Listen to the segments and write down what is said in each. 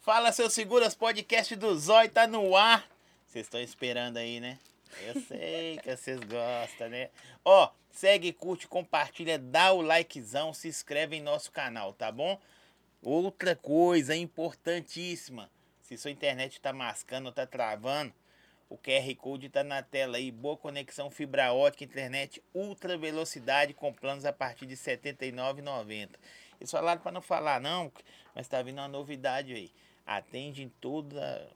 Fala, seus seguras, podcast do Zói tá no ar. Vocês estão esperando aí, né? Eu sei que vocês gostam, né? Ó, segue, curte, compartilha, dá o likezão, se inscreve em nosso canal, tá bom? Outra coisa importantíssima, se sua internet tá mascando ou tá travando, o QR Code tá na tela aí, boa conexão fibra ótica, internet ultra velocidade com planos a partir de R$ 79,90. Eles falaram para não falar não, mas tá vindo uma novidade aí. Atende em toda,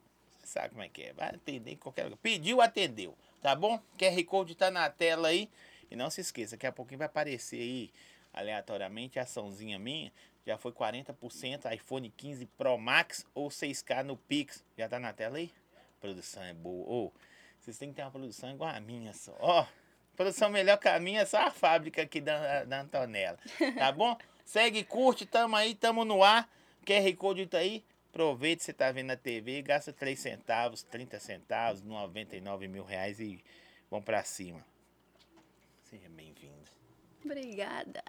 sabe como é que é? Vai atender em qualquer lugar. Pediu, atendeu, tá bom? QR Code tá na tela aí. E não se esqueça, daqui a pouquinho vai aparecer aí aleatoriamente a açãozinha minha. Já foi 40% iPhone 15 Pro Max ou 6K no Pix. Já tá na tela aí? produção é boa. Ou vocês têm que ter uma produção igual a minha só. Ó, produção melhor que a minha é só a fábrica aqui da, da Antonella. Tá bom? Segue, curte, tamo aí, tamo no ar. QR Code tá aí. Aproveita, você tá vendo a TV, gasta 3 centavos, 30 centavos, 99 mil reais e vão pra cima. é Seja bem-vinda. Obrigada.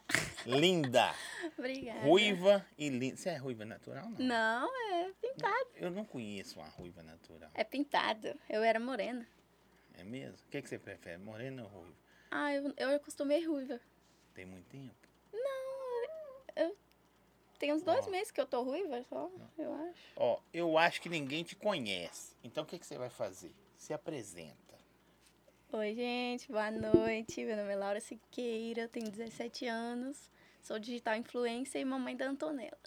Linda, Obrigada. ruiva e linda. Você é ruiva natural? Não. É, né? Não, é pintado. Eu não conheço uma ruiva natural. É pintado. Eu era morena. É mesmo? O que, que você prefere, morena ou ruiva? Ah, eu, eu acostumei ruiva. Tem muito tempo? Tem uns dois Ó. meses que eu tô ruiva só, eu acho. Ó, eu acho que ninguém te conhece. Então o que, que você vai fazer? Se apresenta. Oi, gente. Boa noite. Meu nome é Laura Siqueira. Eu tenho 17 anos. Sou digital influencer e mamãe da Antonella.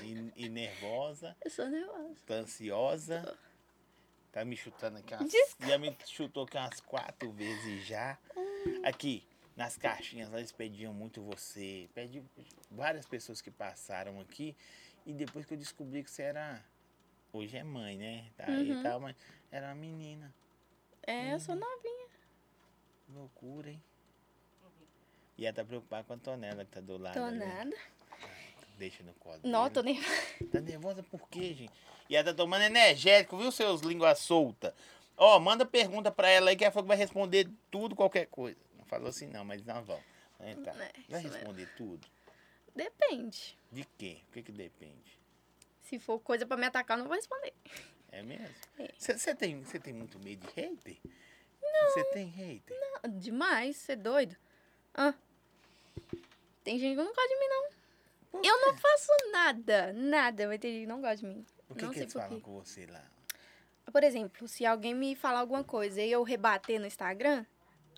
E, e nervosa, Eu sou nervosa. tá ansiosa. Tá me chutando aqui umas. Desculpa. Já me chutou aqui umas quatro vezes já. Aqui, nas caixinhas, elas pediam muito você. Pedi várias pessoas que passaram aqui. E depois que eu descobri que você era. Hoje é mãe, né? Tá aí e Uhum. tal, mas era uma menina. É, eu Hum, sou novinha. Loucura, hein? E ela tá preocupada com a Antonella que tá do lado. Tô ali. nada. Deixa no colo. Não, dele. tô nervosa. Tá nervosa por quê, gente? E ela tá tomando energético, viu, seus línguas soltas? Ó, manda pergunta pra ela aí que ela falou que vai responder tudo, qualquer coisa. Não falou assim não, mas não vão. Então, É, vai isso mesmo. responder tudo? Depende. De quê? O que que depende? Se for coisa pra me atacar, eu não vou responder. É mesmo? É. Você tem, cê tem muito medo de hater? Não. Você tem hater? Não. Ah, Demais, você é doido. Ah. Tem gente que não gosta de mim, não. Eu não faço nada, nada, mas tem gente que não gosta de mim. Por que, não que sei eles por falam quê. com você lá? Por exemplo, se alguém me falar alguma coisa e eu rebater no Instagram,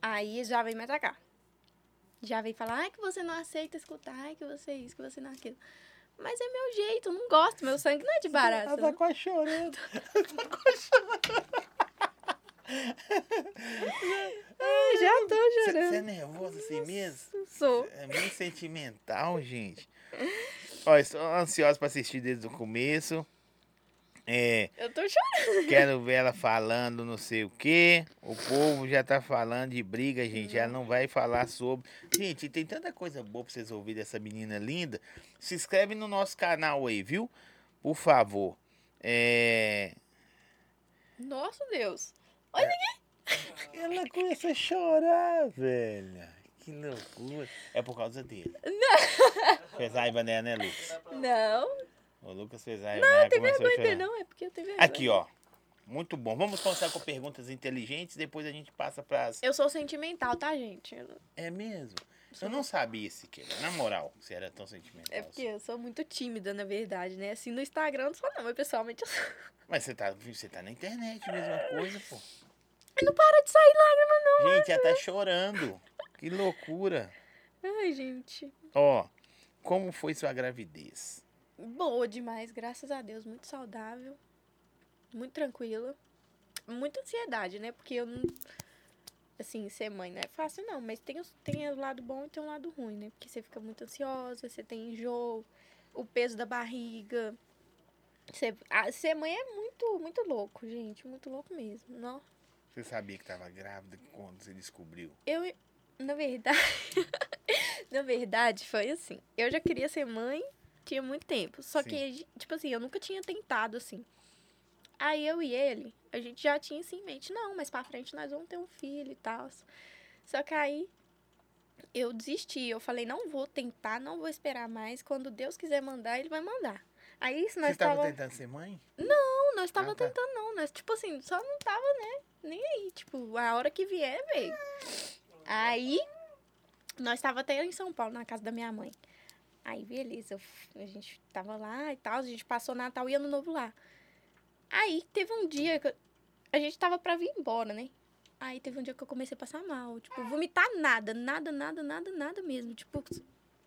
aí já vem me atacar. Já vem falar, ai, que você não aceita escutar, ai, que você é isso, que você não é aquilo. Mas é meu jeito, eu não gosto, meu sangue não é de Ela barato. tá quase chorando. Eu já tô Você chorando. é nervosa assim mesmo? Sou. É muito sentimental, gente. Ó, estou ansiosa pra assistir desde o começo. É, Eu tô chorando. quero ver ela falando não sei o quê. O povo já tá falando de briga, gente. Ela não vai falar sobre. Gente, tem tanta coisa boa pra vocês ouvirem dessa menina linda. Se inscreve no nosso canal aí, viu? Por favor. É. Nossa, Deus. Ela começa a chorar, velho. Que loucura. É por causa dele. Não. Fez raiva nela, né, Lucas? Não, O Lucas fez a Não, tem vergonha, não, é porque eu tenho vergonha. Aqui, ó. Muito bom. Vamos começar com perguntas inteligentes, depois a gente passa pras. Eu sou sentimental, tá, gente? Eu não- É mesmo? Eu não sabia, Siqueira. Na moral, você era tão sentimental. assim. É porque eu sou muito tímida, na verdade, né? Assim, no Instagram eu não sou, não, mas pessoalmente eu sou. Mas você tá, você tá na internet, mesma coisa, pô. não para de sair lágrima, não. Gente, ela tá chorando. Que loucura. Ai, gente. Ó, como foi sua gravidez? Boa demais, graças a Deus. Muito saudável. Muito tranquila. Muita ansiedade, né? Porque eu não. Assim, ser mãe não é fácil, não. Mas tem, os- tem o lado bom e tem o lado ruim, né? Porque você fica muito ansiosa, você tem enjoo, o peso da barriga. Você, a- ser mãe é muito, muito louco, gente. Muito louco mesmo. Não. Você sabia que tava grávida quando você descobriu? Eu, na verdade, na verdade foi assim. Eu já queria ser mãe tinha muito tempo, só que tipo assim, eu nunca tinha tentado assim. Aí eu e ele, a gente já tinha isso em mente, não, mas pra frente nós vamos ter um filho e tal. Só que aí eu desisti, eu falei, não vou tentar, não vou esperar mais, quando Deus quiser mandar, ele vai mandar. Aí se Você nós estava tava... tentando ser mãe? Não, nós tava Ah, tá. tentando não, nós tipo assim, só não tava, né? Nem aí, tipo, a hora que vier, veio. Aí nós tava até em São Paulo, na casa da minha mãe. Aí beleza, eu f- a gente tava lá e tal, a gente passou Natal e Ano Novo lá. Aí teve um dia que eu- a gente tava pra vir embora, né? Aí teve um dia que eu comecei a passar mal, tipo, vomitar nada, nada, nada, nada, nada mesmo, tipo,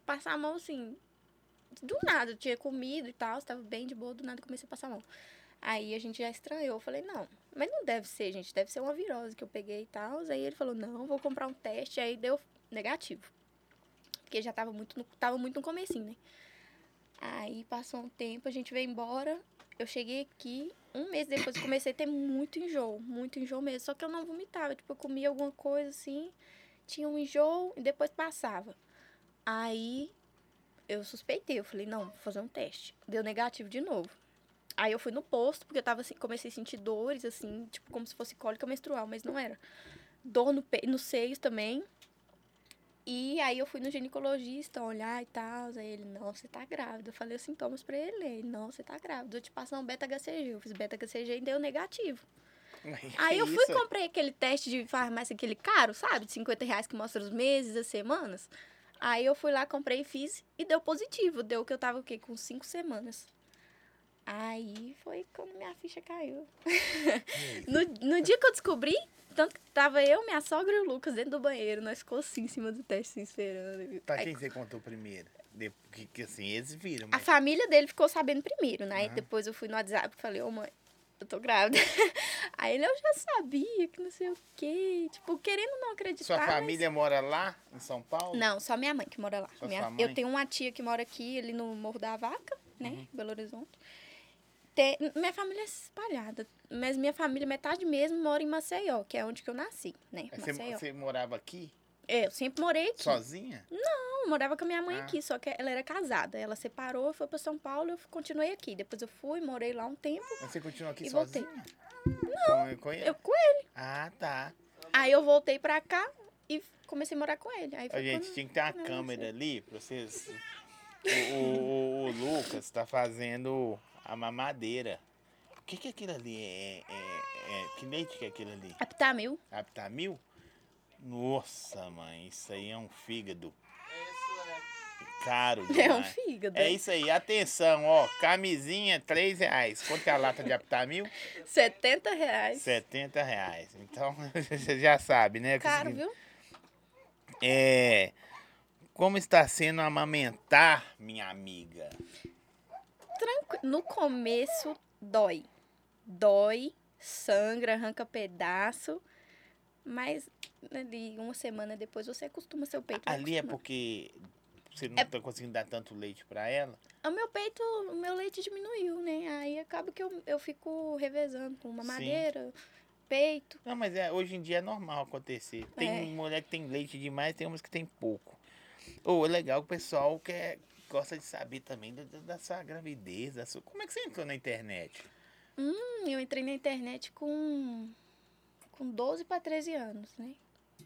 passar mal assim, do nada, eu tinha comido e tal, estava bem de boa, do nada eu comecei a passar mal. Aí a gente já estranhou, eu falei, não, mas não deve ser, gente, deve ser uma virose que eu peguei e tal. Aí ele falou, não, vou comprar um teste, aí deu negativo. Porque já tava muito no, tava muito no comecinho, né? Aí passou um tempo, a gente veio embora, eu cheguei aqui, um mês depois eu comecei a ter muito enjoo, muito enjoo mesmo, só que eu não vomitava, tipo, eu comia alguma coisa assim, tinha um enjoo e depois passava. Aí eu suspeitei, eu falei, não, vou fazer um teste. Deu negativo de novo. Aí eu fui no posto, porque eu tava assim, comecei a sentir dores, assim, tipo, como se fosse cólica menstrual, mas não era. Dor no, pe... no seios também. E aí eu fui no ginecologista olhar e tal. Aí ele, não, você tá grávida. Eu falei os sintomas pra ele. Ele, não, você tá grávida. Eu te passo um beta-HCG. Eu fiz beta-HCG e deu negativo. Aí eu fui, Isso. comprei aquele teste de farmácia, aquele caro, sabe? De 50 reais que mostra os meses, as semanas. Aí eu fui lá, comprei e fiz e deu positivo. Deu que eu tava o quê? Com cinco semanas. Aí foi quando minha ficha caiu. No, no dia que eu descobri, tanto que tava eu, minha sogra e o Lucas dentro do banheiro. Nós ficou assim em cima do teste, assim, esperando. viu? Pra Aí quem você contou primeiro? De- que, que assim, eles viram. a Mas... família dele ficou sabendo primeiro, né? Aí Aham. depois eu fui no WhatsApp e falei, ô mãe, eu tô grávida. Aí ele, eu já sabia que não sei o quê. Tipo, querendo não acreditar. Sua mas- família mora lá, em São Paulo? Não, só minha mãe que mora lá. Só Minha- sua mãe? Uhum. Eu tenho uma tia que mora aqui, ali no Morro da Vaca, né? Belo Horizonte. Te- Minha família é espalhada, mas minha família, metade mesmo, mora em Maceió, que é onde que eu nasci, né? Aí É, Você, Maceió. você morava aqui, É, Eu sempre morei aqui. sozinha? Não, eu morava com a minha mãe Ah. aqui, só que ela era casada. Ela separou, foi pra São Paulo, eu f- continuei aqui. Depois eu fui, morei lá um tempo. Mas Você continuou aqui E voltei. sozinha? Não. Com, com ele? Eu com ele. Ah, tá. Aí eu voltei pra cá e comecei a morar com ele. Aí Ó, foi gente, quando- tinha que ter uma Não, não câmera sei. ali pra vocês. O, o- o- o Lucas tá fazendo a mamadeira. O que que é aquilo ali? É, é- é- que leite que é aquilo ali? Aptamil. Aptamil? Nossa, mãe, isso aí é um fígado. Caro demais. É um fígado. É isso aí, atenção, ó. Camisinha, 3 reais. Quanto é a lata de Aptamil? 70 reais. 70 reais. Então, você já sabe, né? Caro, viu? É. Como está sendo amamentar, minha amiga? Tranqui- No começo dói. Dói, sangra, arranca pedaço. Mas ali, uma semana depois, você acostuma seu peito. vai Ali é acostumando. porque você não É- tá conseguindo dar tanto leite pra ela? O meu peito, o meu leite diminuiu, né? Aí acaba que eu, eu fico revezando com uma Sim. madeira, peito. Não, mas é, hoje em dia é normal acontecer. Tem É. mulher que tem leite demais, tem umas que tem pouco. Ou é legal que o pessoal quer, gosta de saber também da, da- da sua gravidez. Da sua... Como é que você entrou na internet? Hum, Eu entrei na internet com, com 12 para 13 anos, né?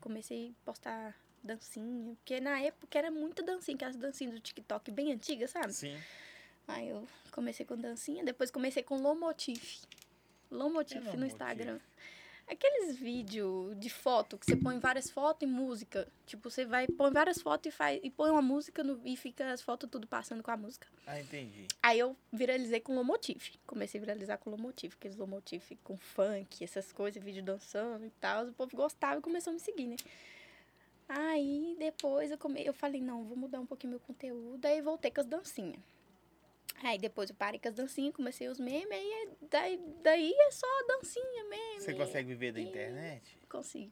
Comecei a postar dancinha. Porque na época era muita dancinha, aquelas dancinhas do TikTok bem antigas, sabe? Sim. Aí eu comecei com dancinha, depois comecei com Lomotif. Lomotif Que é no Lomotif? Instagram. Aqueles vídeos de foto que você põe várias fotos e música. Tipo, você vai, põe várias fotos e, faz, e põe uma música no- e fica as fotos tudo passando com a música. Ah, entendi. Aí eu viralizei com Lomotif. Comecei a viralizar com Lomotif, aqueles Lomotif com funk, essas coisas, vídeo dançando e tal. O povo gostava e começou a me seguir, né? Aí depois eu, come... eu falei, não, vou mudar um pouquinho meu conteúdo. Aí voltei com as dancinhas. Aí depois eu parei com as dancinhas, comecei os memes, aí é- daí, daí é só dancinha, meme. Você consegue viver da internet? Consigo.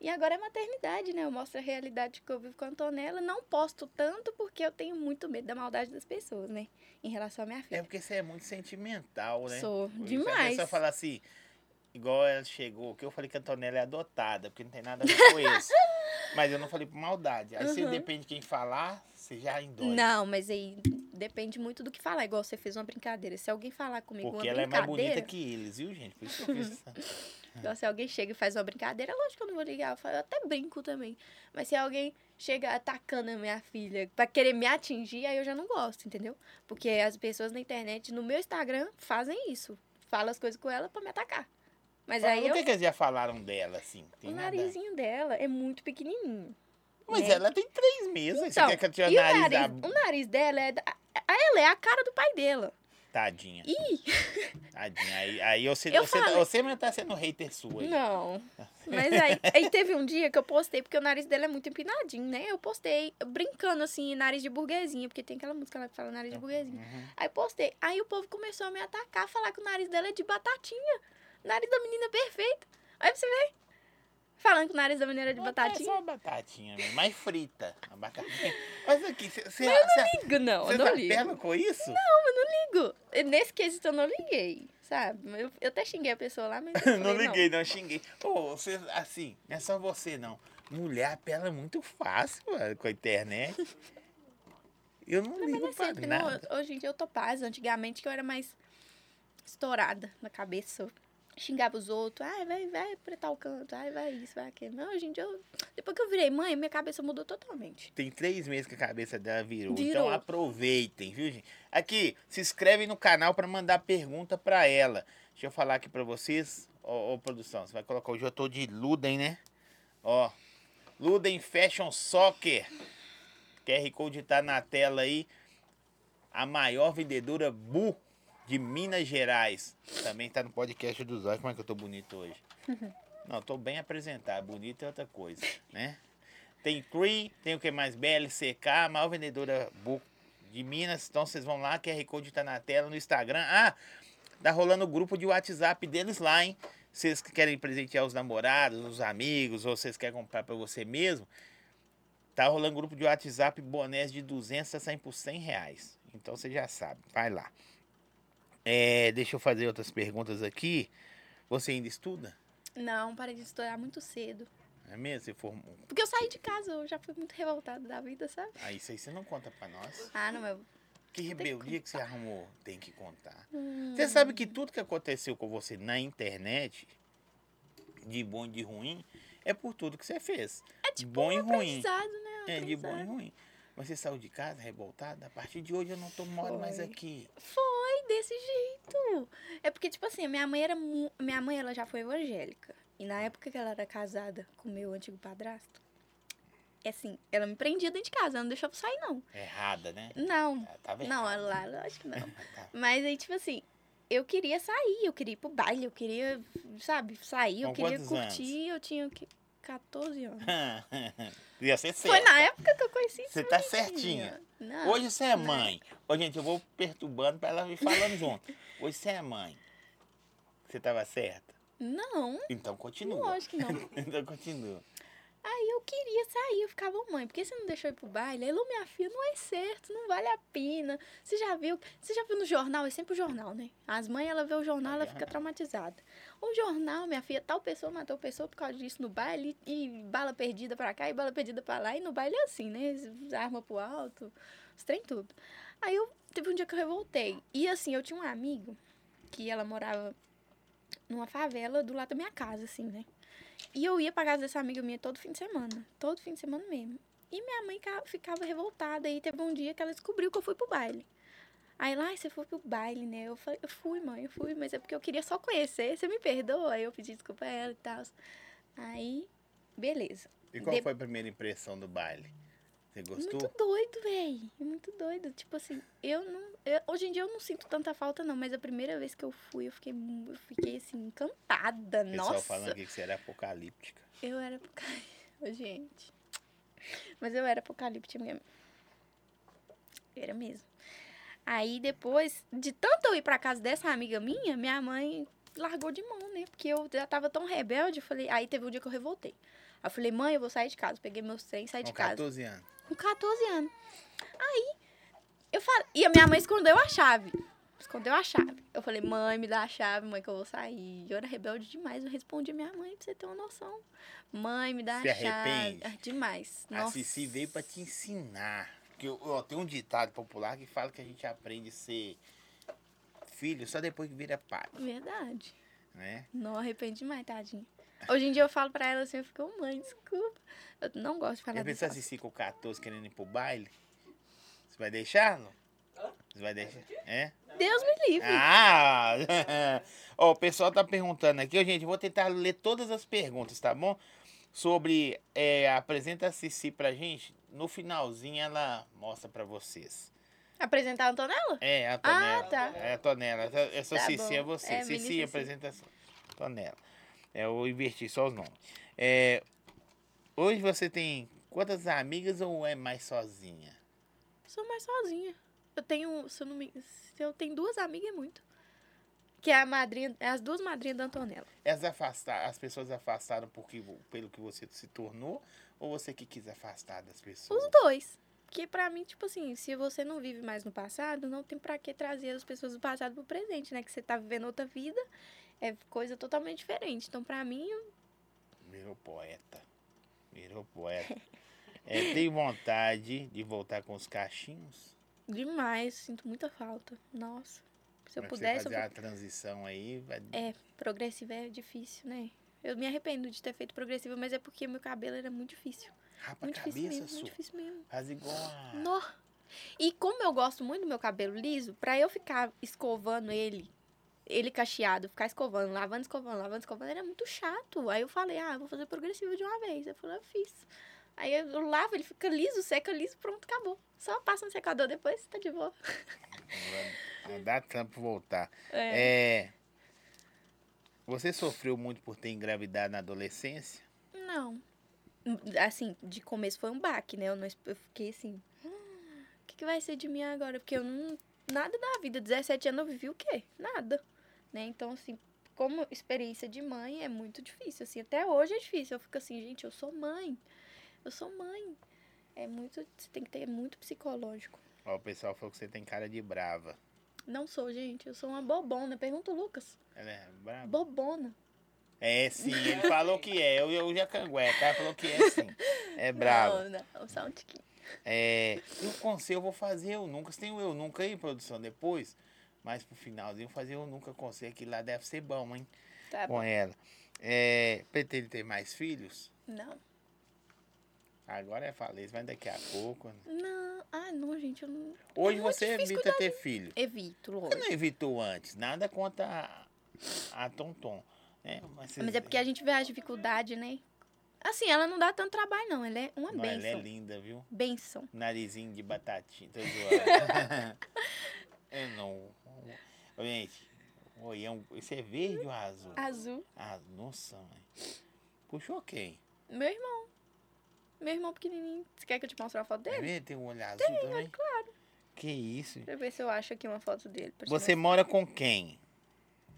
E agora é maternidade, né? Eu mostro a realidade que eu vivo com a Antonella. Não posto tanto porque eu tenho muito medo da maldade das pessoas, né? Em relação à minha filha. É porque você é muito sentimental, né? Sou Se demais. a pessoa falar assim, igual ela chegou, que eu falei que a Antonella é adotada, porque não tem nada a ver com isso. Mas eu não falei por maldade. Aí você Uhum. depende de quem falar, você já indói. Não, mas aí depende muito do que falar. Igual você fez uma brincadeira. Se alguém falar comigo Porque uma ela é mais bonita brincadeira, que eles, viu, gente? Por isso que eu fiz essa- igual se alguém chega e faz uma brincadeira, é lógico que eu não vou ligar. Eu, falo, eu até brinco também. Mas se alguém chega atacando a minha filha pra querer me atingir, aí eu já não gosto, entendeu? Porque as pessoas na internet, no meu Instagram, fazem isso. Fala as coisas com ela pra me atacar. Mas Mas aí o eu, que, que eles já falaram dela, assim? Tem o nada. narizinho dela é muito pequenininho. Mas né? ela tem três meses. aí Então, você quer que eu tenha e o nariz, nariz ab- o nariz dela é. da- a- Ela é a cara do pai dela. Tadinha, Ih, tadinha. Aí, aí você, Eu você, tá- falo. você mesmo tá sendo hater sua. aí. não. Mas aí, aí teve um dia que eu postei, porque o nariz dela é muito empinadinho, né? Eu postei brincando assim, nariz de burguesinha, porque tem aquela música lá que fala nariz de burguesinha. Uhum. Aí postei. Aí o povo começou a me atacar, falar que o nariz dela é de batatinha. Nariz da menina é perfeito. Aí pra você ver. Falando que o nariz da menina é de Mas tá, É batatinha. só uma batatinha, mesmo, mas frita. A batatinha. Mas aqui, você você Ligo, não, você eu tá não ligo. pela com isso? ligo. Nesse quesito eu não liguei, sabe? Eu, eu até xinguei a pessoa lá, mas. eu não falei, liguei, não, xinguei. Pô, você, assim, não é só você, não. Mulher apela muito fácil mano, com a internet. Eu não, Não, mas ligo não é pra sempre, não. nada. Hoje em dia eu tô paz. Antigamente que eu era mais estourada na cabeça. Eu xingava os outros. Ai, vai, vai pra tal canto. Ai, vai isso, vai aquilo. Não, hoje em dia eu... Depois que eu virei mãe, minha cabeça mudou totalmente. Tem três meses que a cabeça dela virou. Então Virou. aproveitem, viu, gente? Aqui, se inscreve no canal pra mandar pergunta pra ela. Deixa eu falar aqui pra vocês. Ó, ó, produção, você vai colocar. Hoje eu tô de Luden, né? Ó. Luden Fashion Soccer. QR Code tá na tela aí. A maior vendedora Bu de Minas Gerais. Também tá no podcast do Zóio. Como é que eu tô bonito hoje? Não, tô bem apresentado. Bonito é outra coisa, né? Tem Cree, tem o que mais? BLCK, a maior vendedora bu- de Minas. Então vocês vão lá, QR Code tá na tela, no Instagram. Ah, tá rolando o grupo de WhatsApp deles lá, hein? Vocês que querem presentear os namorados, os amigos, ou vocês querem comprar pra você mesmo, tá rolando grupo de WhatsApp bonés de 200 a 100 por 100 reais. Então você já sabe, vai lá. É, deixa eu fazer outras perguntas aqui. Você ainda estuda? Não, parei de estourar muito cedo. É mesmo? Você formou? Porque eu saí de casa, eu já fui muito revoltada da vida, sabe? Ah, isso aí você não conta pra nós. Ah, não, eu... Que rebeldia que você arrumou? Tem que contar. Hum, Você sabe que tudo que aconteceu com você na internet, de bom e de ruim, é por tudo que você fez. de bom e ruim. É tipo Aprendizado, né? É, de bom e aprendizado. ruim. Mas você saiu de casa revoltada? A partir de hoje eu não tô moro mais Foi. aqui. Foi desse jeito. É porque, tipo assim, a minha mãe era. mu- Minha mãe, ela já foi evangélica. E na época que ela era casada com o meu antigo padrasto, é assim, ela me prendia dentro de casa, ela não deixava eu sair, não. Errada, né? Não. Tá- Tava Não, errada. lá, lógico que não. Tá. Mas aí, tipo assim, eu queria sair, eu queria ir pro baile, eu queria, sabe, sair, eu Com queria quantos curtir, eu tinha o quê? 14 anos. Ia ser Foi certo. na época que eu conheci Você essa tá menina. certinha. Não. Hoje você é na mãe. Ô, gente, eu vou perturbando pra ela vir falando junto. Hoje você é mãe. Você tava certa? Não, Então continua. lógico que não. Então continua. Aí eu queria sair, eu ficava, mãe, por que você não deixou eu ir pro baile? Aí, Lu, minha filha, não é certo, não vale a pena. Você já viu? Você já viu no jornal? É sempre o jornal, né? As mães, ela vê o jornal, ela fica traumatizada. O jornal, minha filha, tal pessoa matou pessoa por causa disso no baile, e bala perdida pra cá, e bala perdida pra lá, e no baile é assim, né? Arma pro alto, os trem tudo. Aí eu, teve um dia que eu revoltei. E assim, eu tinha um amigo, que ela morava numa favela do lado da minha casa, assim, né? E eu ia pra casa dessa amiga minha todo fim de semana. Todo fim de semana mesmo. E minha mãe ca- ficava revoltada. E teve um dia que ela descobriu que eu fui pro baile. Aí lá, "Ai, você foi pro baile, né? Eu falei, eu fui, mãe, eu fui, mas é porque eu queria só conhecer. Você me perdoa? Aí eu pedi desculpa a ela e tal. Aí, beleza. E qual De- foi a primeira impressão do baile? Você gostou? Muito doido, véi. Muito doido. Tipo assim, eu não. eu- hoje em dia eu não sinto tanta falta, não, mas a primeira vez que eu fui, eu fiquei, mu- eu fiquei assim, encantada. é O pessoal Nossa. falando aqui que você era apocalíptica. Eu era apocalíptica. Gente. Mas eu era apocalíptica mesmo. Era mesmo. Aí depois, de tanto eu ir pra casa dessa amiga minha, minha mãe largou de mão, né? Porque eu já tava tão rebelde, eu falei, aí teve um dia que eu revoltei. Aí eu falei, mãe, eu vou sair de casa. Peguei meus trem e saí É de Com casa. 14 anos. Com 14 anos. Aí, eu falei. E a minha mãe escondeu a chave. Escondeu a chave. Eu falei, mãe, me dá a chave, mãe, que eu vou sair. Eu era rebelde demais. Eu respondi a minha mãe, pra você ter uma noção. Mãe, me dá Se a chave. arrepende? Ah, Demais. A Nossa. Cici veio pra te ensinar. Porque ó, tem um ditado popular que fala que a gente aprende a ser filho só depois que vira pai, Verdade. né? Não arrepende demais, tadinha. Hoje em dia eu falo pra ela assim, eu fico, mãe, desculpa. Eu não gosto de falar Já disso. pensou a Cici com 14 querendo ir pro baile? Você vai deixar, não? Você vai deixar? É? Deus me livre. Ah! Ó, o pessoal tá perguntando aqui, ó, gente, eu vou tentar ler todas as perguntas, tá bom? Sobre. é, apresenta a Cici pra gente. No finalzinho ela mostra pra vocês. Apresentar a Antonella? É, a Ah, Tonela. tá. É a Tonela. Essa- Essa Tá Cici é bom. você. É, mini Cici, Cici. apresenta a Tonela. É, eu inverti só os nomes. É, hoje você tem quantas amigas ou é mais sozinha? Sou mais sozinha. Eu tenho, se eu não me... Se eu tenho duas amigas, é muito. Que é a madrinha, é as duas madrinhas da Antonella. Elas afasta- é as pessoas afastaram porque, vo- pelo que você se tornou? Ou você que quis afastar das pessoas? Os dois. Porque pra mim, tipo assim, se você não vive mais no passado, não tem pra que trazer as pessoas do passado pro presente, né? Que você tá vivendo outra vida, é coisa totalmente diferente. Então, pra mim, eu- Hum. Virou poeta. Virou poeta. É, tem vontade de voltar com os cachinhos? demais, sinto muita falta. Nossa. Se eu Pra pudesse, Você eu É fazer a transição aí, vai... Progressiva é difícil, né? Eu me arrependo de ter feito progressiva, mas é porque meu cabelo era muito difícil. rapa a Muito difícil cabeça mesmo, sua. muito difícil mesmo. Faz igual a... Nó. E como eu gosto muito do meu cabelo liso, pra eu ficar escovando ele, ele cacheado, ficar escovando, lavando, escovando, lavando, escovando, era muito chato. Aí eu falei, ah, vou fazer progressiva de uma vez. Eu falei, eu fiz. Aí eu lavo, ele fica liso, seca liso, pronto, acabou. Só passa no secador depois, tá de boa. Não dá tempo pra voltar. É. É... Você sofreu muito por ter engravidado na adolescência? Não. Assim, de começo foi um baque, né? Eu, não, eu fiquei assim. "Ah, O que, que vai ser de mim agora? Porque eu não. Nada da vida. 17 anos eu vivi o quê? Nada. Né? Então, assim, como experiência de mãe é muito difícil. Assim, até hoje é difícil. Eu fico assim, gente, eu sou mãe. Eu sou mãe. É muito. Você tem que ter muito psicológico. Ó, o pessoal falou que você tem cara de brava. Não sou, gente. Eu sou uma bobona. Pergunta o Lucas. Ela é brava? Bobona. É, sim, ele falou que é. Eu, eu já cangué, tá? Falou que é sim. É bravo. Não, não. Só um tiquinho. É, e o conselho eu vou fazer eu nunca. Você tem o eu nunca aí, produção, depois? Mas pro finalzinho eu vou fazer eu nunca conselho, que lá deve ser bom, hein? Tá bom. Com ela. É, pretende ter mais filhos? Não. Agora é falês, mas daqui a pouco. né? Não. Ah, não, gente. Eu não. Hoje É muito você difícil evita ter filho. Evito, Você lógico. não evitou antes, nada contra a, a Tonton. Né? Mas, Mas é porque a gente vê as dificuldades, né? Assim, ela não dá tanto trabalho, não. Ela é uma não, ela é benção. linda, viu? Benção. Narizinho de batatinha, tô zoando. eu não. Ô, Gente, oi, é um, isso é verde ou azul? Azul. Ah, nossa, mãe. Puxou quem? Meu irmão. Meu irmão pequenininho. Você quer que eu te mostre uma foto É dele? mesmo? Tem um olho azul também? Claro. Que isso? Deixa eu ver se eu acho aqui uma foto dele. pra te É. Você mora com quem?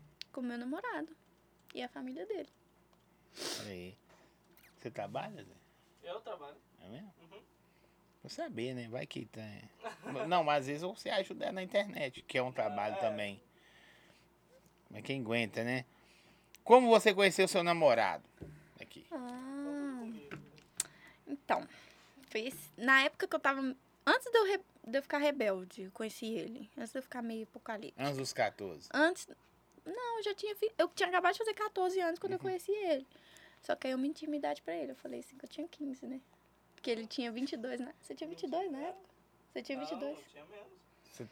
mostrar. Com meu namorado. E a família dele. Peraí. Você trabalha, Zé? Eu trabalho. É mesmo? Uhum. Vou saber, né? Vai que tem. Não, mas às vezes você ajuda na internet, que é um trabalho é. também. Mas quem aguenta, né? Como você conheceu seu namorado? Aqui. Ah. comigo. Então, foi esse- na época que eu tava. Antes de eu, re- de eu ficar rebelde, eu conheci ele. Antes de eu ficar meio apocalipse. Anos dos 14. Antes. Não, eu já tinha. fi- Eu tinha acabado de fazer 14 anos quando eu conheci ele. Só que aí eu menti minha idade pra ele. Eu falei assim que eu tinha 15, né? Porque ele tinha 22, né? Você tinha 22 na época? Você tinha Não, 22? eu tinha menos. Você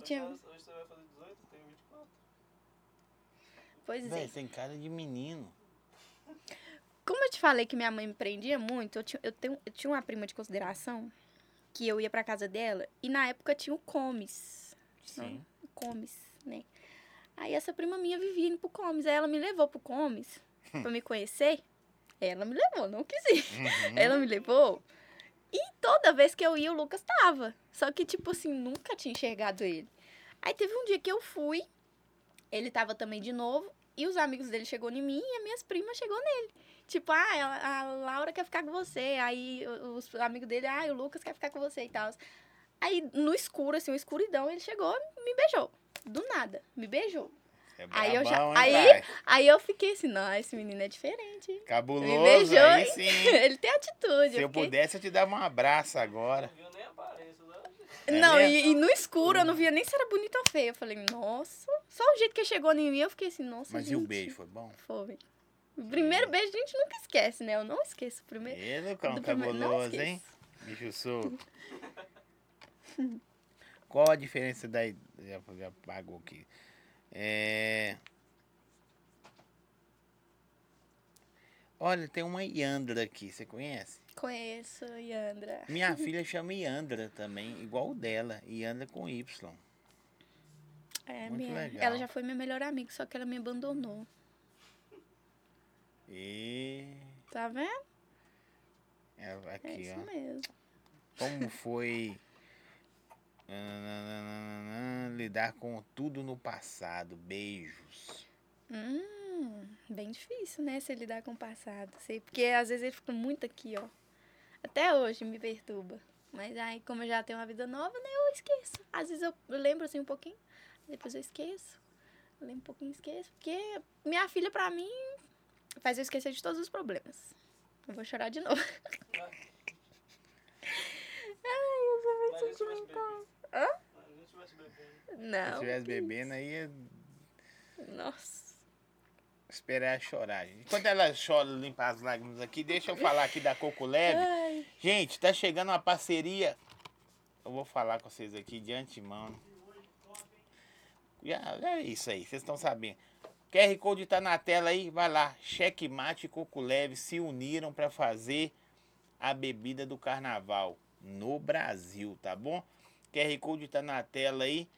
Hoje tinha. você- Hoje você vai fazer 18, eu tenho 24. Pois Véi, é. tem cara de menino. Como eu te falei que minha mãe me prendia muito, eu tinha, eu tenho, eu tinha uma prima de consideração que eu ia pra casa dela e na época tinha o Comes. Sim. Comes, né? Aí essa prima minha vivia indo pro Comes. Aí ela me levou pro Comes pra me conhecer. Ela me levou, não quis ir. Uhum. Ela me levou. E toda vez que eu ia, o Lucas tava. Só que, tipo assim, nunca tinha enxergado ele. Aí teve um dia que eu fui, ele tava também de novo, e os amigos dele chegou em mim e as minhas primas chegou nele. Tipo, ah, ela- a Laura quer ficar com você. Aí o- os amigos dele, ah, o Lucas quer ficar com você e tal. Aí no escuro, assim, uma escuridão, ele chegou e me beijou. Do nada, me beijou. É Aí eu já- brabão, hein, aí- pai? Aí eu fiquei assim, não, esse menino é diferente. hein?" Cabuloso, Me beijou, aí hein? sim. ele tem atitude. Se eu fiquei- pudesse, eu te dava um abraço agora. Não viu nem aparência, né? não. É Não, mesmo? e, e no escuro eu não via nem se era bonita ou feia. Eu falei, nossa, só o jeito que ele chegou em mim, eu fiquei assim, nossa. Mas gente. e o beijo, foi bom? Foi. O primeiro beijo a gente nunca esquece, né? Eu não esqueço o primeiro. Ê, Lucão, do primeiro- não é cabuloso, hein? Bicho solto. Qual a diferença da idade. Já, já apagou aqui. É. Olha, tem uma Yandra aqui, você conhece? Conheço, Yandra. Minha filha chama Yandra também, igual o dela, Yandra com Y. É, Muito minha... legal. Ela já foi minha melhor amiga, só que ela me abandonou. E Tá vendo? ela É aqui, isso ó. mesmo. Como foi nananana, lidar com tudo no passado? Beijos. Hum, bem difícil, né? Se lidar com o passado. Sei, porque às vezes ele fica muito aqui, ó. Até hoje me perturba. Mas aí, como eu já tenho uma vida nova, né? Eu esqueço. Às vezes eu lembro assim um pouquinho, depois eu esqueço. Eu lembro um pouquinho e esqueço. Porque minha filha, pra mim, faz eu esquecer de todos os problemas. Eu vou chorar de novo. Mas a gente vai se então. beber. Hã? Mas a gente vai se beber. Se Não. estivesse que isso. bebendo, aí é ia Nossa. esperar ela chorar. gente. Enquanto ela chora, limpa as lágrimas aqui, deixa eu falar aqui da Coco Leve. Ai, Gente, tá chegando uma parceria. Eu vou falar com vocês aqui de antemão. Já, já é isso aí, vocês estão sabendo. QR Code tá na tela aí, vai lá. Checkmate e Coco Leve se uniram para fazer a bebida do carnaval no Brasil, tá bom? QR Code tá na tela aí.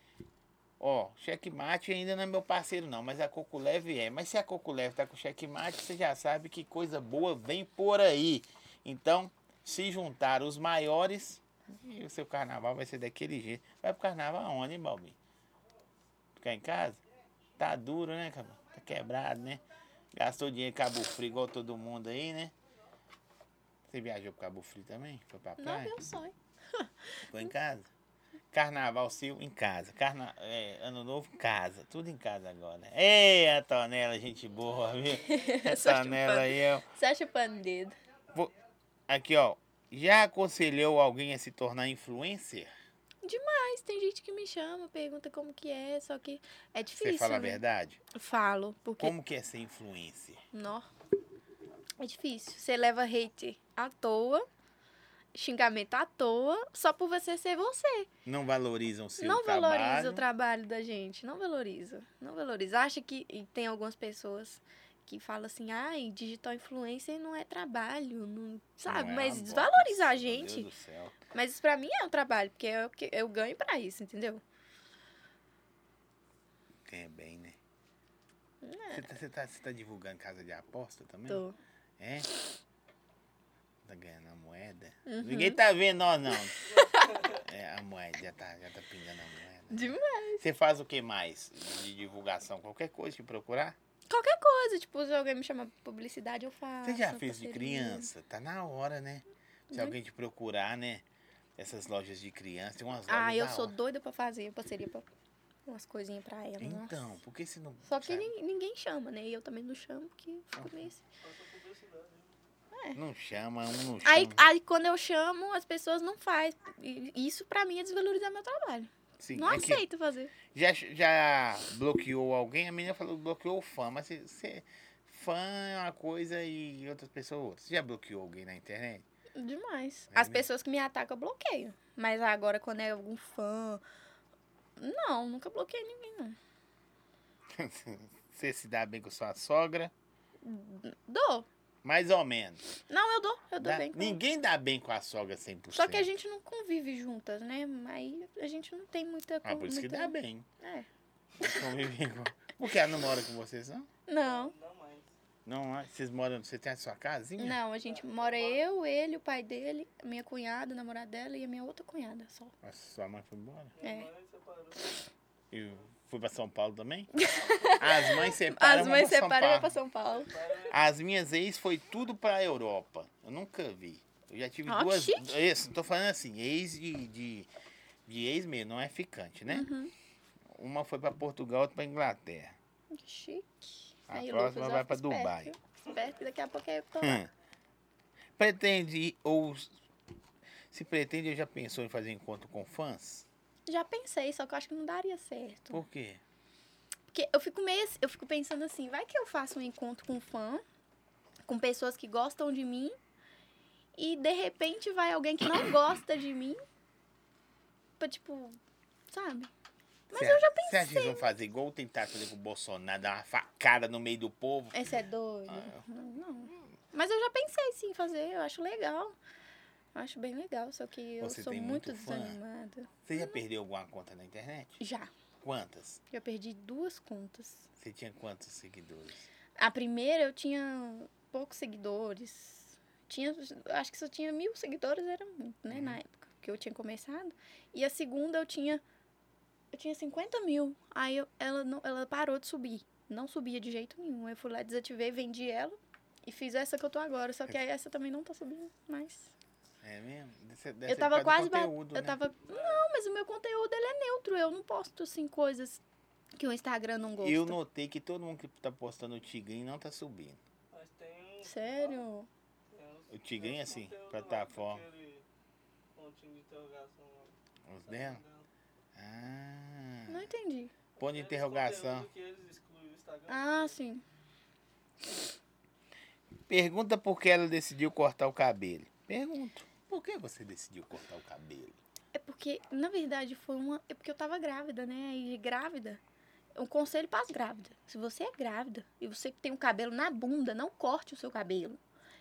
Ó, checkmate ainda não é meu parceiro não, mas a Coco Leve é. Mas se a Coco Leve tá com checkmate, você já sabe que coisa boa vem por aí. Então, se juntar os maiores, e o seu carnaval vai ser daquele jeito. Vai pro carnaval aonde, hein, Balbi? Ficar em casa? Tá duro, né, cara? Tá quebrado, né? Gastou dinheiro em Cabo Frio igual todo mundo aí, né? Você viajou pro Cabo Frio também? Foi pra não, é praia? meu sonho. Ficou em casa? Carnaval seu em casa. Carna... é, ano novo, casa. Tudo em casa agora. Ei, Antonella, gente boa, viu? Só um Antonella tá aí, ó. Você acha um pandedo? Aqui, ó. Já aconselhou alguém a se tornar influencer? Mas tem gente que me chama, pergunta como que é, só que é difícil. Você fala a né? verdade? Falo, porque. Como que é ser influencer? Nó. É difícil. Você leva hate à toa, xingamento à toa, só por você ser você. Não valorizam o seu não trabalho. valoriza o trabalho da gente. Não valoriza. Não valoriza. Acha que. E tem algumas pessoas que falam assim, ai, digital influencer não é trabalho. Não... Sabe? Não é Mas uma desvaloriza bosta, a gente. Meu Deus do céu. Mas isso pra mim é um trabalho, porque é o que eu ganho pra isso, entendeu? Ganha bem, né? Você tá, você tá- você tá divulgando casa de aposta também? Né? Tô. É? Tá ganhando a moeda? Uhum. Ninguém tá vendo nós, não. É, a moeda, já tá, já tá pingando a moeda. Demais. Você faz o que mais de divulgação? Qualquer coisa que procurar? Qualquer coisa, tipo, se alguém me chama pra publicidade, eu faço. Você já uma fez de parceria. criança? Tá na hora, né? Se Muito. alguém te procurar, né? Essas lojas de criança, tem umas lojas Ah, eu da sou hora. doida pra fazer parceria pra umas coisinhas pra ela. Então, nossa. por que você não... Só que sabe? nin- ninguém chama, né? E eu também não chamo, porque eu Ah, fico meio assim. Só sua publicidade. né? Não chama, um não chama. é. Aí, aí quando eu chamo, as pessoas não fazem. E Isso pra mim é desvalorizar meu trabalho. Sim, não é que aceito fazer. já, já bloqueou alguém? A menina falou que bloqueou o fã, mas você, você- fã é uma coisa e outras pessoas outra. Você já bloqueou alguém na internet? Demais. É as mesmo? pessoas que me atacam, eu bloqueio. Mas agora, quando é algum fã. Não, nunca bloqueei ninguém. Você se dá bem com sua sogra? Dou. Mais ou menos. Não, eu dou. Eu dou Dá- bem com Ninguém dá bem com a sogra 100%. Só que a gente não convive juntas, né? Aí a gente não tem muita Ah, por isso que muita- dá bem. É. Conviver com- Por que ela não mora com vocês, não? Não. Não, mas. Não, ah, vocês moram... Você tem a sua casinha? Não, a gente mora eu, ele, o pai dele, a minha cunhada, a namorada dela e a minha outra cunhada só. Nossa, sua mãe foi embora? É. Agora ele separou. E foi pra São Paulo também? As mães separam. As vão mães pra São separam e vai Paulo. pra São Paulo. Para- As minhas ex foi tudo pra Europa. Eu nunca vi. Eu já tive Ó, que duas. chique. Isso, tô falando assim, ex de, de, de ex mesmo, não é ficante, né? Uhum. Uma foi pra Portugal, outra pra Inglaterra. Que Chique. A Aí, próxima Lucas, ó, vai pra fica esperto, Dubai. viu? Fica Esperto, que daqui a pouco eu tô lá. Hum. Pretende ou. Se pretende, ou já pensou em fazer encontro com fãs? Já pensei, só que eu acho que não daria certo. Por quê? Porque eu fico meio assim- eu fico pensando assim, vai que eu faço um encontro com um fã com pessoas que gostam de mim e de repente vai alguém que não gosta de mim pra, tipo, sabe? Mas eu já pensei. Você acha que eles vão fazer igual tentar fazer com o Bolsonaro, dar uma facada no meio do povo? Esse é doido. Ah. Não. Mas eu já pensei sim em fazer, eu acho legal. Eu acho bem legal, só que eu Você sou tem muito, muito fã? desanimada. Você já perdeu alguma conta na internet? Já. Quantas? Já perdi duas contas. Você tinha quantos seguidores? A primeira eu tinha poucos seguidores. Tinha, acho que se eu tinha mil seguidores, era muito, né? Na época que eu tinha começado. E a segunda eu tinha. Eu tinha 50 mil. Aí eu- ela, não, ela parou de subir. Não subia de jeito nenhum. Eu fui lá, desativei, vendi ela e fiz essa que eu tô agora. Só que aí essa também não tá subindo mais. É mesmo? Deve, Eu tava quase ba- batendo. Eu tava. Não, mas o meu conteúdo ele é neutro. Eu não posto assim coisas que o Instagram não gosta. Eu notei que todo mundo que tá postando o Tigrinho não tá subindo. Mas tem. Sério? tem uns- O Tigrinho, tem uns assim, conteúdo lá, plataforma. daquele pontinho de interrogação lá, Os tá dela? mandando. Não Ah. entendi. Põe de Tem uns interrogação. conteúdo que eles excluem o Instagram. Ah, sim. Pergunta por que ela decidiu cortar o cabelo. Pergunto. Por que você decidiu cortar o cabelo? É porque, na verdade, foi uma. É porque eu tava grávida, né? E grávida. Um conselho para as grávidas. Se você é grávida e você tem um cabelo na bunda, não corte o seu cabelo.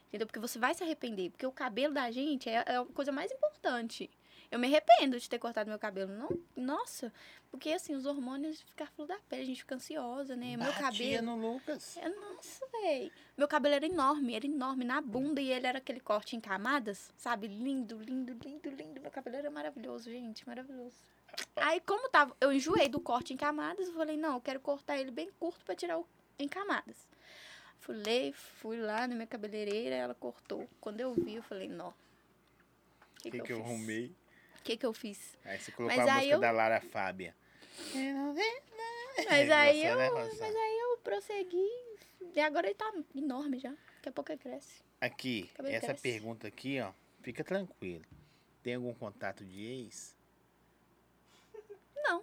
Entendeu? Porque você vai se arrepender. Porque o cabelo da gente é, é a coisa mais importante. Eu me arrependo de ter cortado meu cabelo. Não, nossa, porque assim, os hormônios ficam à flor da pele, a gente fica ansiosa, né? Meu Batia cabelo. no Lucas. É, Nossa, véi. Meu cabelo era enorme, era enorme na bunda e ele era aquele corte em camadas, sabe? Lindo, lindo, lindo, lindo. Meu cabelo era maravilhoso, gente, maravilhoso. Aí, como tava, eu enjoei do corte em camadas, eu falei, não, eu quero cortar ele bem curto pra tirar o em camadas. Falei, fui lá na minha cabeleireira, ela cortou. Quando eu vi, eu falei, não. O O que, que eu fiz? arrumei? O que, que eu fiz? Aí você colocou Mas a aí música eu- da Lara Fábia. Mas Você, aí eu, né, Rosa? eu prossegui. E agora ele tá enorme já. Daqui a pouco ele cresce. Aqui, Cabelo essa cresce. pergunta aqui, ó. Fica tranquilo. Tem algum contato de ex? Não.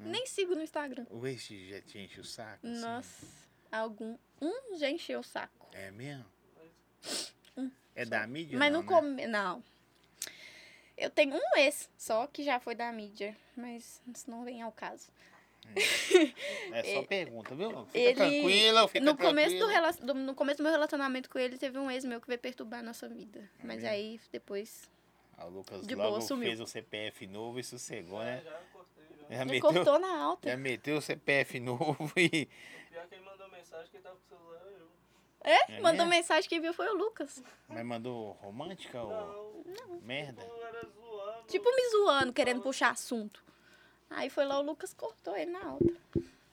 É. Nem sigo no Instagram. O ex te- já te enche o saco? assim? Nossa, algum. Um já encheu o saco. É mesmo? Hum, É só. da mídia? mas não, no né? come. Não. Eu tenho um ex só que já foi da mídia. Mas isso não vem ao caso. É só pergunta, viu? Fica ele- tranquila, fica no, começo do tranquila. rela- do- no começo do meu relacionamento com ele, teve um ex meu que veio perturbar a nossa vida. Mas É mesmo? aí depois. Ah, O Lucas de logo boa, sumiu. fez o CPF novo e sossegou, Já, né? Ah, já cortei, já. Já Ele meteu, cortou na alta. já meteu o CPF novo e. Pior que ele mandou mensagem que ele tava com o celular, eu. É Mandou mesmo? mensagem, quem viu foi o Lucas. Mas mandou romântica ou Não, merda? o cara era zoando. Tipo, me zoando, querendo puxar assunto. Aí foi lá, o Lucas cortou ele na alta.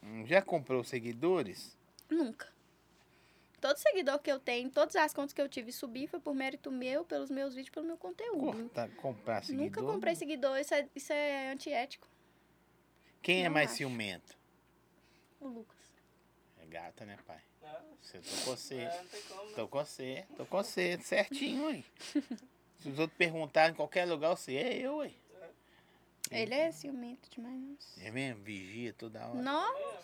Hum, Já comprou seguidores? Nunca. Todo seguidor que eu tenho, todas as contas que eu tive e subi foi por mérito meu, pelos meus vídeos, pelo meu conteúdo. Corta, comprar seguidor? Uhum. Nunca comprei seguidor, isso é, isso é antiético. Quem é não mais acho. ciumento? O Lucas. É gata, né, pai? Ah, Você tocou cedo. é, não tem como, né? Tocou cedo, tocou cedo, certinho, hein? Se os outros perguntarem em qualquer lugar, você é eu, hein? Ele é ciumento demais. nossa. É mesmo? Vigia toda hora. Não, É,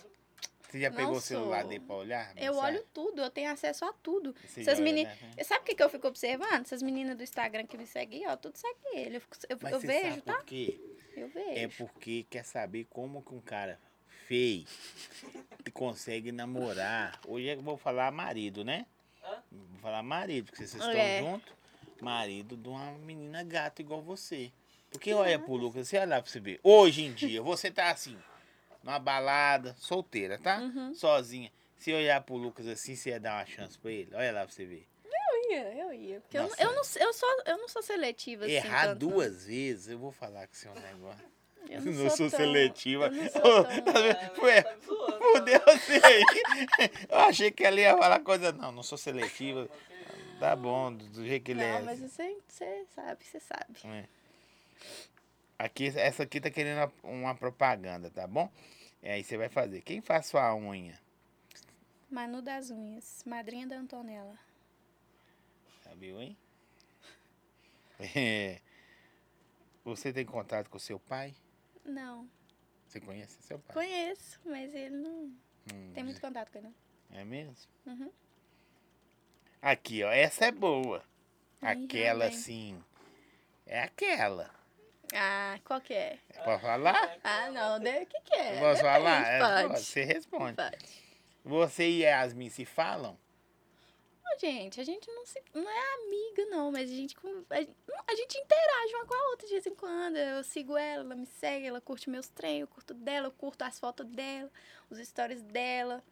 Você já não pegou o sou. celular dele pra olhar? eu mensagem? olho tudo, eu tenho acesso a tudo. Você Essas já olha, meninas. né? Sabe o que, que eu fico observando? Essas meninas do Instagram que me seguem, ó, tudo segue ele. Eu, fico- eu- Mas eu você vejo, sabe tá? por quê? Eu É vejo. porque quer saber como que um cara feio consegue namorar. Hoje é eu vou falar marido, né? Hã? Vou falar marido, porque vocês estão É. juntos. Marido de uma menina gata igual você. Porque olha pro Lucas, você olha lá pra você ver. Hoje em dia, você tá assim, numa balada, solteira, tá? Uhum. Sozinha. Se olhar pro Lucas assim, você ia dar uma chance pra ele? Olha lá pra você ver. Eu ia, eu ia. Porque eu, não- Nossa. eu não, eu, sou, eu não sou seletiva, assim. Errar tanto, não. duas vezes, eu vou falar com você um negócio. Eu não, sou, tão- seletiva. eu não sou tão- Ué, tá me zoando, Fudeu você é aí. Eu achei que ela ia falar coisa. Não, não sou seletiva. Tá bom, do, do jeito que ele é. Não, mas você, você sabe, você sabe. É. Aqui, essa aqui tá querendo uma- uma propaganda, tá bom? E aí você vai fazer. Quem faz sua unha? Manu das Unhas, madrinha da Antonella. Tá viu, hein? É. Você tem contato com seu pai? Não, Você conhece seu pai? conheço, mas ele não Hum, tem muito contato com ele. não. É mesmo? Uhum. Aqui, ó. Essa é boa. Ai, Aquela, realmente. sim. É aquela. Ah, qual que é? Posso falar? Ah, não, né? o que que é? Posso Depende, falar? É, Pode. Você responde. Pode. Você e Yasmin se falam? Não, gente, a gente não, se, não é amiga, não, mas a gente, con- a, gen- não, a gente interage uma com a outra de vez em quando. Eu sigo ela, ela me segue, ela curte meus treinos, eu curto dela, eu curto as fotos dela, os stories dela.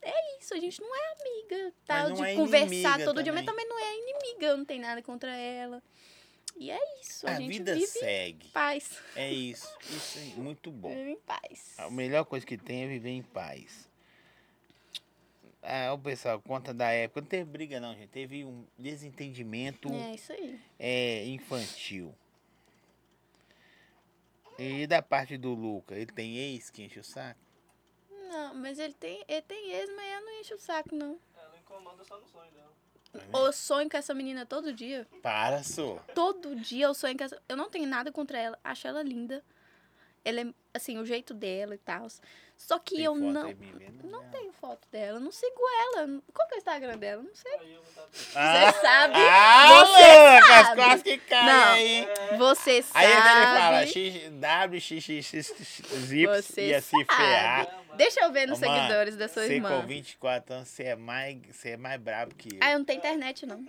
É isso, a gente não é amiga, tá? Mas não de é conversar inimiga todo dia, mas também. também não é inimiga, eu não tem nada contra ela. E é isso, a, a gente vida vive segue. em paz. É isso. Isso é muito bom. Vive em paz. A melhor coisa que tem é viver em paz. Ah, o pessoal, conta da época. Não teve briga, não, gente. Teve um desentendimento É isso aí. é, infantil. E da parte do Luca, ele tem ex que enche o saco? Não, mas ele tem, ele tem ex, mas ela não enche o saco, não. Hum. Ela É, incomoda só no sonho dela. Eu sonho com essa menina todo dia. Para, só. Todo dia eu sonho com essa. Eu não tenho nada contra ela. Acho ela linda. Ela é, assim, o jeito dela e tal. Só que eu não. Não tenho foto dela. eu Não sigo ela. Qual que é o Instagram dela? Não sei. Aí eu vou tá estar. Ah, Você sabe. ah Você Lucas, sabe. quase que cai Não. aí. É, Você sabe. Aí ele fala, X, W, X, X, X, X, Y, Você ia se sabe. ferrar. Deixa eu ver nos Ô, mano, seguidores da sua Você irmã. com 24 anos, você é mais, você é mais brabo que eu. Ah, eu não tenho internet, não.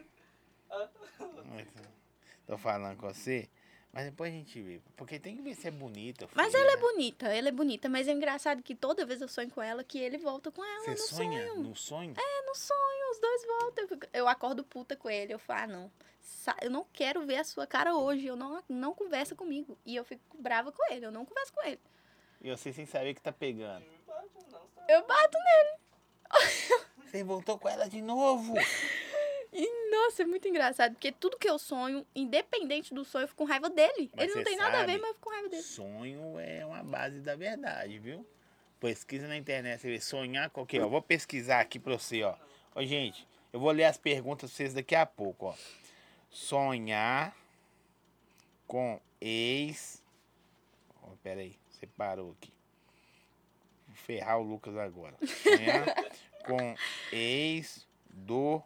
Tô falando com você. Mas depois a gente vê. Porque tem que ver se é bonita. Mas feia. ela é bonita, ela é bonita, mas é engraçado que toda vez eu sonho com ela que ele volta com ela. é Você no sonha sonho. no sonho? no sonho, os dois voltam. Eu fico- Eu acordo puta com ele. Eu falo, ah, não. sa- Eu não quero ver a sua cara hoje. Eu não, não conversa comigo. E eu fico brava com ele. Eu não converso com ele. E você sem saber que tá pegando. Eu bato Você voltou com ela de novo. nele. Nossa, é muito engraçado. Porque tudo que eu sonho, independente do sonho, eu fico com raiva dele. Mas ele você não tem nada a ver, sabe- mas eu fico com raiva dele. Sonho é uma base da verdade, viu? Pesquisa na internet, você vê. Sonhar qualquer. Ó, vou pesquisar aqui pra você, ó. Ô, gente, eu vou ler as perguntas pra vocês daqui a pouco, ó. Sonhar com ex. Ó, Pera aí, você parou aqui. Vou ferrar o Lucas agora. Sonhar com ex do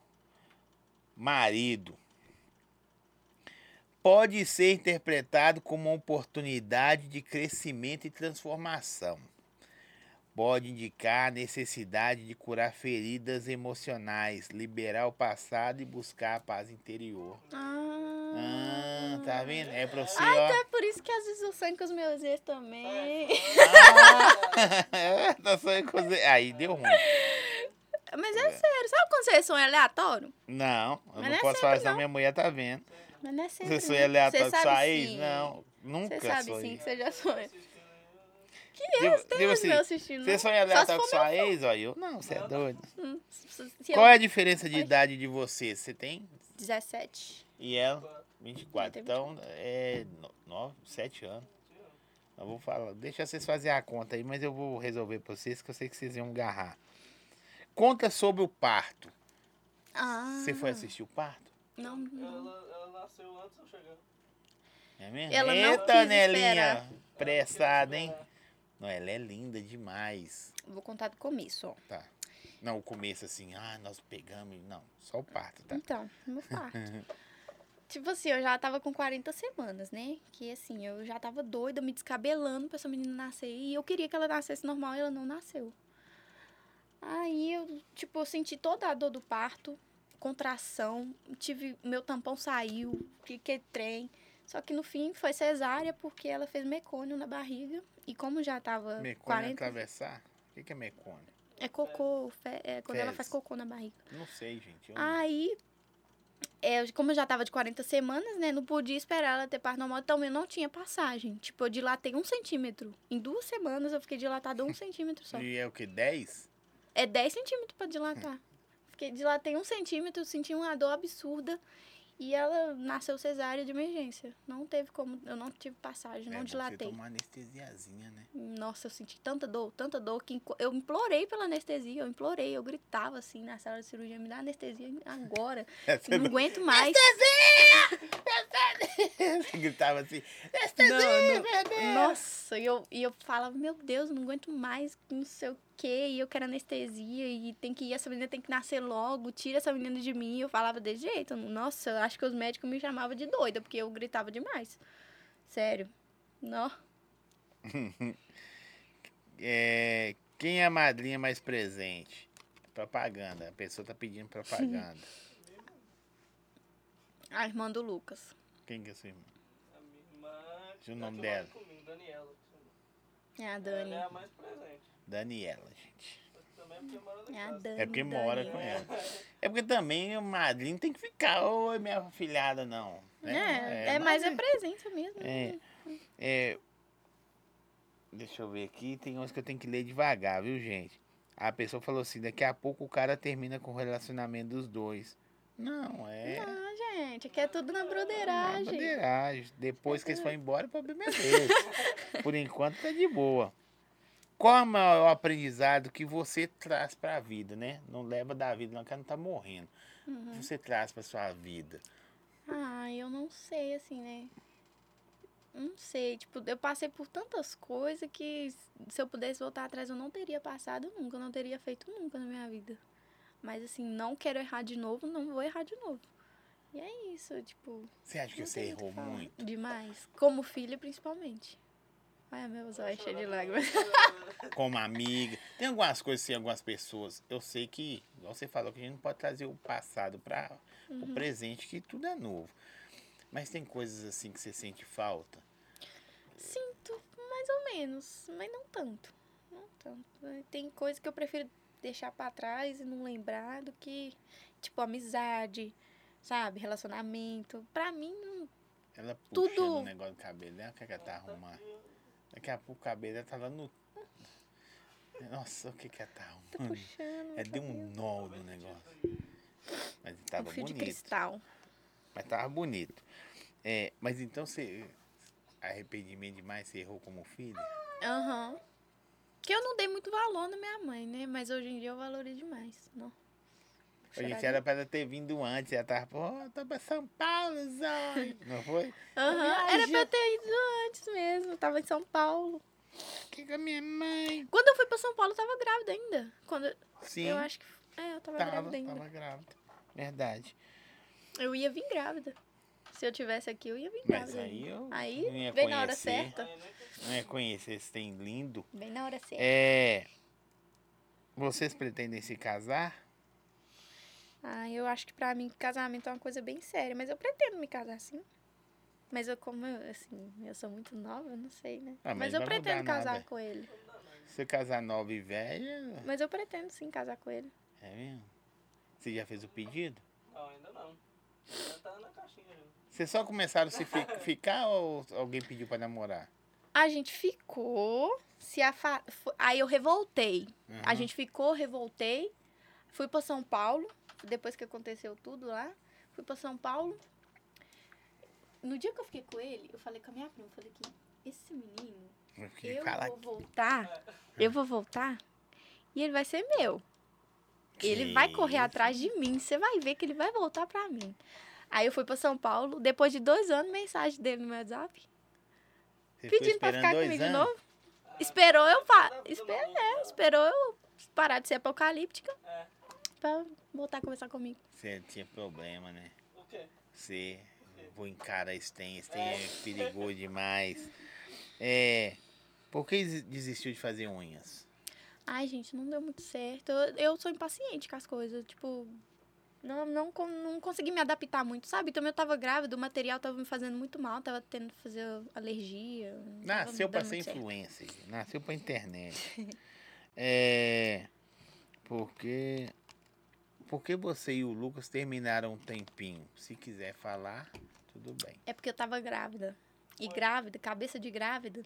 marido. Pode ser interpretado como uma oportunidade de crescimento e transformação. Pode indicar a necessidade de curar feridas emocionais, liberar o passado e buscar a paz interior. Ah, Ah, tá vendo? É pra você, ó. É por isso que às vezes eu sonho com os meus ex também. É. Ah, tá sonhando com você. Aí deu ruim. Mas é sério, sabe quando você sonha aleatório? Não, eu Mas não não é posso sempre, falar, senão não. minha mulher tá vendo. Mas não é sempre. Você sonha né? aleatório Você com sabe sua ex? sim. Não, nunca Você sabe sonhei. sim que você já sonha. Tipo- Tem tipo os assim, meus assistindo. Você sonha Só se aleatório for com sua ex? Ó, eu não, você é Não. doido. Hum, se- se Qual eu- é a diferença de Oi. idade de você? Você tem? 17. E ela? Eu 24. tenho Então, é 9, 7 anos. Eu vou falar, deixa vocês fazerem a conta aí, mas eu vou resolver pra vocês, que eu sei que vocês iam agarrar. Conta sobre o parto. Ah. Você foi assim? assistir o parto? Não, não. Ela, ela nasceu antes de eu chegar. É mesmo? Ela não Eita, quis Nelinha! esperar. Pressada, hein? Não, ela é linda demais. Vou contar do começo, ó. Tá. Não, o começo assim, ah, nós pegamos. Não, só o parto, tá? Então, meu parto. tipo assim, eu já tava com 40 semanas, né? Que assim, eu já tava doida, me descabelando pra essa menina nascer. E eu queria que ela nascesse normal e ela não nasceu. Aí eu, tipo, eu senti toda a dor do parto, contração, tive. Meu tampão saiu, fiquei trem. Só que no fim foi cesárea porque ela fez mecônio na barriga. E como já tava Mecônio é 40 atravessar? O que que é mecônio? É cocô, fe- é quando ela Fezes. faz cocô na barriga. Não sei, gente. eu não- Aí, é, eu- como eu já tava de 40 semanas, né? Não podia esperar ela ter parto normal, então eu não tinha passagem. Tipo, eu dilatei um centímetro. Em duas semanas eu fiquei dilatada um centímetro só. E é o que? 10? É 10 centímetros pra dilatar. Fiquei, dilatei um centímetro, senti uma dor absurda. E ela nasceu cesárea de emergência. Não teve como, eu não tive passagem, não é, bom Você dilatei. tomar anestesiazinha, né? Nossa, eu senti tanta dor, tanta dor, que enco- eu implorei pela anestesia, eu implorei, eu gritava assim na sala de cirurgia, me dá anestesia agora, eu não aguento mais. Você gritava assim, Não, não. meu Deus. Nossa, e eu, e eu falava, meu Deus, não aguento mais, que não sei o quê, e eu quero anestesia, e tem que ir, essa menina tem que nascer logo, tira essa menina de mim. E eu falava desse jeito. Nossa, eu acho que os médicos me chamavam de doida, porque eu gritava demais. Sério. Nó. É, quem é a madrinha mais presente? Propaganda. A pessoa tá pedindo propaganda. A irmã do Lucas. Quem que é sua irmã? A minha irmã. Diz o a nome que dela. mora Comigo, Daniela. É a Ela é Dani. a mais presente. Daniela, gente. Também é porque mora na É a casa. Dani. É porque mora Dani. com ela. É porque também a madrinha tem que ficar. Ô, minha filhada, não. né? É, é, mais a presença mesmo. É, é, deixa eu ver aqui, tem umas que eu tenho que ler devagar, viu, gente? A pessoa falou assim, daqui a pouco o cara termina com o relacionamento dos dois. Não, é. Não, gente, aqui é tudo na é broderagem. bandeiragem. Depois que eles foram embora, o problema é deles. Por enquanto tá de boa. Qual é o maior aprendizado que você traz pra vida, né? Não leva da vida, não, que ela não tá morrendo. O Uhum. que você traz pra sua vida? Ah, eu não sei, assim, né? Não sei, tipo, eu passei por tantas coisas que se eu pudesse voltar atrás eu não teria passado nunca, eu não teria feito nunca na minha vida. Mas assim, não quero errar de novo, não vou errar de novo. E é isso, tipo. Você acha que não você tem o errou falar. muito? Demais. Como filha, principalmente. Ai, meu zóio é cheio de lágrimas. como amiga. Tem algumas coisas assim, algumas pessoas. Eu sei que, igual você falou, que a gente não pode trazer o passado para Uhum. o presente, que tudo é novo. Mas tem coisas assim que você sente falta. Sinto, mais ou menos, mas não tanto. Não tanto. Tem coisa que eu prefiro deixar pra trás e não lembrar do que, tipo, amizade, sabe? Relacionamento. Pra mim, não- Ela puxa Tudo. no negócio do cabelo dela, o que, é que ela tá arrumando? Daqui a pouco o cabelo dela tá lá no. Nossa, o que, que ela tá tá arrumando? puxando. Ela deu um cabelo. nó no negócio. Mas Um tava fio de bonito. cristal. Mas tava bonito. É, mas então você. Arrependimento demais, você errou como filho? Aham. Que eu não dei muito valor na minha mãe, né? Mas hoje em dia eu valorizo demais. Não. A gente Choraria. era pra ela ter vindo antes, ela tava, pô, tô pra São Paulo, Zói. Não foi? Aham. Era pra eu ter ido antes mesmo. Eu tava em São Paulo. Que com a minha mãe. Quando eu fui pra São Paulo, eu tava grávida ainda. Quando eu- Sim, eu acho que. É, eu tava, tava, grávida ainda. tava grávida. Verdade. Eu ia vir grávida. Se eu tivesse aqui, eu ia vir Mas grávida. aí eu Aí, não ia bem na hora conhecer. tá certa. Não é conhecer esse tem lindo. Bem na hora certa. É. Vocês pretendem se casar? Ah, eu acho que pra mim casamento é uma coisa bem séria, mas eu pretendo me casar sim. Mas eu como eu, assim, eu sou muito nova, eu não sei, né? Ah, mas eu não vai pretendo mudar casar nada. com ele. Se você casar nova e velha, Mas eu pretendo sim casar com ele. é mesmo? Você já fez o pedido? Não, ainda não. Ainda tá na caixinha já. Vocês só começaram a se fi- ficar ou alguém pediu pra namorar? A gente ficou, se afa... fo- aí eu revoltei. A Uhum. gente ficou, revoltei. Fui pra São Paulo, depois que aconteceu tudo lá. Fui pra São Paulo. No dia que eu fiquei com ele, eu falei com a minha prima, eu falei que esse menino, Eu fiquei eu calado. vou voltar, eu vou voltar e ele vai ser meu. Ele Que vai correr isso. atrás de mim, você vai ver que ele vai voltar pra mim. Aí eu fui pra São Paulo, depois de dois anos, mensagem dele no meu WhatsApp, Você ficou pedindo pra esperando ficar dois comigo de anos? novo. Esperou eu, pa... Tá espe- maluco, né? esperou eu parar de ser apocalíptica É. pra voltar a conversar comigo. Você tinha problema, né? O quê? Você vou encarar esse tem, esse tem é perigoso demais. É. Por que des- desistiu de fazer unhas? Ai, gente, não deu muito certo. Eu, eu sou impaciente com as coisas, tipo. Não, não, con- não consegui me adaptar muito, sabe? Também eu tava grávida, o material tava me fazendo muito mal, tava tendo que fazer alergia. não tava Nasceu dando pra muito ser certo. influencer, nasceu pra internet. É. Porque. Porque você e o Lucas terminaram um tempinho. Se quiser falar, tudo bem. É porque eu tava grávida. E Foi. grávida, cabeça de grávida,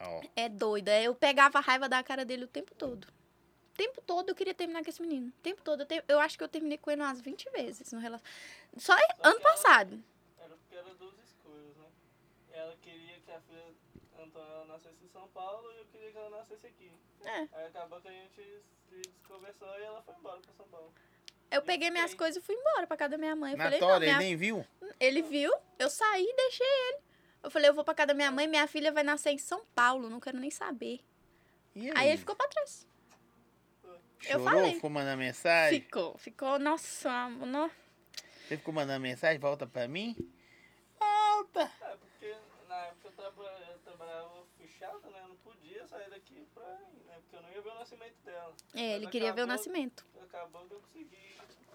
Ó, é doida. Eu pegava a raiva da cara dele o tempo todo. O tempo todo eu queria terminar com esse menino. O tempo todo. Eu, te- eu acho que eu terminei com ele umas 20 vezes no relacionamento. Só ano passado. Era porque era duas escolhas, né? Ela queria que a filha Antônia nascesse em São Paulo e eu queria que ela nascesse aqui. É. Aí acabou que a gente se desconversou e ela foi embora pra São Paulo. Eu peguei minhas Ok. coisas e fui embora pra casa da minha mãe. Eu na falei, não, Tora, minha ele nem viu? Ele viu, eu saí e deixei ele. Eu falei, eu vou pra casa da minha mãe, minha filha vai nascer em São Paulo, não quero nem saber. E Aí ele ficou pra trás. eu Chorou? falei. Ficou mandando mensagem? Ficou, ficou. Nossa, amor, nó. Você ficou mandando mensagem? Volta pra mim? Volta! É, porque na época eu, traba- eu trabalhava fechado, né? Eu não podia sair daqui pra ir, né? Porque eu não ia ver o nascimento dela. É, ele Mas queria ver o acabou- nascimento. Acabou que eu consegui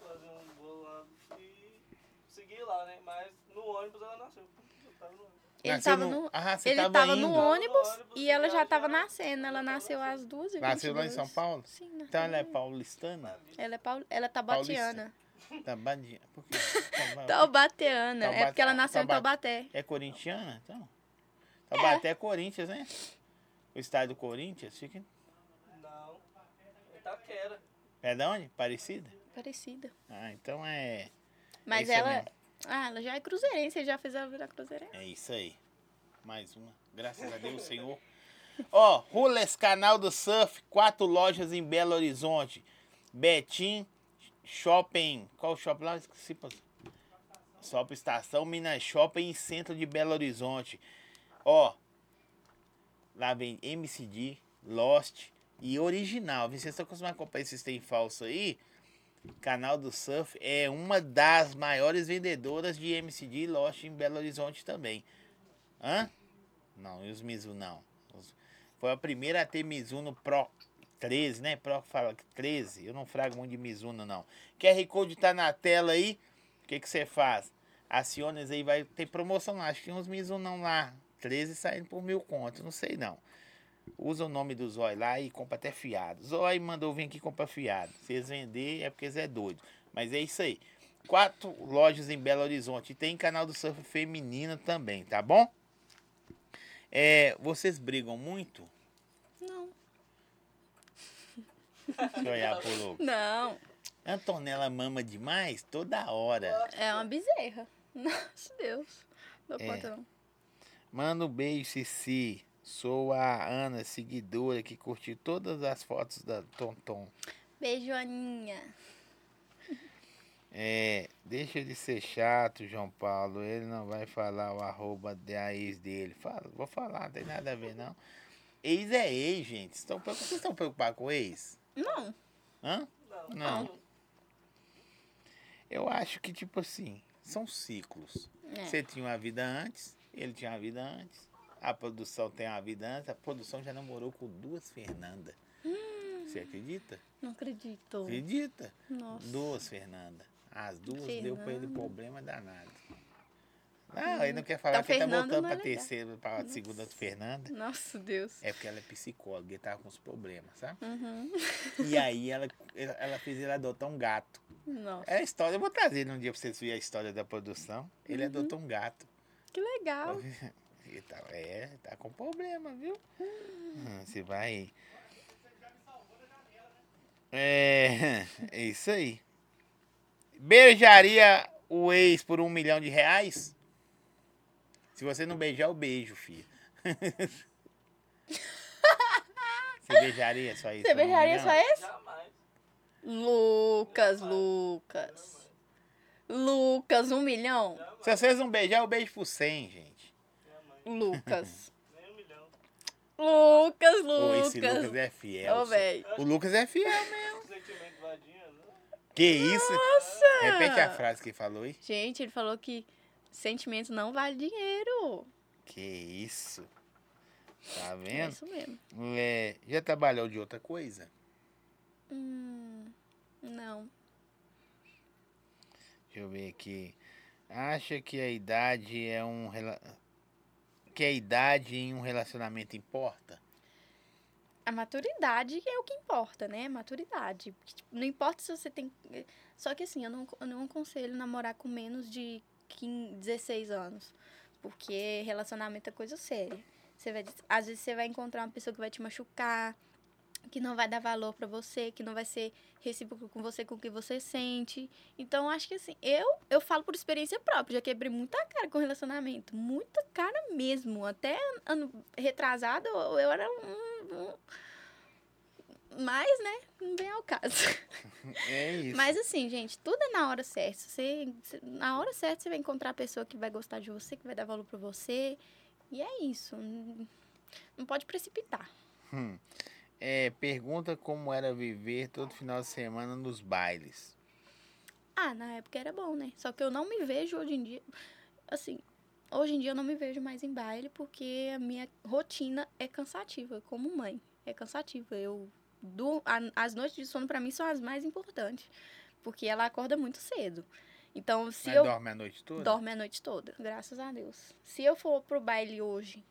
fazer um bolado e consegui ir lá, né? Mas no ônibus ela nasceu. Eu tava no ônibus. Ele Nasceu tava no. Ah, você Ele tava, tava indo. no Tava no ônibus ônibus e e ela ela já tava já- nascendo. Ela nasceu às duas e Nasceu lá em São Paulo? Sim, né? Então ela é paulistana? Ali. Ela é, paul... ela é tabatiana. Tabadiana. Por quê? Taba- Taubateana. É Taubaté- porque ela nasceu em Taubaté. Taubaté. É corintiana, então? Taubaté é Corinthians, né? O estádio do Corinthians fica. em- Não. Itaquera. É da onde? Parecida? Parecida. Ah, então é. Mas isso aí ela. mesmo. Ah, ela já é cruzeirense. Já fez ela virar cruzeirense. É isso aí. Mais uma. Graças a Deus, Senhor. Ó, Rules Canal do Surf, quatro lojas em Belo Horizonte. Betim, Shopping. Qual shopping lá? Esqueci. pô. Shopping Estação, Minas Shopping e Centro de Belo Horizonte. Ó, lá vem MCD, Lost e Original. viu? Vocês estão acostumados a comprar esses tem falso aí? Canal do Surf é uma das maiores vendedoras de MCD e Lost em Belo Horizonte também. Hã? Não, e os Mizu não. Os- Foi a primeira a ter Mizuno Pro 13, né? Pro que fala que 13. Eu não frago muito de Mizuno, não. QR Code tá na tela aí. O que que você faz? Aciona aí, vai ter promoção lá. Acho que uns Mizunão lá. 13 saindo por mil conto, não sei não. Usa o nome do Zói lá e compra até fiado. Zói mandou vir aqui comprar fiado. Se eles vender é porque eles é doido. Mas é isso aí. Quatro lojas em Belo Horizonte. E tem canal do surf feminino também, tá bom? É, vocês brigam muito? Não. Deixa eu olhar pro louco. Não. Antonella mama demais toda hora. É uma bezerra. Nossa, Deus. Não dou É. conta, não. Manda um beijo, Cici. Sou a Ana, seguidora que curtiu todas as fotos da Tonton. Beijo, Aninha. É, deixa de ser chato, João Paulo. Ele não vai falar o arroba da ex dele. Fala, vou falar, não tem nada a ver, não. Ex é ex, gente. Estão, preocup- vocês estão preocupados com ex? Não. Hã? Não. Não. Eu acho que, tipo assim, são ciclos. É. Você tinha uma vida antes, ele tinha uma vida antes. A produção tem uma vida antes. A produção já namorou com duas Fernanda. Você acredita? Não acredito. Acredita? Hum. Nossa. Duas, Fernanda. As duas deu pra ele Fernanda. problema danado. Não, ele não quer falar Então, que ele tá Fernanda voltando não é pra legal. terceira, pra segunda Fernanda. Nossa, Deus. É porque ela é psicóloga, ele tava com os problemas, sabe? Uhum. E aí ela, ela- ela fez ele adotar um gato. Nossa, É a história, eu vou trazer um dia pra vocês verem a história da produção. Ele Uhum. adotou um gato. que legal. E tá, é, tá com problema, viu? Hum, Você vai. É, é isso aí. Beijaria o ex por um milhão de reais? Se você não beijar, eu beijo, filho. Você beijaria só isso? um Você beijaria só esse? Jamais. Lucas, Lucas. Lucas, um milhão? Se vocês não beijar, eu beijo por 100, gente. Lucas. Nem um milhão. Lucas, Ô, esse Lucas Lucas. é fiel. Ô, véi. O Lucas é fiel mesmo. Sentimento vadinho, né? Que isso? Nossa! Repete a frase que falou aí. Gente, ele falou que sentimento não vale dinheiro. Que isso? Tá É vendo? isso mesmo. É, já trabalhou de outra coisa? Hum, não. Deixa eu ver aqui. Acha que a idade é um rela- que a idade em um relacionamento importa? A maturidade é o que importa, né? Maturidade. Porque, tipo, não importa se você tem. Só que assim, eu não, eu não aconselho namorar com menos de 15, 16 anos. Porque relacionamento é coisa séria. Você vai, às vezes você vai encontrar uma pessoa que vai te machucar, que não vai dar valor pra você, que não vai ser recíproco com você, com o que você sente. Então, acho que assim, eu eu falo por experiência própria, já quebrei muita cara com relacionamento. Muita cara mesmo. Até ano retrasado, eu, eu era um, um. Mas, né? Não vem ao caso. É isso. Mas assim, gente, tudo é na hora certa. Você, você- na hora certa você vai encontrar a pessoa que vai gostar de você, que vai dar valor pra você. E é isso. Não, não pode precipitar. Hum. é, pergunta como era viver todo final de semana nos bailes. Ah, na época era bom, né? Só que eu não me vejo hoje em dia. Assim, hoje em dia eu não me vejo mais em baile porque a minha rotina é cansativa, como mãe. É cansativa. Eu du a- as noites de sono pra mim são as mais importantes, porque ela acorda muito cedo. Então, se Mas eu dorme a noite toda? dorme a noite toda, graças a Deus. Se eu for pro baile hoje,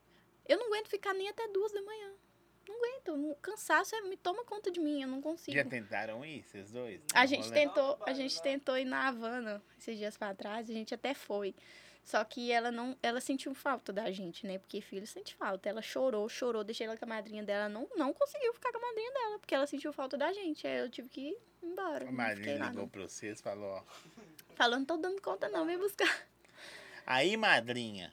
eu não aguento ficar nem até duas da manhã. Não aguento. O cansaço é- me toma conta de mim, eu não consigo. Já tentaram ir, vocês dois? A gente Rolê? tentou, a Vai, gente vai. tentou ir na Havana esses dias pra trás, a gente até foi. Só que ela não, ela sentiu falta da gente, né? Porque filho sente falta. Ela chorou, chorou, deixei ela com a madrinha dela, não, não conseguiu ficar com a madrinha dela, porque ela sentiu falta da gente. Aí eu tive que ir embora. A não Marina fiquei lá, ligou não. pra vocês e falou, ó. Falando, tô dando conta não, vem buscar. Aí, madrinha,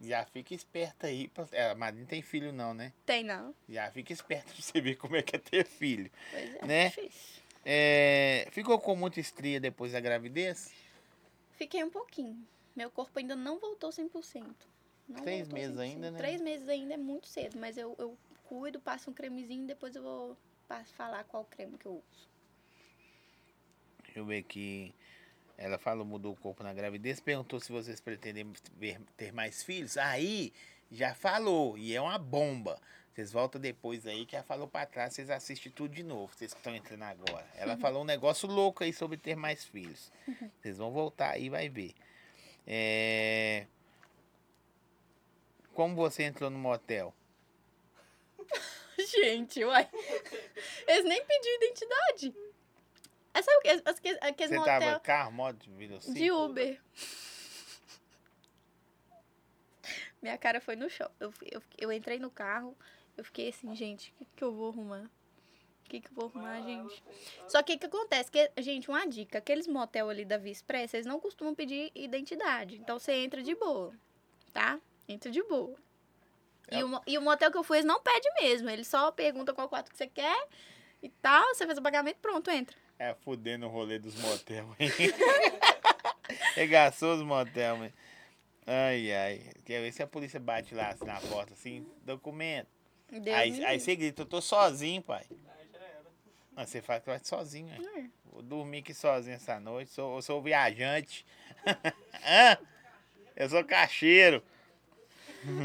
já fica esperta aí. pra- É, a madrinha tem filho não, né? Tem não. Já fica esperta pra você ver como é que é ter filho. Pois é, Né? difícil. É, ficou com muita estria depois da gravidez? Fiquei um pouquinho. Meu corpo ainda não voltou 100%. Não Três voltou meses ainda, né? Três meses ainda é muito cedo, mas eu, eu cuido, passo um cremezinho, depois eu vou pa- falar qual creme que eu uso. Deixa eu ver aqui. Ela falou, mudou o corpo na gravidez, perguntou se vocês pretendem ver- ter mais filhos. Aí, já falou, e é uma bomba. Vocês voltam depois aí, que ela falou pra trás, vocês assistem tudo de novo, vocês que estão entrando agora. Ela falou um negócio louco aí sobre ter mais filhos. Vocês vão voltar aí, vai ver. É... Como você entrou no motel? Gente, uai. Eles nem pediam identidade. É, sabe o que? As, que- aqueles Você motel tava carro, moto, velocípedo? de Uber. Minha cara foi no chão. Eu, fi- eu, fi- eu entrei no carro, eu fiquei assim, gente, o que, que eu vou arrumar? O que, que eu vou Ah, arrumar, gente? Só que o que acontece? Que, gente, uma dica. Aqueles motel ali da Via Expressa, eles não costumam pedir identidade. Então, você entra de boa, tá? Entra de boa. E, É. o, mo- e o motel que eu fui, eles não pedem mesmo. Eles só perguntam qual quarto que você quer e tal. Você faz o pagamento, pronto, entra. É, fudendo o rolê dos motel, hein? Regaçou os motel, hein? Ai, ai. Quer ver se a polícia bate lá assim, na porta, assim, documento. Deus me Aí, aí livre. você grita, eu tô sozinho, pai. Aí já era. Mas você fala que vai sozinho, hein? É. Vou dormir aqui sozinho essa noite, sou, eu sou viajante. Hã? Eu sou cacheiro.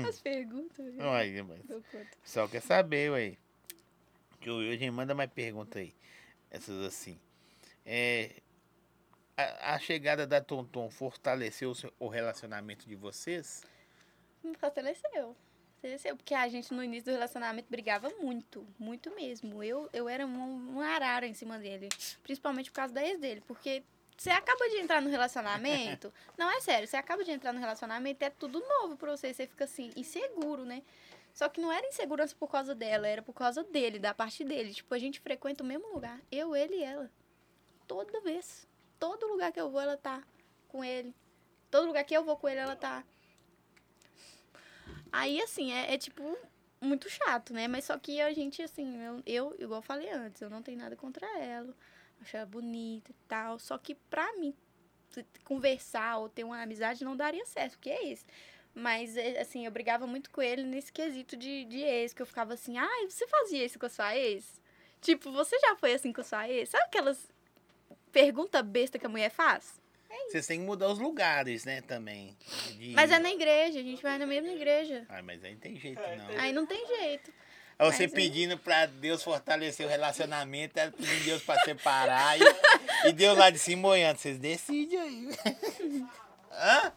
As perguntas. eu Ai, mas dou conta. O pessoal quer saber, ué. Que o Wilson manda mais pergunta aí. Essas assim. É, a, a chegada da Tonton fortaleceu o, seu- o relacionamento de vocês? Me Hum, Fortaleceu. Fortaleceu, porque a gente no início do relacionamento brigava muito, muito mesmo. Eu, eu era um, um arara em cima dele, principalmente por causa da ex dele, porque você acaba de entrar no relacionamento, não é sério, você acaba de entrar no relacionamento, é tudo novo pra você, você fica assim, inseguro, né? Só que não era insegurança por causa dela, era por causa dele, da parte dele. Tipo, a gente frequenta o mesmo lugar, eu, ele e ela. Toda vez. Todo lugar que eu vou, ela tá com ele. Todo lugar que eu vou com ele, ela tá. Aí, assim, é, é, tipo muito chato, né? Mas só que a gente, assim, eu, eu, igual eu falei antes, eu não tenho nada contra ela. Acho ela bonita e tal. Só que pra mim, se conversar ou ter uma amizade não daria certo, que é isso. Mas, é, assim, eu brigava muito com ele nesse quesito de, de ex, que eu ficava assim, ai, você fazia isso com a sua ex? Tipo, você já foi assim com a sua ex? Sabe aquelas pergunta besta que a mulher faz? Vocês têm que mudar os lugares, né, também. de- É Mas é na igreja, a gente vai na mesma igreja. Ah, mas aí não tem jeito, É, não. né? tem- Aí não tem jeito. É você mas é- pedindo pra Deus fortalecer o relacionamento, ela pedindo Deus pra separar. e, e Deus lá de cima olhando. Vocês decidem aí. Hã?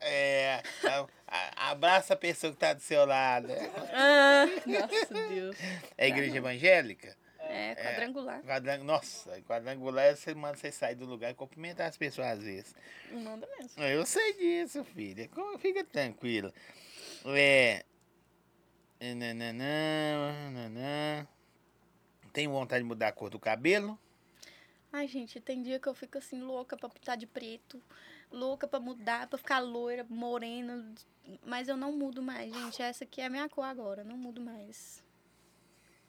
É. a- a- Abraça a pessoa que tá do seu lado. Ah, nossa, Deus. É igreja evangélica? É, quadrangular. Quadrangu- Nossa, quadrangular você manda você sair do lugar e cumprimentar as pessoas às vezes. Não manda mesmo. É, Eu sei disso, filha. Co- Fica tranquila. É. né, nananã, nananã. Tem né, vontade de mudar a cor do cabelo? Ai, gente, tem dia que eu fico assim, louca pra pintar de preto, louca pra mudar, pra ficar loira, morena. Mas eu não mudo mais, gente. Essa aqui é a minha cor agora, não mudo mais.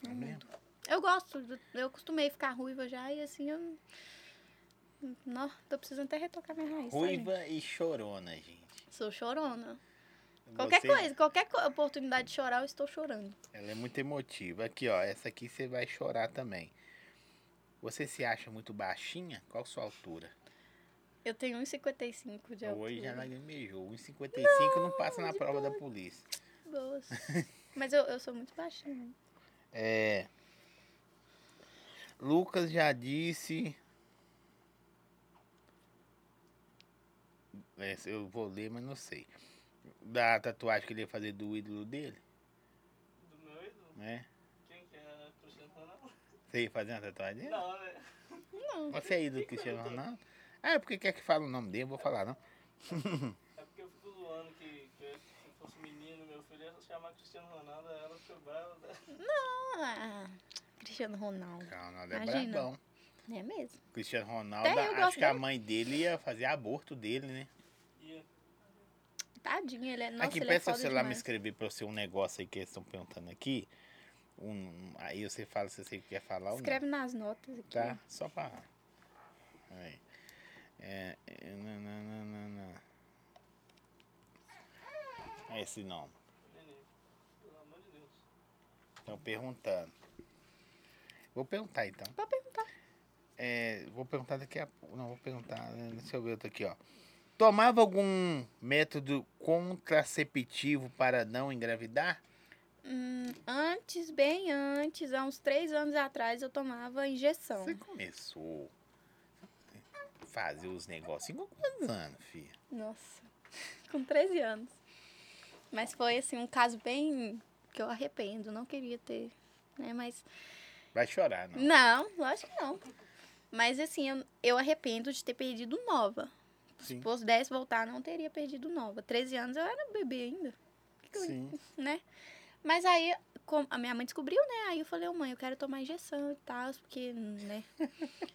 Não É mesmo? mudo. Eu gosto, eu acostumei ficar ruiva já e assim eu. Não, tô precisando até retocar minha raiz. tá, gente? Ruiva e chorona, gente. Sou chorona. Qualquer Você- é. coisa, qualquer co- oportunidade de chorar, eu estou chorando. Ela é muito emotiva. Aqui, ó. Essa aqui você vai chorar também. Você se acha muito baixinha? Qual sua altura? Eu tenho 1,55 de altura. Hoje ela Um mijou. 1,55 não, passa na de prova da boa. polícia. Boas. Mas eu, eu sou muito baixinha. É. Lucas já disse. Essa É, eu vou ler, mas não sei. Da tatuagem que ele ia fazer do ídolo dele, Do meu ídolo? né? Quem que é? Cristiano Ronaldo? Você ia fazer uma tatuagem dele? Não, né? Não. Você é ídolo do Que que Cristiano eu não tenho? Ronaldo? Ah, é porque quer que fale o nome dele, eu vou falar, não. É porque eu fico zoando que, que eu, se fosse menino, meu filho ia se chamar Cristiano Ronaldo, aí ela ficou brava. né? Ah, Cristiano Ronaldo. Cristiano Ronaldo é Imagina. brabão. É mesmo. Cristiano Ronaldo, Até eu acho gosto que a dele. mãe dele ia fazer aborto dele, né? E Tadinho, ele é. Nossa, aqui, ele é peça foda você lá me demais. escrever pra você um negócio aí que eles estão perguntando aqui. Um- aí você fala se você quer falar Escreve nas notas aqui. ou não. né? Tá? Só pra. Aí. É, é, não, não, não, não, não. É Esse nome. menino, pelo amor de Deus. Estão perguntando. Vou perguntar então. Pode perguntar. É, vou perguntar daqui a pouco. Não, vou perguntar. né, Deixa eu ver outro aqui, ó. Tomava algum método contraceptivo para não engravidar? Hum, antes, bem antes, há uns três anos atrás, eu tomava injeção. Você começou a fazer os negócios com quantos anos, filha? Nossa, com 13 anos. Mas foi, assim, um caso bem que eu arrependo, não queria ter, né? Mas, Vai chorar, não. não, lógico que não. Mas, assim, eu, eu arrependo de ter perdido nova. Sim. Se fosse 10 voltar, não teria perdido nova. 13 anos eu era bebê ainda, que eu- Sim. né? Mas aí, com- a minha mãe descobriu, né? Aí eu falei, ô mãe, eu quero tomar injeção e tal, porque, né?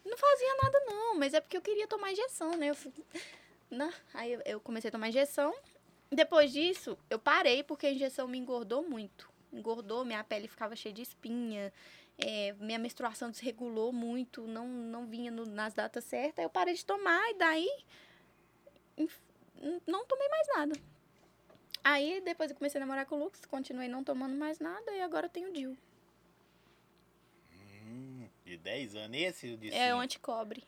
não fazia nada, não, mas é porque eu queria tomar injeção, né? Eu fui- Não, Aí eu- eu comecei a tomar injeção. Depois disso, eu parei porque a injeção me engordou muito. Engordou, minha pele ficava cheia de espinha, é, minha menstruação desregulou muito, não, não vinha no- nas datas certas. Aí eu parei de tomar e daí inf- n- não tomei mais nada. Aí depois eu comecei a namorar com o Lucas, continuei não tomando mais nada e agora eu tenho o Dil. Hum, de 10 anos. Esse o de É o cinco? anticobre.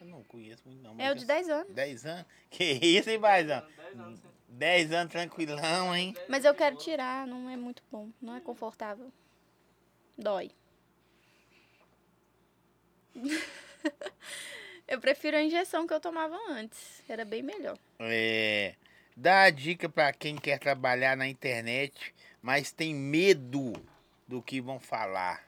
Eu não conheço muito, não. É o de 10 anos. 10 anos? Que isso, hein, paizão? Dez anos, né? 10 anos tranquilão, hein? Dez Mas eu de quero boa. tirar, não é muito bom, não é confortável. Dói. eu prefiro a injeção que eu tomava antes, era bem melhor. É, dá a dica pra quem quer trabalhar na internet, mas tem medo do que vão falar.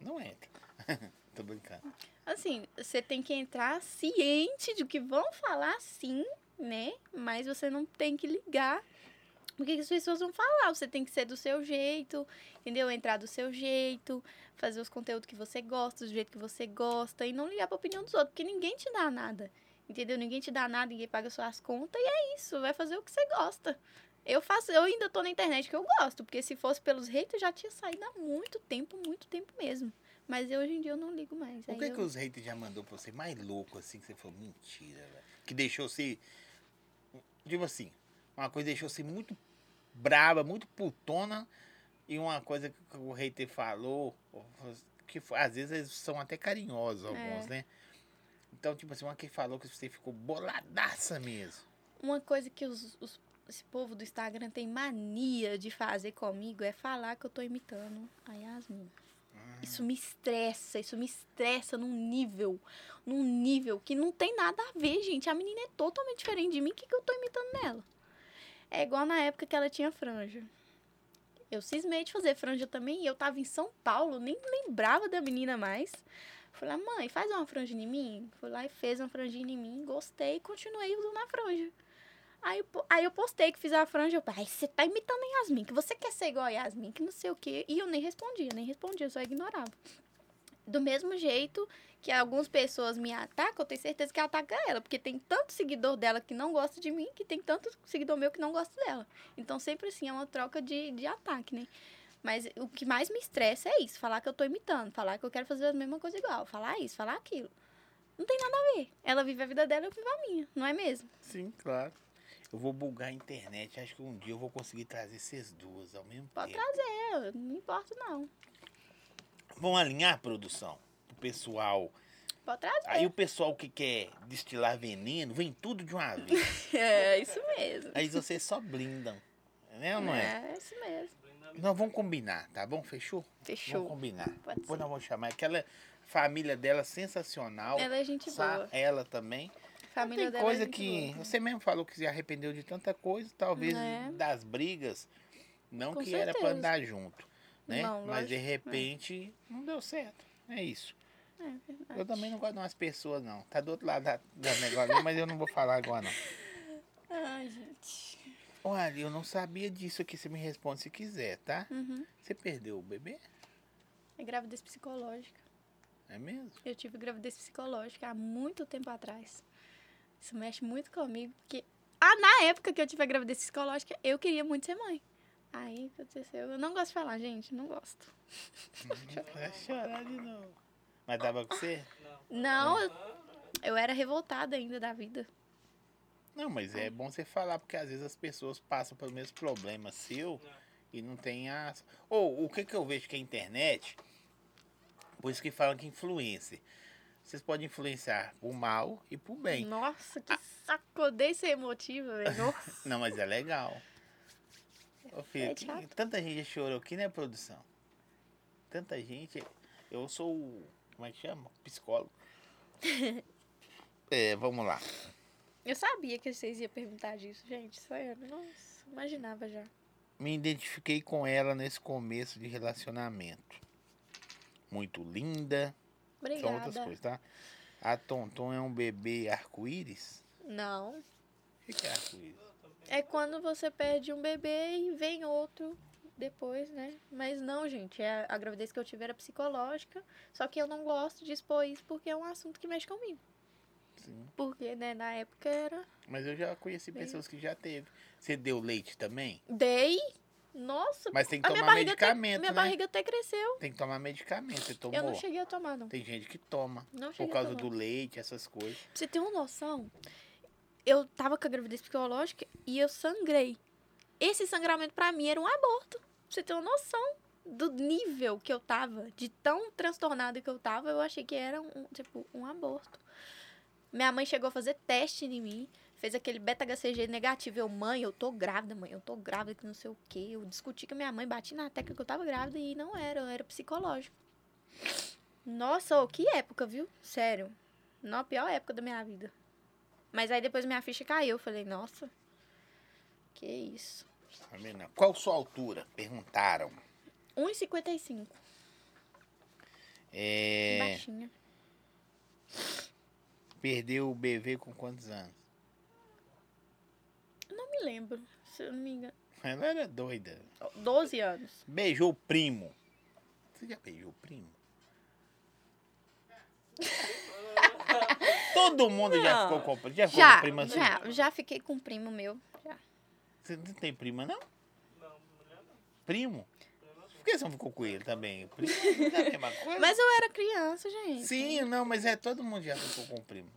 Não entra. Tô brincando. Assim, você tem que entrar ciente de que vão falar sim, né? Mas você não tem que ligar o que que as pessoas vão falar. Você tem que ser do seu jeito, entendeu? Entrar do seu jeito, fazer os conteúdos que você gosta, do jeito que você gosta, e não ligar pra opinião dos outros, porque ninguém te dá nada. Entendeu? Ninguém te dá nada, ninguém paga suas contas, e é isso, vai fazer o que você gosta. Eu faço, eu ainda tô na internet que eu gosto, porque se fosse pelos haters, eu já tinha saído há muito tempo, muito tempo mesmo. Mas eu, hoje em dia eu não ligo mais. O Aí que, eu- que os haters já mandou pra você mais louco, assim, que você falou, mentira, velho? Que deixou você. Tipo assim, uma coisa deixou você muito brava, muito putona, e uma coisa que o hater falou, que fo- às vezes eles são até carinhosos É. alguns, né? Então, tipo assim, uma que falou que você ficou boladaça mesmo. Uma coisa que os, os- esse povo do Instagram tem mania de fazer comigo é falar que eu tô imitando a Yasmin. Isso me estressa, isso me estressa num nível, num nível que não tem nada a ver, gente. A menina é totalmente diferente de mim, o que, que eu tô imitando nela? É igual na época que ela tinha franja. Eu cismei de fazer franja também e eu tava em São Paulo, nem lembrava da menina mais. Fui lá, mãe, faz uma franjinha em mim. Fui lá e fez uma franjinha em mim, gostei e continuei usando a franja. Aí, eu po- aí eu postei que fiz a franja. Eu falei, "Ai, você tá imitando a Yasmin, que você quer ser igual a Yasmin, que não sei o quê. E eu nem respondia, nem respondia, eu só ignorava. Do mesmo jeito que algumas pessoas me atacam, eu tenho certeza que ataca ela, porque tem tanto seguidor dela que não gosta de mim, que tem tanto seguidor meu que não gosta dela. Então sempre assim, é uma troca de, de ataque, né? Mas o que mais me estressa é isso, falar que eu tô imitando, falar que eu quero fazer a mesma coisa igual, falar isso, falar aquilo. Não tem nada a ver. Ela vive a vida dela, eu vivo a minha, não é mesmo? Sim, claro. Eu vou bugar a internet. Acho que um dia eu vou conseguir trazer essas duas ao mesmo Pode tempo. É, não importa não. Vão alinhar a produção. O pessoal. Pode trazer. Aí o pessoal que quer destilar veneno, vem tudo de uma vez. É, isso mesmo. Aí vocês só blindam. Né ou não é? É, isso mesmo. Nós vamos combinar, tá bom? Fechou? Vamos Fechou. combinar. Pode Depois ser. nós vamos chamar. Aquela família dela sensacional. Ela é gente Sa- boa. ela também. Família Tem dela é coisa gente que. boa. Você mesmo falou que se arrependeu de tanta coisa, talvez É. das brigas. Não Com que era pra certeza. andar junto. Né? Não, Mas de lógico, é. repente não deu certo. É isso. É verdade. Eu também não gosto de umas pessoas, não. Tá do outro lado da, da negócio, ali, mas eu não vou falar agora, não. Ai, gente. Olha, eu não sabia disso aqui. Você me responde se quiser, tá? Uhum. Você perdeu o bebê? É gravidez psicológica. É mesmo? Eu tive gravidez psicológica há muito tempo atrás. Isso mexe muito comigo, porque... Ah, na época que eu tive a gravidez psicológica, eu queria muito ser mãe. Aí aconteceu... Eu não gosto de falar, gente. Não gosto. Vai chorar de novo. Mas tava com você? Não, eu, eu era revoltada ainda da vida. Não, mas é bom você falar, porque às vezes as pessoas passam pelo mesmo problema seu e não tem a. Ou o que, que eu vejo que é a internet, por isso que falam que influencer. Vocês podem influenciar pro mal e pro bem. Nossa, que saco. Odeio ser emotiva, velho. Nossa. Não, mas é legal. Ô, filho, É que- chato. tanta gente já chorou aqui, né, produção? Tanta gente. Eu sou. o- Como é que chama? Psicólogo. é, vamos lá. Eu sabia que vocês iam perguntar disso, gente. Sério, nossa, imaginava já. me identifiquei com ela nesse começo de relacionamento. Muito linda. São outras Obrigada. coisas, tá? A Tonton é um bebê arco-íris? Não. O que que é arco-íris? É quando você perde um bebê e vem outro depois, né? Mas não, gente. é- A gravidez que eu tive era psicológica. Só que eu não gosto de expor isso porque é um assunto que mexe comigo. Sim. Porque, né, na época era. Mas eu já conheci Bem- pessoas que já teve. Você deu leite também? Dei! Nossa! Mas tem que a minha tomar barriga, medicamento, até, minha né? barriga até cresceu. Tem que tomar medicamento. Você tomou? Eu não cheguei a tomar, não. Tem gente que toma. Não cheguei Por causa a tomar. do leite, essas coisas. Pra você ter uma noção, eu tava com a gravidez psicológica e eu sangrei. Esse sangramento pra mim era um aborto. Pra você ter uma noção do nível que eu tava, de tão transtornada que eu tava, eu achei que era um, tipo, um aborto. Minha mãe chegou a fazer teste em mim, fez aquele beta-HCG negativo. Eu, mãe, eu tô grávida, mãe, eu tô grávida, que não sei o quê. Eu discuti com a minha mãe, bati na tecla que eu tava grávida e não era, eu era psicológico. Nossa, ô, que época, viu? Sério. Não, a pior época da minha vida. Mas aí depois minha ficha caiu. Eu falei, nossa, que isso. Tá vendo? Qual sua altura? Perguntaram. 1,55. É, Baixinha. perdeu o bebê com quantos anos? Não me lembro, se eu não me engano. Ela era doida. 12 anos. Beijou o primo. Você já beijou o primo? Todo mundo já Não. ficou com já ficou com Já, prima assim? já, já fiquei com um primo meu. Já. Você não tem prima, não? Não, mulher não. Primo? Mulher não. Por que você não ficou com ele também? Primo não é a mesma coisa? Mas eu era criança, gente. Sim, não, mas é todo mundo já ficou com primo.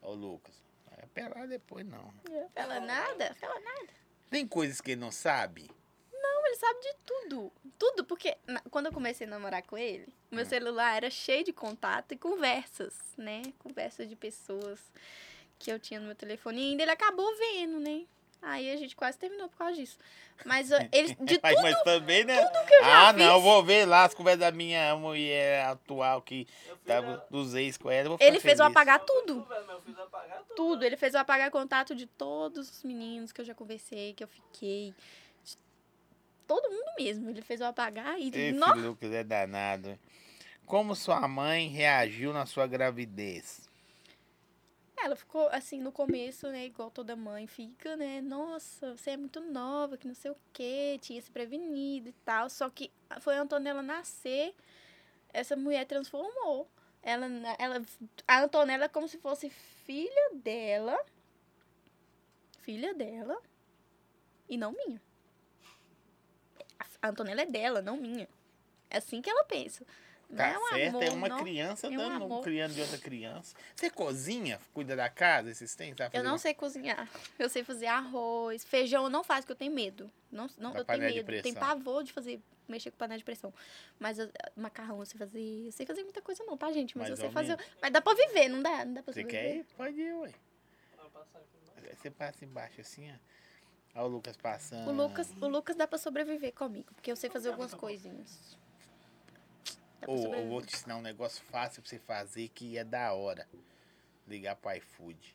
Ô, Lucas, vai apelar depois, não. Fala nada, fala nada. Tem coisas que ele não sabe? Ele sabe de tudo. Tudo, porque na- quando eu comecei a namorar com ele, o meu Hum. celular era cheio de contato e conversas, né? Conversas de pessoas que eu tinha no meu telefone. E ainda ele acabou vendo, né? Aí a gente quase terminou por causa disso. Mas ó, ele, de É, mas, tudo, mas também, né? já ah, não, eu fiz. vou ver lá as conversas da minha mulher atual que Eu fiz tava a- dos ex com ela. eu vou ele ficar fez eu feliz. apagar Não, tudo. velho, mas Eu fiz apagar tudo. tudo. Ele fez eu apagar contato de todos os meninos que eu já conversei, que eu fiquei. de Todo mundo mesmo. Ele fez eu apagar e. Esse Nossa, Lucas é danado. Como sua mãe reagiu na sua gravidez? Ela ficou assim no começo, né? Igual toda mãe fica, né? Nossa, você é muito nova, que não sei o quê, tinha se prevenido e tal. Só que foi a Antonella nascer, essa mulher transformou. Ela, na- ela, a Antonella é como se fosse filha dela. Filha dela. E não minha. A Antonella é dela, não minha. É assim que ela pensa. Não Tá é um certo, amor, é uma não. criança É um dando um amor. criando de outra criança. Você cozinha, cuida da casa, esses tem, tá Eu fazendo não sei cozinhar. Eu sei fazer arroz, feijão eu não faço, porque eu tenho medo. Não, não, Da eu tenho panela de medo. Eu tenho pressão. pavor de fazer, mexer com panela de pressão. Mas eu- macarrão eu sei fazer. Eu sei fazer muita coisa não, tá, gente? Mas Mais eu sei ou fazer. Mas dá pra viver, não dá? Não dá pra Você sobreviver. quer ir? Pode ir, ué. Ano passado, eu fui embora. Você passa embaixo assim, ó. Olha o Lucas passando. O Lucas, o Lucas dá pra sobreviver comigo, porque eu sei fazer algumas coisinhas. Dá pra Ou eu sobreviver. vou te ensinar um negócio fácil pra você fazer que é da hora. Ligar pro iFood.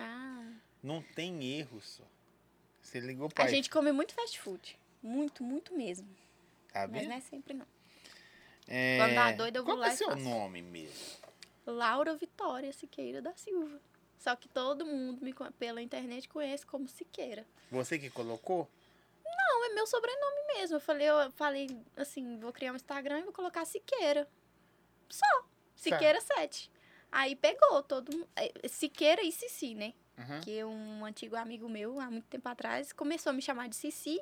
Ah, Não tem erro, só. Você ligou pro a iFood. gente come muito fast food. Muito, muito mesmo. Tá Mas vendo? não é sempre, não. É... Quando dá doida, eu vou Qual lá que é e seu faço. nome mesmo? Laura Vitória Siqueira da Silva. Só que todo mundo me, co- pela internet conhece como Siqueira. Você que colocou? Não, é meu sobrenome mesmo. Eu falei, eu falei assim, vou criar um Instagram e vou colocar Siqueira. Só. Tá. Siqueira 7. Aí pegou todo mundo. é, Siqueira e Cici, né? Uhum. Que um antigo amigo meu, há muito tempo atrás, começou a me chamar de Cici.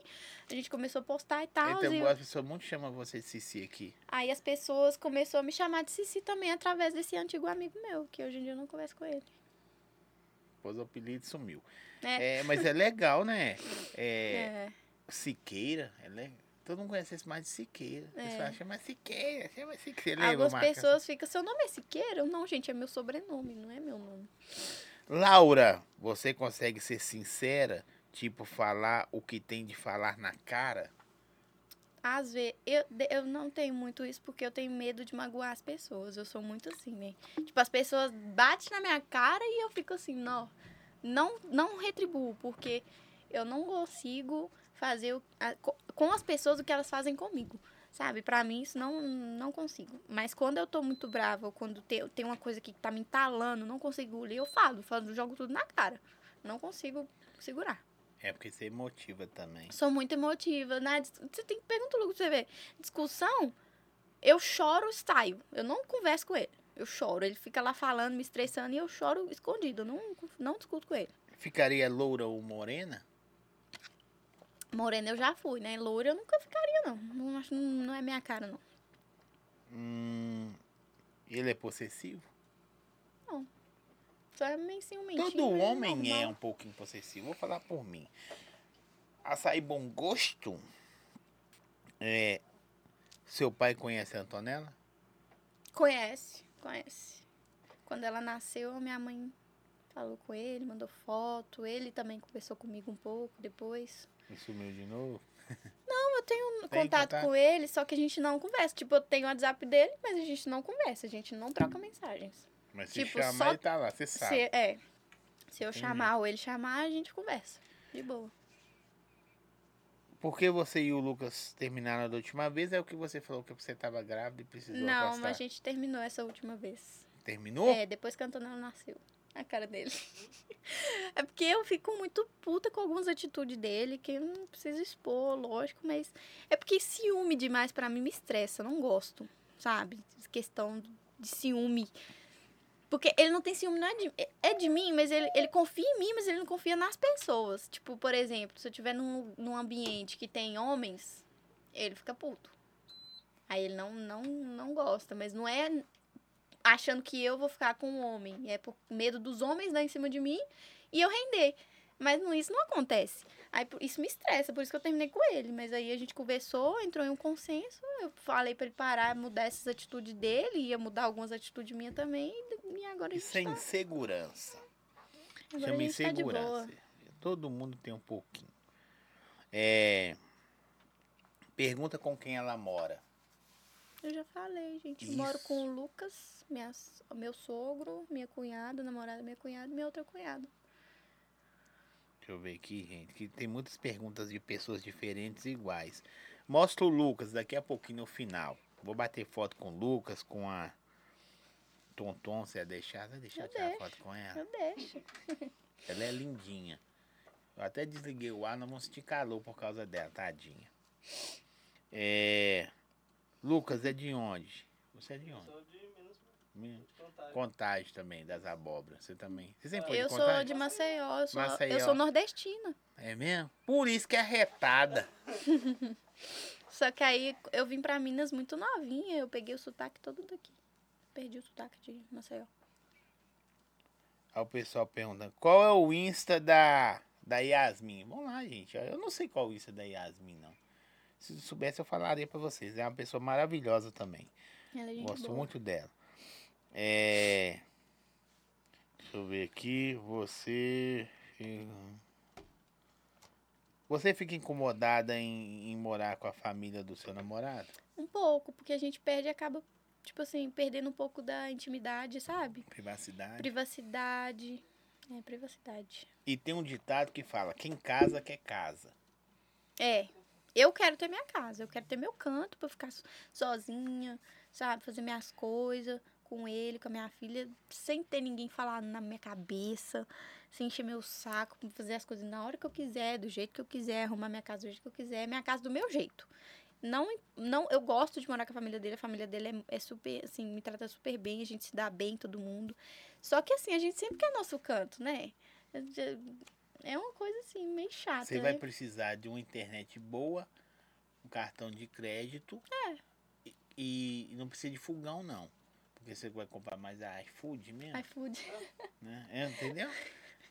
A gente começou a postar e tal. Então, e eu- as pessoas muito chamam você de Cici aqui. Aí as pessoas começaram a me chamar de Cici também através desse antigo amigo meu, que hoje em dia eu não converso com ele. Depois o apelido sumiu. É. É, mas é legal, né? É, É. Siqueira, é legal. Todo mundo conhece esse mais de Siqueira. O pessoal chama Siqueira, chama Siqueira. Você lembra, É. Algumas Marca? pessoas ficam, seu nome é Siqueira? Eu, Não, gente, é meu sobrenome, não é meu nome. Laura, você consegue ser sincera? Tipo, falar o que tem de falar na cara? Às vezes, eu, de- eu não tenho muito isso porque eu tenho medo de magoar as pessoas. Eu sou muito assim, né? Tipo, as pessoas batem na minha cara e eu fico assim, não, não, não retribuo, porque eu não consigo fazer o- a- co- com as pessoas o que elas fazem comigo. Sabe, pra mim isso não, não consigo. Mas quando eu tô muito brava, ou quando tem, tem uma coisa que tá me entalando, não consigo engolir, eu falo, falo, jogo tudo na cara. Não consigo segurar. É porque você motiva também. Sou muito emotiva, né? Dis- Você tem que perguntar logo pra você ver. Discussão, eu choro, saio. Eu não converso com ele. Eu choro. Ele fica lá falando, me estressando e eu choro escondido. Eu não, não discuto com ele. Ficaria loura ou morena? Morena eu já fui, né? Loura eu nunca ficaria, não. Não, acho- não- não é minha cara, não. Hum, ele é possessivo? Só é meio ciumentinho. Todo mas homem é normal. um pouquinho possessivo. Vou falar por mim. Açaí Bom Gosto. É, seu pai conhece a Antonella? um- Conhece, conhece. Quando ela nasceu, a minha mãe falou com ele, mandou foto. Ele também conversou comigo um pouco depois. Me sumiu de novo. Tem tá. contato contato? com ele, só que a gente não conversa. Tipo, eu tenho o WhatsApp dele, mas a gente não conversa, a gente não troca mensagens. Mas se Tipo, chamar, só ele tá lá, você sabe. Se, é, se eu Entendi. chamar ou ele chamar, a gente conversa. De boa. Por que você e o Lucas terminaram da última vez? É o que você falou que você tava grávida e precisou não, afastar. mas a gente terminou essa última vez. Terminou? É, depois que a Antonella nasceu. A cara dele. é porque eu fico muito puta com algumas atitudes dele, que eu não preciso expor, lógico, mas. É porque ciúme demais pra mim me estressa, eu não gosto, sabe? Questão de ciúme. Porque ele não tem ciúme, não é de, é- é de mim, mas ele, ele confia em mim, mas ele não confia nas pessoas. Tipo, por exemplo, se eu estiver num, num ambiente que tem homens, ele fica puto. Aí ele não, não, não gosta, mas não é achando que eu vou ficar com um homem. É por medo dos homens dar em cima de mim e eu render. Mas não, isso não acontece. Aí por- isso me estressa, por isso que eu terminei com ele. Mas aí a gente conversou, entrou em um consenso. Eu falei pra ele parar, mudar essas atitudes dele, ia mudar algumas atitudes minhas também. e- E agora a gente Isso é tá, insegurança. agora a Chama assim. gente tá de boa. insegurança. Todo mundo tem um pouquinho. É... Pergunta com quem ela mora. Eu já falei, gente. Eu Isso. Moro com o Lucas, minhas- meu sogro, minha cunhada, namorada, da minha cunhada e minha outra cunhada. Deixa eu ver aqui, gente, que tem muitas perguntas de pessoas diferentes e iguais. Mostra o Lucas daqui a pouquinho no final. Vou bater foto com o Lucas, com a Tonton, se é deixar, você deixa Eu eu tirar deixo, foto com ela. Eu deixo. Ela é lindinha. Eu até desliguei o ar, nós vamos sentir calor por causa dela, tadinha. É. Lucas, é de onde? Você é de onde? Sou de Minas, Minha- de Contagem. Contagem também, das abóboras. Você também. Você sempre foi de Eu sou contagem? de Maceió, eu sou, Maceió. eu sou nordestina. É mesmo? Por isso que é retada. Só que aí eu vim pra Minas muito novinha, eu peguei o sotaque todo daqui. Perdi o sotaque de Maceió. Aí o pessoal perguntando, qual é o Insta da, da Yasmin? Vamos lá, gente. Eu não sei qual é o Insta da Yasmin, não. Se eu soubesse, eu falaria pra vocês. É uma pessoa maravilhosa também. Ela é gente Gosto boa. muito dela. É... Deixa eu ver aqui. Você... fica- Você fica incomodada em, em morar com a família do seu namorado? Um pouco, porque a gente perde e acaba, tipo assim, perdendo um pouco da intimidade, sabe? Privacidade? Privacidade. É, privacidade. E tem um ditado que fala, quem casa, quer casa. É. Eu quero ter minha casa, eu quero ter meu canto pra ficar so- sozinha, sabe? Fazer minhas coisas com ele, com a minha filha, sem ter ninguém falar na minha cabeça, sem encher meu saco, fazer as coisas na hora que eu quiser, do jeito que eu quiser, arrumar minha casa do jeito que eu quiser, minha casa do meu jeito. Não, não, eu gosto de morar com a família dele, a família dele é, é super, assim, me trata super bem, a gente se dá bem, todo mundo. Só que assim, a gente sempre quer nosso canto, né? É uma coisa assim, meio chata. Você vai né? precisar de uma internet boa, um cartão de crédito. E, e não precisa de fogão, não. Porque você vai comprar mais a iFood mesmo, iFood. né? É, entendeu?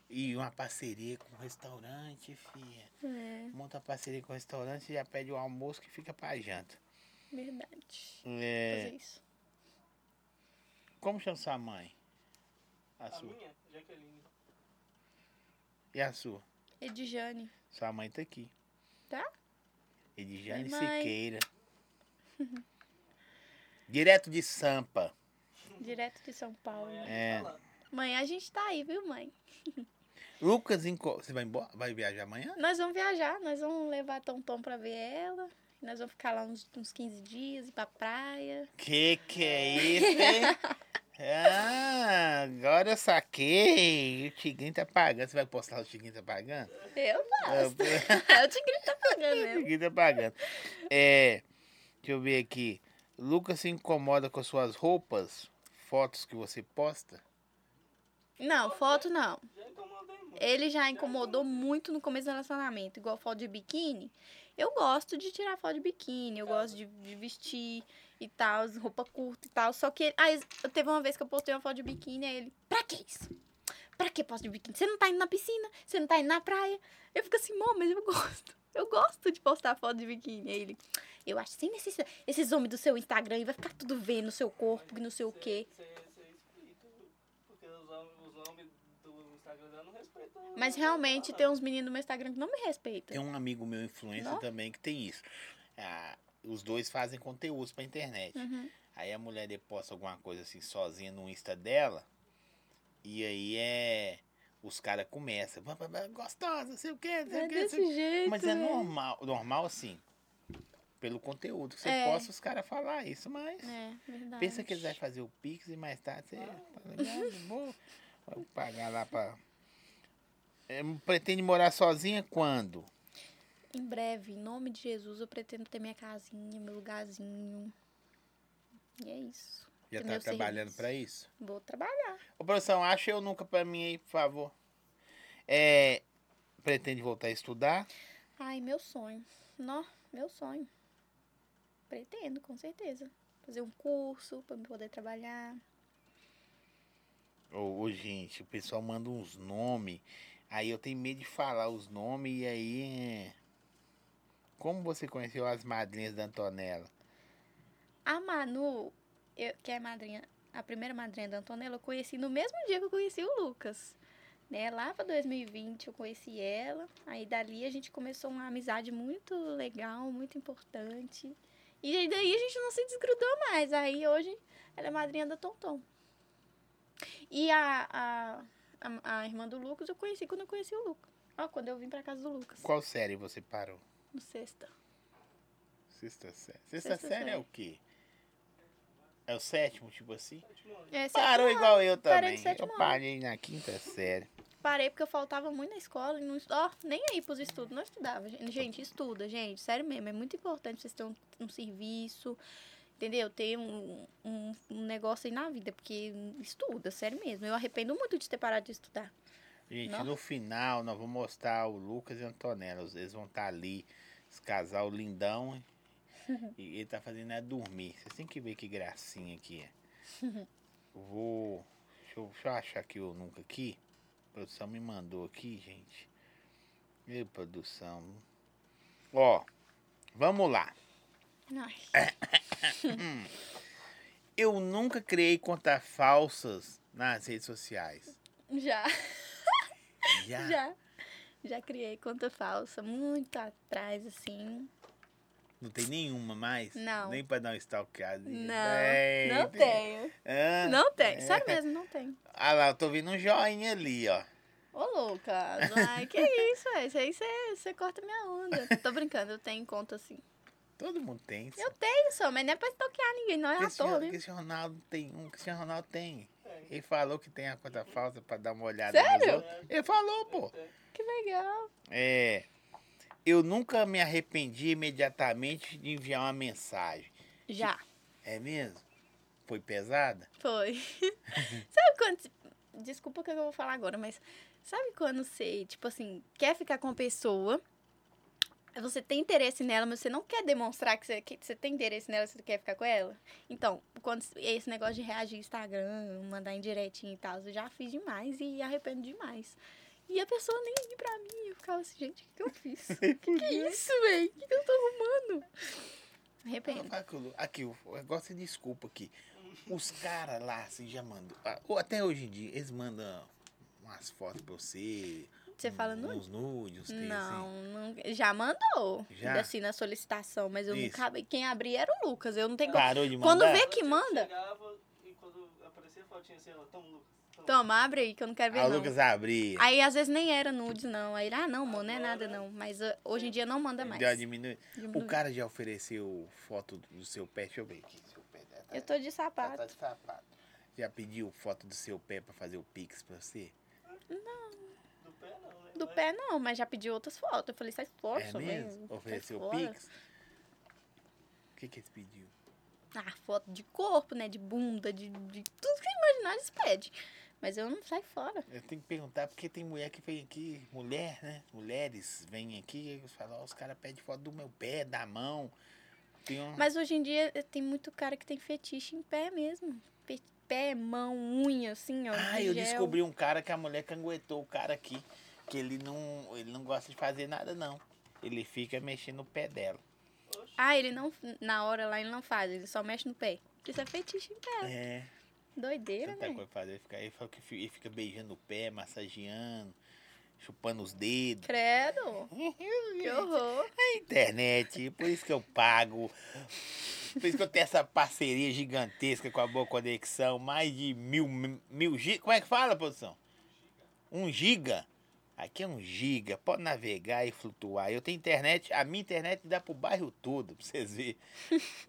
E uma parceria com o restaurante, filha. É, Monta uma parceria com o restaurante, já pede o almoço que fica pra janta. verdade. É, Fazer isso. como chama sua mãe? é A A sua. minha, Jaqueline. E a sua? Edjane. Sua mãe tá aqui. Tá? Edjane Oi, mãe. Siqueira. Direto de Sampa. Direto de São Paulo. Amanhã É. né? a gente tá lá. Mãe, a gente tá aí, viu, mãe? Lucas, Inco- você vai, embora? vai viajar amanhã? Nós vamos viajar, nós vamos levar a Tonton pra ver ela. Nós vamos ficar lá uns, uns 15 dias, ir pra praia. Que que é isso, hein? Ah, agora eu saquei. O Tiguinho tá pagando. Você vai postar o Tiguinho tá pagando? Eu É, Eu- gosto. Eu te grito pagando O mesmo. Tiguinho tá pagando. É, deixa eu ver aqui. Lucas se incomoda com as suas roupas, fotos que você posta? Não, foto não. Já incomodei muito. Ele já incomodou muito no começo do relacionamento, igual foto de biquíni. Eu gosto de tirar foto de biquíni, eu gosto de, de vestir e tal, roupa curta e tal. Só que aí eu- teve uma vez que eu postei uma foto de biquíni, aí ele, pra que isso? Pra que posto de biquíni? Você não tá indo na piscina, você não tá indo na praia. Eu fico assim, mô, mas eu gosto. Eu gosto de postar foto de biquíni. Aí ele, eu acho sem necessidade. Esses homens do seu Instagram aí vai ficar tudo vendo no seu corpo, que não sei o Cê- quê. cê- cê explica, viu? Porque os homens, os homens do Instagram já não respeitam. né? Tá Mas realmente tem uns meninos no meu Instagram que não me respeitam. Tem um amigo meu, influencer, Não? também, que tem isso. Ah, os dois fazem conteúdos pra internet. Uhum. Aí a mulher ele posta alguma coisa assim sozinha no Insta dela. E aí é. Os caras começam. "Vá, vá, vá, Gostosa, sei o quê, sei É o quê. sei o desse quê." jeito. Mas é né? normal. Normal assim. Pelo conteúdo que você É. posta, os caras falar isso, mas. É, verdade. Pensa que eles vão fazer o Pix e mais tarde você. Tá ligado? Vou, vou pagar lá pra. É, pretende morar sozinha quando? Em breve, em nome de Jesus, eu pretendo ter minha casinha, meu lugarzinho. E é isso. Já Tem tá meu trabalhando serviço. pra isso? Vou trabalhar. Ô, produção, acha eu nunca pra mim aí, por favor. É, pretende voltar a estudar? Ai, meu sonho. Nó, meu sonho. Pretendo, com certeza. Fazer um curso pra eu poder trabalhar. Ô, ô, gente, o pessoal manda uns nomes. Aí eu tenho medo de falar os nomes e aí. é. Como você conheceu as madrinhas da Antonella? A Manu, eu- que é a madrinha, a primeira madrinha da Antonella, eu conheci no mesmo dia que eu conheci o Lucas. Né? Lá pra 2020 eu conheci ela. Aí dali a gente começou uma amizade muito legal, muito importante. E aí daí a gente não se desgrudou mais. Aí hoje ela é madrinha da Tonton. E a, a, a, a irmã do Lucas eu conheci quando eu conheci o Lucas. Ó, quando eu vim pra casa do Lucas. Qual série você parou? No sexta. Sexta série. Sexta, Sexta série é série. o quê? É o sétimo, tipo assim? Sétimo ano. É, Parou igual eu parei também. no sétimo Eu ano. parei na quinta série. Parei porque eu faltava muito na escola e não estu- ó, nem aí pros estudos, não estudava. Gen- Gente, estuda, gente, sério mesmo, é muito importante vocês terem um, um serviço, entendeu? Ter um, um, um negócio aí na vida, porque estuda, sério mesmo. Eu arrependo muito de ter parado de estudar. Gente, Não? no final nós tá vamos mostrar o Lucas e a Antonella. Eles vão estar ali, esse casal lindão. E ele tá fazendo é dormir. Vocês têm que ver que gracinha que é. Eu Vou. Deixa eu, deixa eu achar aqui o nunca aqui. A produção me mandou aqui, gente. Ei, produção. Ó, vamos lá. Ai, Eu nunca criei contas falsas nas redes sociais. já, Já. já. Já criei conta falsa, muito atrás, assim. Não tem nenhuma mais? Não. Nem pra dar um stalkeado. Não, não tenho. Não tenho. Sério mesmo, não tenho. Ah lá, eu tô vendo um joinha ali, ó. Ô, Lucas, ai, que isso, é? Isso aí você você corta minha onda. Tô brincando, eu tenho conta assim. Todo mundo tem. Eu tenho só, mas não é pra estoquear ninguém, não é à toa, Cristiano, né? Cristiano Ronaldo tem um. Cristiano Ronaldo tem. Tem. Ele falou que tem a conta falsa pra dar uma olhada. nos Sério? outros. Ele falou, pô. Tem. Que legal. É. Eu nunca me arrependi imediatamente de enviar uma mensagem. Já, É mesmo? Foi pesada? foi. sabe quando. Desculpa o que eu vou falar agora, mas sabe quando você, tipo assim, quer ficar com a pessoa, você tem interesse nela, mas você não quer demonstrar que você, que você tem interesse nela, você quer ficar com ela? Então, quando esse negócio de reagir Instagram, mandar indiretinho e tal, eu já fiz demais e arrependo demais. E a pessoa nem ia pra mim, eu ficava assim, gente, o que que eu fiz? que que é isso, velho? O que, que eu tô arrumando? Não, Arrependo. fala que eu- Aqui, o negócio de desculpa aqui. Os caras lá, assim, já mandam. ah, ou Até hoje em dia, eles mandam umas fotos pra você. Um, Você fala uns- nude? Uns nudes, uns textos, assim." Não, não- já mandou. Já? Ainda Assim, na solicitação, mas eu Isso. nunca abri. Quem abria era o Lucas. Eu não tenho. assim. Parou de Quando mandar? vê É que manda. Chegava e quando aparecia a fotinha, sei lá, tão Lucas. tão. Toma, abre aí que eu não quero ver, A não. Ah, Lucas abria. Aí às vezes nem era nudes, não. Aí, ah, não, amor, não é nada, não. Mas ah, hoje em dia não manda mais. Deu uma diminui. Diminui. O cara já ofereceu foto do seu pé. Deixa eu ver aqui. Seu pé tá- tá- Eu tô de tá- sapato. tá de sapato. Já pediu foto do seu pé pra fazer o pix pra você? É Do pé não, né? Do Mas pé não, mas já pedi outras fotos. Eu falei, sai fora, é sua mãe. mesmo? Sai Ofereceu o fora. pix? O que que eles pediu? Ah, foto de corpo, né? De bunda, de, de tudo que você imaginar, eles pedem. Mas eu não saio fora. Eu tenho que perguntar, porque tem mulher que vem aqui, mulher, né? Mulheres vêm aqui e eles falam, ó, os caras pedem foto do meu pé, da mão. Tem um... Mas hoje em dia eh, tem muito cara que tem fetiche em pé mesmo. Pe- Pé, mão, unha, assim, ó. Ah, de eu gel. descobri um cara que a mulher canguetou o cara aqui, que ele não, ele não gosta de fazer nada, não. Ele fica mexendo no pé dela. Ah, ele não. Na hora lá ele não faz, ele só mexe no pé. Isso é fetiche em pé. É. Doideira, Tanta né? coisa pra fazer. Ele fica, ele fala que fi- ele fica beijando o pé, massageando, chupando os dedos. Credo! Que horror! internet, por isso que eu pago. Por isso que eu tenho essa parceria gigantesca com a Boa Conexão. Mais de mil, mil gigas. Como é que fala, produção? Um giga? Aqui é um giga. Pode navegar e flutuar. Eu tenho internet. A minha internet dá pro bairro todo, pra vocês verem.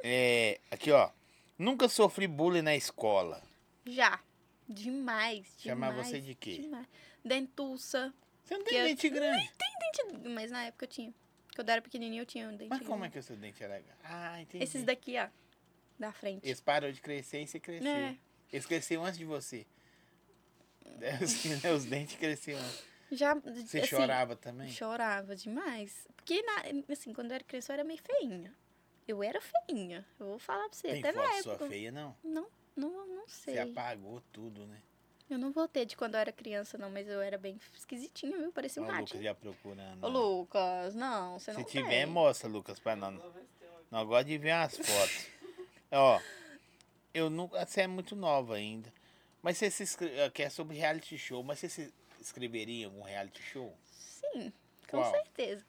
É, aqui, ó. Nunca sofri bullying na escola. Já! Demais, demais. Chamar você de quê? Demais. Dentuça. Você não Que tem eu- dente grande. Dente. Mas na época eu tinha. Quando eu era pequenininho eu tinha um dente. Mas como é que o seu dente era grande? Ah, entendi. Esses daqui, ó. Da frente. Eles param de crescer e você cresceu. É. Eles cresceram antes de você. É, Os, né, os dentes cresceram. antes. Já. Você assim, chorava também? Chorava demais. Porque, na- assim, quando eu era criança, eu era meio feinha. Eu era feinha. Eu vou falar pra você. Tem até na foto época. sua feia, não? Não, não, não sei. Você é apagou tudo, né? Eu não voltei de quando eu era criança, não, mas eu era bem esquisitinha, viu? Parecia um Olha o rato. Lucas já procurando. Ô, Lucas, não, você Se não tiver, tem. mostra, Lucas, pra eu nós. vou ver se tem uma- Nós gosta de ver umas fotos. Ó, eu nunca. Você é muito nova ainda. Mas você se inscreve. Que é sobre reality show, mas você se inscreveria em algum reality show? Sim, com Qual? certeza.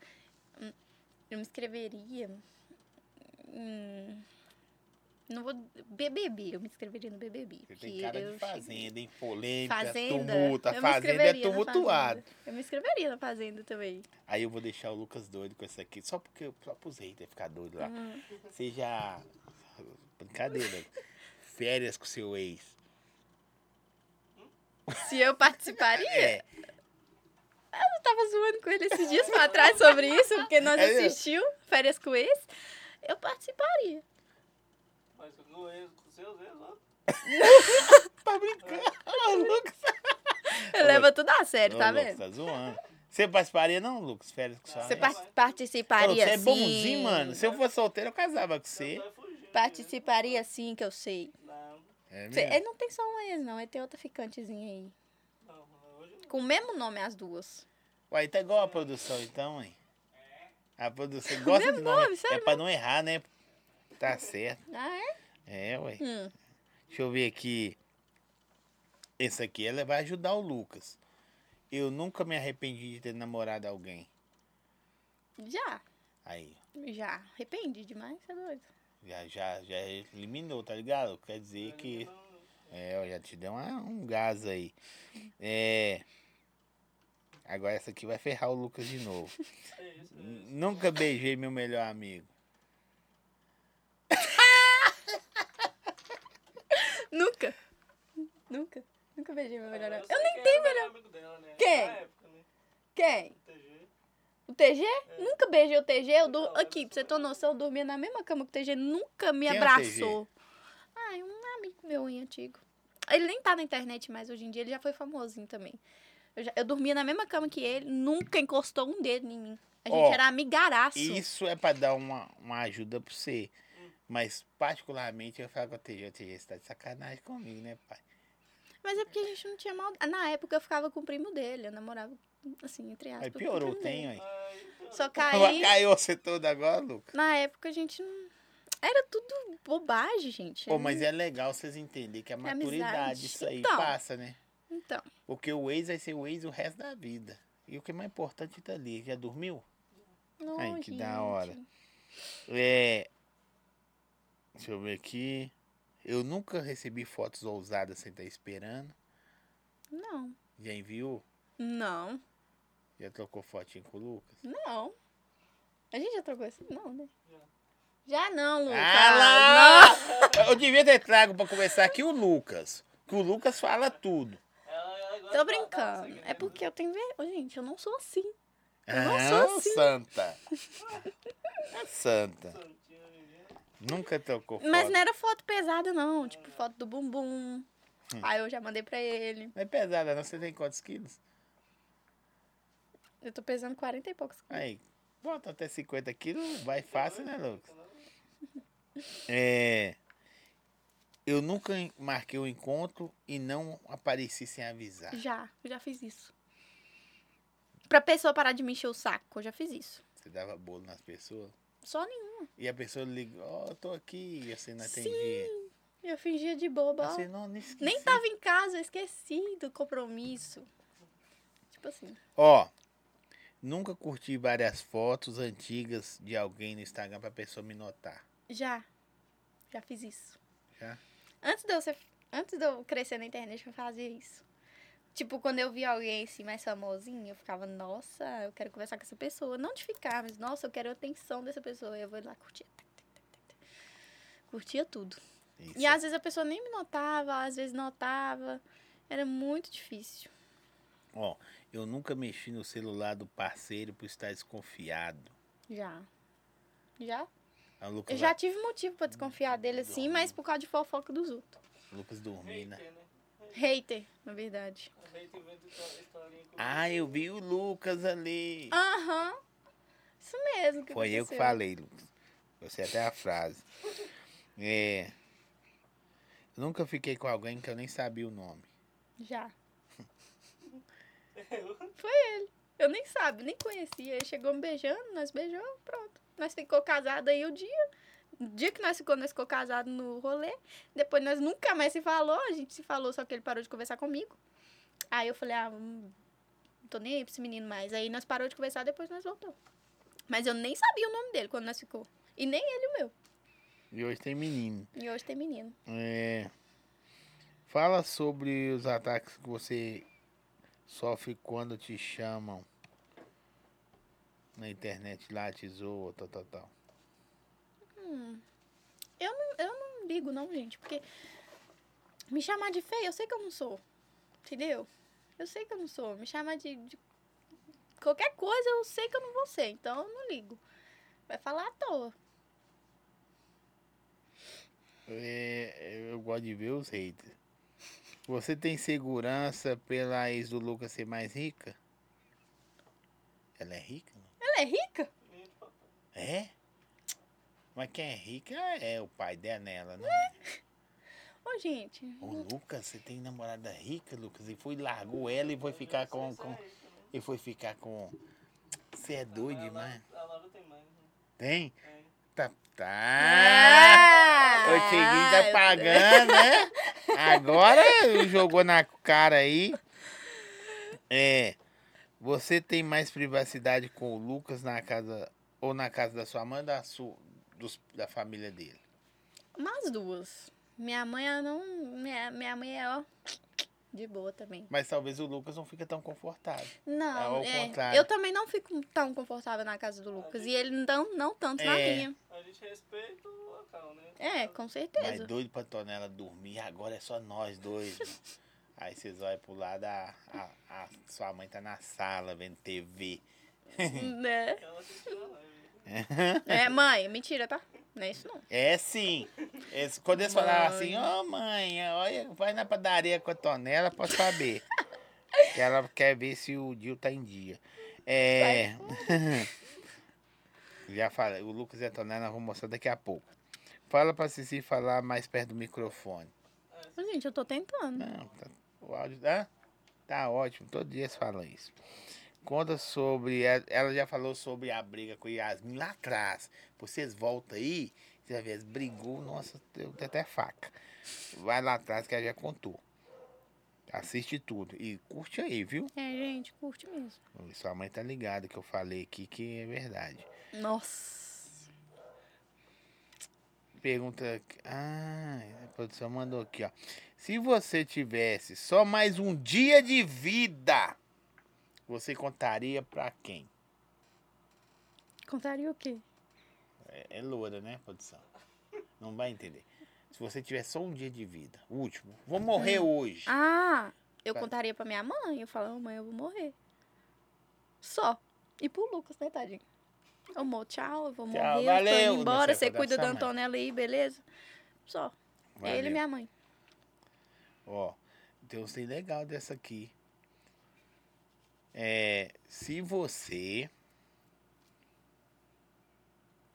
Hum, Eu me inscreveria. hum, Não vou. BBB, eu me inscreveria no BBB. Você porque tem cara eu de cheguei- fazenda, hein? Polêmica, Fazenda. tumulto. A eu me fazenda é inscreveria na tumultuada. Fazenda. Eu me inscreveria na Fazenda também. Aí eu vou deixar o Lucas doido com esse aqui, só porque só pros haters ficar doido lá. Você já. Brincadeira. né? Férias com seu ex. Se eu participaria, É, eu tava zoando com ele esses dias pra trás sobre isso, porque nós É mesmo? assistiu Férias com esse. Eu participaria. Mas no ex, com seus ex, ó. tá brincando. Ô, Lucas. Eu levo tudo a sério, tá Ô, Lucas, vendo? tá zoando. Você participaria não, Lucas? Férias com sua Você mãe? par- par- tá Ô, participaria Você é sim. bonzinho, mano. Se eu fosse solteiro, eu casava com Eu você. saio Tá. fugindo, Participaria sim, que eu sei. né? Não, É Cê- mesmo? ele não tem só um ex, não. Ele tem outra ficantezinha aí. não, hoje não. Com o mesmo nome as duas. Uai, tá igual a produção, então, hein? A produção gosta de mesmo nome. nome, É sério pra não errar, né? Tá certo. Ah, é? É, ué. Hum. Deixa eu ver aqui. Esse aqui ela vai ajudar o Lucas. Eu nunca me arrependi de ter namorado alguém. é? Já. Aí, Já. Arrependi demais, você é doido. já, já, já eliminou, tá ligado? Quer dizer que. Não, É, eu já te dei uma- um gás aí. É. Agora essa aqui vai ferrar o Lucas de novo. é isso, Hum. é isso. Nunca beijei meu melhor amigo. Nunca. Nunca. Nunca beijei meu melhor amigo. sei Eu nem... quem era o melhor amigo dela, né? Quem? Na época, né? Quem? TG. O TG? Nunca beijei o TG. Eu dur... Então, eu Aqui, É. não pra você sou- ter uma noção, eu dormia na mesma cama que o TG. Nunca me Quem é o abraçou. Ai, um amigo meu hein, antigo. Ele nem tá na internet mais hoje em dia. Ele já foi famosinho também. Eu, já- eu dormia na mesma cama que ele. Nunca encostou um dedo em mim. A gente Ó, era amigaraço. Isso é pra dar uma, uma ajuda pra você. Mas, particularmente, eu falo com a TG. A TG, você tá de sacanagem comigo, né, pai? Mas é porque a gente não tinha mal. Na época eu ficava com o primo dele, eu namorava, assim, entre aspas. Aí com o piorou, primo tem, dele. aí. Ai, então, Só Vai caí. Caiu você toda agora, Lucas. Na época a gente não. Era tudo bobagem, gente. Pô, mas é legal vocês entenderem que a maturidade, É amizade. isso aí Então. passa, né? Então, Porque o ex vai ser o ex o resto da vida. E o que é mais importante tá ali. Já dormiu? não, Ai, que da gente. hora. É. Deixa eu ver aqui. Eu nunca recebi fotos ousadas sem estar esperando. Não. Já enviou? Não. Já trocou fotinho com o Lucas? Não. A gente já trocou assim? Não, né? Já. Já não, Lucas. Ah, lá! Eu devia ter trago pra começar aqui o Lucas. Que o Lucas fala tudo. ela- ela Não. Tô gosta de matar, não sei brincando. o que, É né? porque eu tenho ver. Ô, Gente, eu não sou assim. Eu não sou Ah, assim. santa. É Santa. Santinha, menina. Nunca trocou foto. Mas não era foto pesada, não. Tipo, foto do bumbum. Aí eu já mandei pra ele. Não é pesada, não. Você tem quantos quilos? Eu tô pesando 40 e poucos. Aí, bota até 50 quilos, vai fácil, né, Lucas? É. Eu nunca en- marquei o encontro e não apareci sem avisar. Já, eu já fiz isso. Pra pessoa parar de me encher o saco, eu já fiz isso. Você dava bolo nas pessoas. Só nenhum. E a pessoa ligou, ó, eu tô aqui, e você não Sim. atendia. Eu fingia de boba. ó. Você não, nem esqueci. Nem tava em casa, eu esqueci do compromisso. Tipo assim. Ó, nunca curti várias fotos antigas de alguém no Instagram pra pessoa me notar. Já. Já fiz isso. Já? Antes de eu, ser, antes de eu crescer na internet, eu fazia isso. Tipo, quando eu via alguém assim mais famosinho, eu ficava, nossa, eu quero conversar com essa pessoa. Não de ficar, mas nossa, eu quero a atenção dessa pessoa. Eu vou lá curtir. Curtia tudo. Isso. E às vezes a pessoa nem me notava, às vezes notava. Era muito difícil. Ó, eu nunca mexi no celular do parceiro por estar desconfiado. Já. Já? Ah, o Lucas, Eu já vai- tive motivo pra desconfiar dele assim, mas por causa de fofoca dos outros. o Lucas dormindo. né? Hater, né? Hater, na verdade. Hater inventa histó- historinha com- Ah, eu vi o Lucas ali. Aham. Isso mesmo Ah, que Foi eu que aconteceu. falei, Lucas. Você até a frase. É. Eu nunca fiquei com alguém que eu nem sabia o nome. Já. Eu? Eu nem sabe, nem conhecia. Ele chegou me beijando, nós beijou, pronto. Nós ficou casado aí o dia. O dia que nós ficou, nós ficou casado no rolê. Depois nós nunca mais se falou, a gente se falou, só que ele parou de conversar comigo. Aí eu falei, ah, hum, não tô nem aí pra esse menino mais. Aí nós parou de conversar, depois nós voltou. Mas eu nem sabia o nome dele quando nós ficou. E nem ele o meu. E hoje tem menino. E hoje tem menino. É. Fala sobre os ataques que você sofre quando te chamam na internet lá, te zoa, tal, tal, tal. Não ligo não, gente, porque me chamar de feia, eu sei que eu não sou. Entendeu? Eu sei que eu não sou. Me chamar de, de qualquer coisa, eu sei que eu não vou ser. Então eu não ligo. Vai falar à toa. É, eu gosto de ver os haters. Você tem segurança pela ex do Lucas ser mais rica? Ela é rica? não? Ela é rica? Menino de papai. É? Mas quem é rica é o pai dela, né? Ela não. Ô, gente. Ô, Lucas, você tem namorada rica, Lucas? E foi, largou ela e foi ficar com. é com né? e foi ficar com. Você é doido demais. A Laura tem mais. né? Tem? Tem. Tá. Ah! tá. O seguinte tá pagando, né? Agora jogou na cara aí. É. Você tem mais privacidade com o Lucas na casa. Ou na casa da sua mãe ou da, sua, dos- da família dele? Mas duas. Minha mãe, ela não. Minha, minha mãe é, ó. De boa também. Mas talvez o Lucas não fica tão confortável. Não, ao é, contrário. eu também não fico tão confortável na casa do Lucas. E ele não, não tanto na É. minha. A gente respeita o local, né? É, com Mas certeza. doido pra Tonela dormir, agora é só nós dois. mano. Aí vocês olham pro lado, a, a- a sua mãe tá na sala vendo TV. Né? Ela assistiu a live. É, mãe, mentira, tá? Não é isso não. É sim. Eles- quando eles falavam assim, ô mãe, olha, vai na padaria com a Tonela pra saber. que ela quer ver se o Dil tá em dia. É. Já falei, o Lucas e a Tonela vão mostrar daqui a pouco. Fala pra Cici falar mais perto do microfone. É, assim, Mas, gente, eu tô tentando. Não, tá, o áudio tá, tá ótimo. Todo dia eles falam isso. Conta sobre. a- Ela já falou sobre a briga com o Yasmin lá atrás. Vocês voltam aí, você vai ver, eles brigou, nossa, deu até faca. Vai lá atrás que ela já contou. Assiste tudo. E curte aí, viu? É, gente, curte mesmo. Sua mãe tá ligada que eu falei aqui que é verdade. Nossa. Pergunta. aqui- Ah, a produção mandou aqui, ó. Se você tivesse só mais um dia de vida, você contaria pra quem? Contaria o quê? É, é loura, né, produção? Não vai entender. Se você tivesse só um dia de vida, o último, vou morrer hoje. Hum. Ah, eu Vai. contaria pra minha mãe. Eu falava, mãe, eu vou morrer. Só. E pro Lucas, né, tadinho? Amor, tchau, eu vou Tchau, morrer. eu valeu. tô Não indo embora, sei, vou você dar cuida essa da mãe. Antonella aí, beleza? Só. Valeu. Ele e minha mãe. Ó, tem um sei legal dessa aqui. É, se você.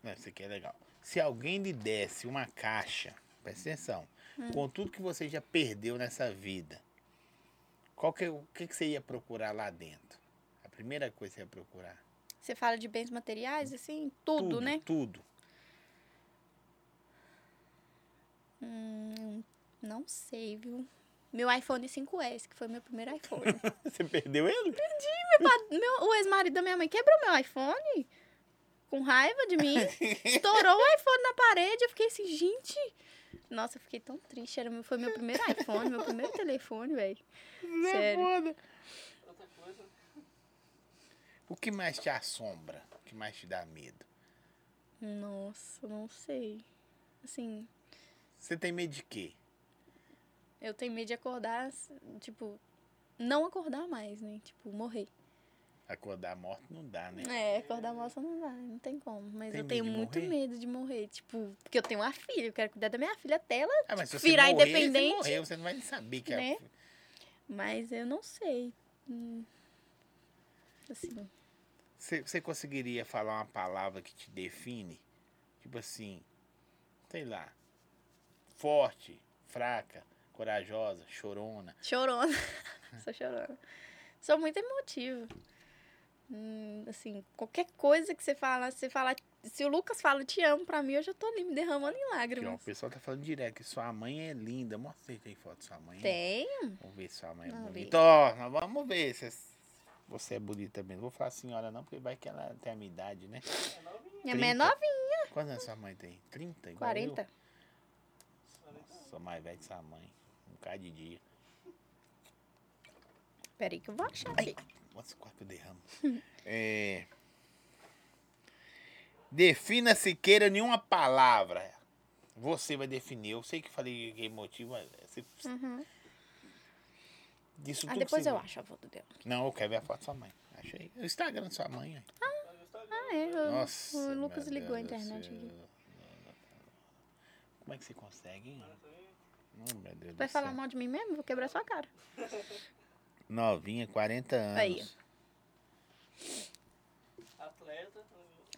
Não, essa aqui é legal. Se alguém lhe desse uma caixa, presta atenção, Hum. com tudo que você já perdeu nessa vida, qual que, é o que, que você ia procurar lá dentro? A primeira coisa que você ia procurar? Você fala de bens materiais, assim, tudo, né? Tudo. Hum, não sei, viu? Meu iPhone 5S, que foi meu primeiro iPhone. Você perdeu ele? Meu- o ex-marido da minha mãe quebrou meu iPhone com raiva de mim. estourou o iPhone na parede. Eu fiquei assim, gente. Nossa, eu fiquei tão triste. Era, meu- foi meu primeiro iPhone, meu primeiro telefone, velho. Sério. Outra coisa, O que mais te assombra? O que mais te dá medo? Nossa, não sei. Assim, Você tem medo de quê? eu tenho medo de acordar, tipo, não acordar mais, né? Tipo, morrer. Acordar morto não dá, né? É, acordar mal só não dá, não tem como. Mas Tem eu tenho medo de muito morrer? medo de morrer. Tipo, porque eu tenho uma filha, eu quero cuidar da minha filha até ela. Ah, mas se Virar você morrer, Você, independente, morreu, você não vai saber que é. né? Mas eu não sei. Hum. Assim. Você, você conseguiria falar uma palavra que te define? Tipo assim, sei lá. Forte, fraca, corajosa, chorona. Chorona. Sou chorona. Sou muito emotiva. Hum, assim, qualquer coisa que você fala, você fala. Se o Lucas fala te amo pra mim, eu já tô ali me derramando em Que, ó, o lágrimas. pessoal tá falando direto que sua mãe é linda. Mostra aí, tem foto de sua mãe. Tem? Vamos ver se sua mãe é Vamos ver. bonita. Ó, nós vamos ver se é, você é bonita mesmo. Vou falar senhora não, porque vai que ela tem a minha idade, né? é novinha. Minha mãe é 30? novinha, Quantos anos sua mãe tem? 30? igual eu? 40. Sou mais velho que sua mãe. Um bocado de dia. Peraí que eu vou achar Ai, aqui. Ah, nossa, quase que eu derramo. é... Defina Siqueira em uma palavra. Você vai definir. Eu sei que falei que é emotivo, mas você... Uhum. disso Ah, tudo depois que você- eu acho a foto dela. Não, eu quero ver a foto da sua mãe. Achei. O Instagram da sua mãe. ó. Ah, é. eu- Nossa. o meu Lucas ligou a Deus do internet céu. aqui. Como é que você consegue, hein? Oh, meu Deus Vai do falar céu. mal de mim mesmo? Vou quebrar sua cara. Novinha, 40 anos. Aí. dieta.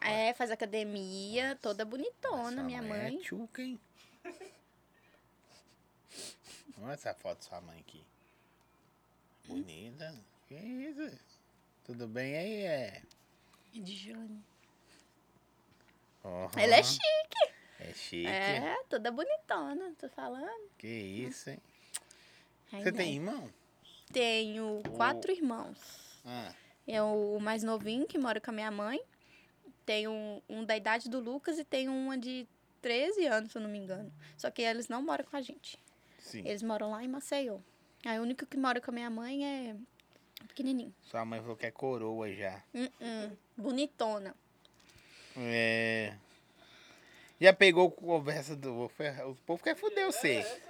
É, faz academia, toda bonitona, Sua minha mãe. É tchuca, hein? Olha essa foto da sua mãe aqui. Bonita. Que isso? Tudo bem aí? É. Johnny. Aham. Ela é chique. É chique. É, toda bonitona, tô falando. Que isso, hein? Ai, Você não. tem irmão? Tenho quatro irmãos. Ah, É o mais novinho que mora com a minha mãe. Tenho um, um da idade do Lucas e tenho uma de 13 anos, se eu não me engano. Só que eles não moram com a gente. sim. Eles moram lá em Maceió. Aí o único que mora com a minha mãe é pequenininho. Sua mãe falou que é coroa já. Hum, bonitona. É. Já pegou conversa do. O povo quer foder É, você.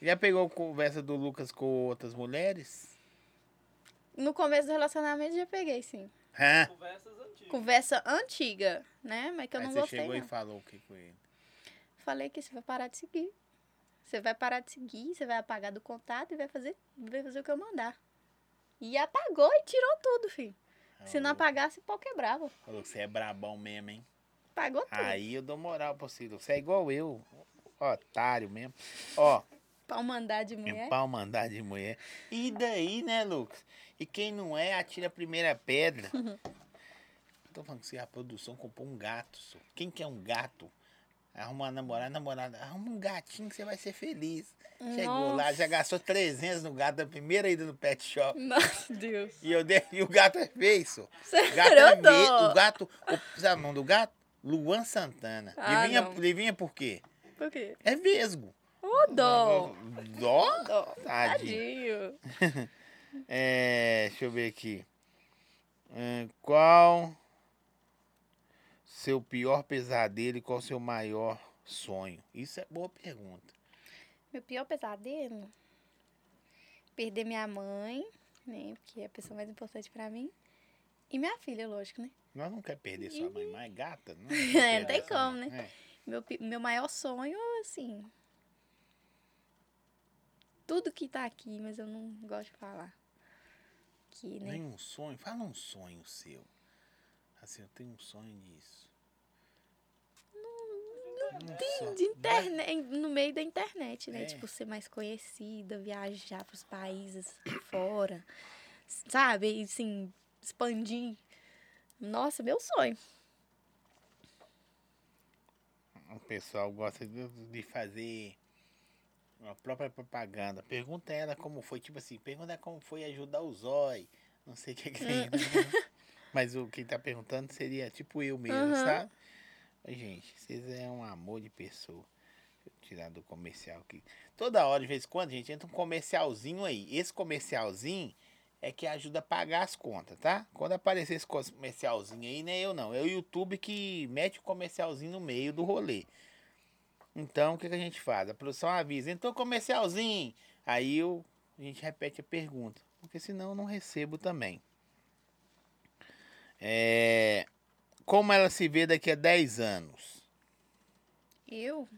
Já pegou conversa do Lucas com outras mulheres? No começo do relacionamento já peguei, sim. Hã? Conversas antigas. Conversa antiga, né? Mas que eu Aí não você gostei, chegou não. e falou o que com ele? Falei que você vai parar de seguir. Você vai parar de seguir, você vai apagar do contato e vai fazer, vai fazer o que eu mandar. E apagou e tirou tudo, filho. Se não Falou- apagasse, o pau quebrava. Falou que você é brabão mesmo, hein? Apagou tudo. Aí eu dou moral pra você. Você é igual eu. Otário mesmo. Ó, Pau mandar de em mulher. pau mandar de mulher. E daí, né, Lucas? E quem não é, atira a primeira pedra. Tô falando que se a produção comprou um gato, só. Quem quer um gato? Arruma uma namorada, namorada. Arruma um gatinho que você vai ser feliz. Chegou lá, já gastou 300 no gato da primeira ida no pet shop. Nossa, Deus. E eu dei, e o gato é feio, só. Você um Gato é grandou. medo. O gato. O, sabe o nome do gato? Luan Santana. Ah, Adivinha, não. adivinha por quê? Por quê? É vesgo. Ô, dó. Dó? Dó. Tadinho. Tadinho. É, deixa eu ver aqui. Ahn, qual seu pior pesadelo e qual seu maior sonho? Isso é boa pergunta. Meu pior pesadelo? Perder minha mãe, né? Porque é a pessoa mais importante pra mim. E minha filha, lógico, né? Nós não quer perder sua mãe mais gata, não? É, quer não perder tem sua como, né? mãe. É. Meu, pi- meu maior sonho, assim. Tudo que tá aqui, mas eu não gosto de falar. Que, É, né? nenhum sonho. Fala um sonho seu. Assim, eu tenho um sonho disso. Um Não Sim, De internet, no meio da internet, né? né? É. Tipo, ser mais conhecida, viajar pros países fora, sabe? E, assim, expandir. Nossa, meu sonho. O pessoal gosta de, de fazer a própria propaganda. Pergunta a ela como foi, tipo assim, pergunta como foi ajudar o Zói. Não sei o que que tem. Mas o que tá perguntando seria tipo eu mesmo, Aham. sabe? Ô, Gente, vocês é um amor de pessoa. Deixa eu tirar do comercial aqui. Toda hora, de vez em quando, gente, entra um comercialzinho aí. Esse comercialzinho é que ajuda a pagar as contas, tá? Quando aparecer esse comercialzinho aí, não é eu não. É o YouTube que mete o comercialzinho no meio do rolê. Então, o que, que a gente faz? A produção avisa, então comercialzinho. Aí eu, a gente repete a pergunta. Porque senão eu não recebo também. É, como ela se vê daqui a 10 anos? Eu?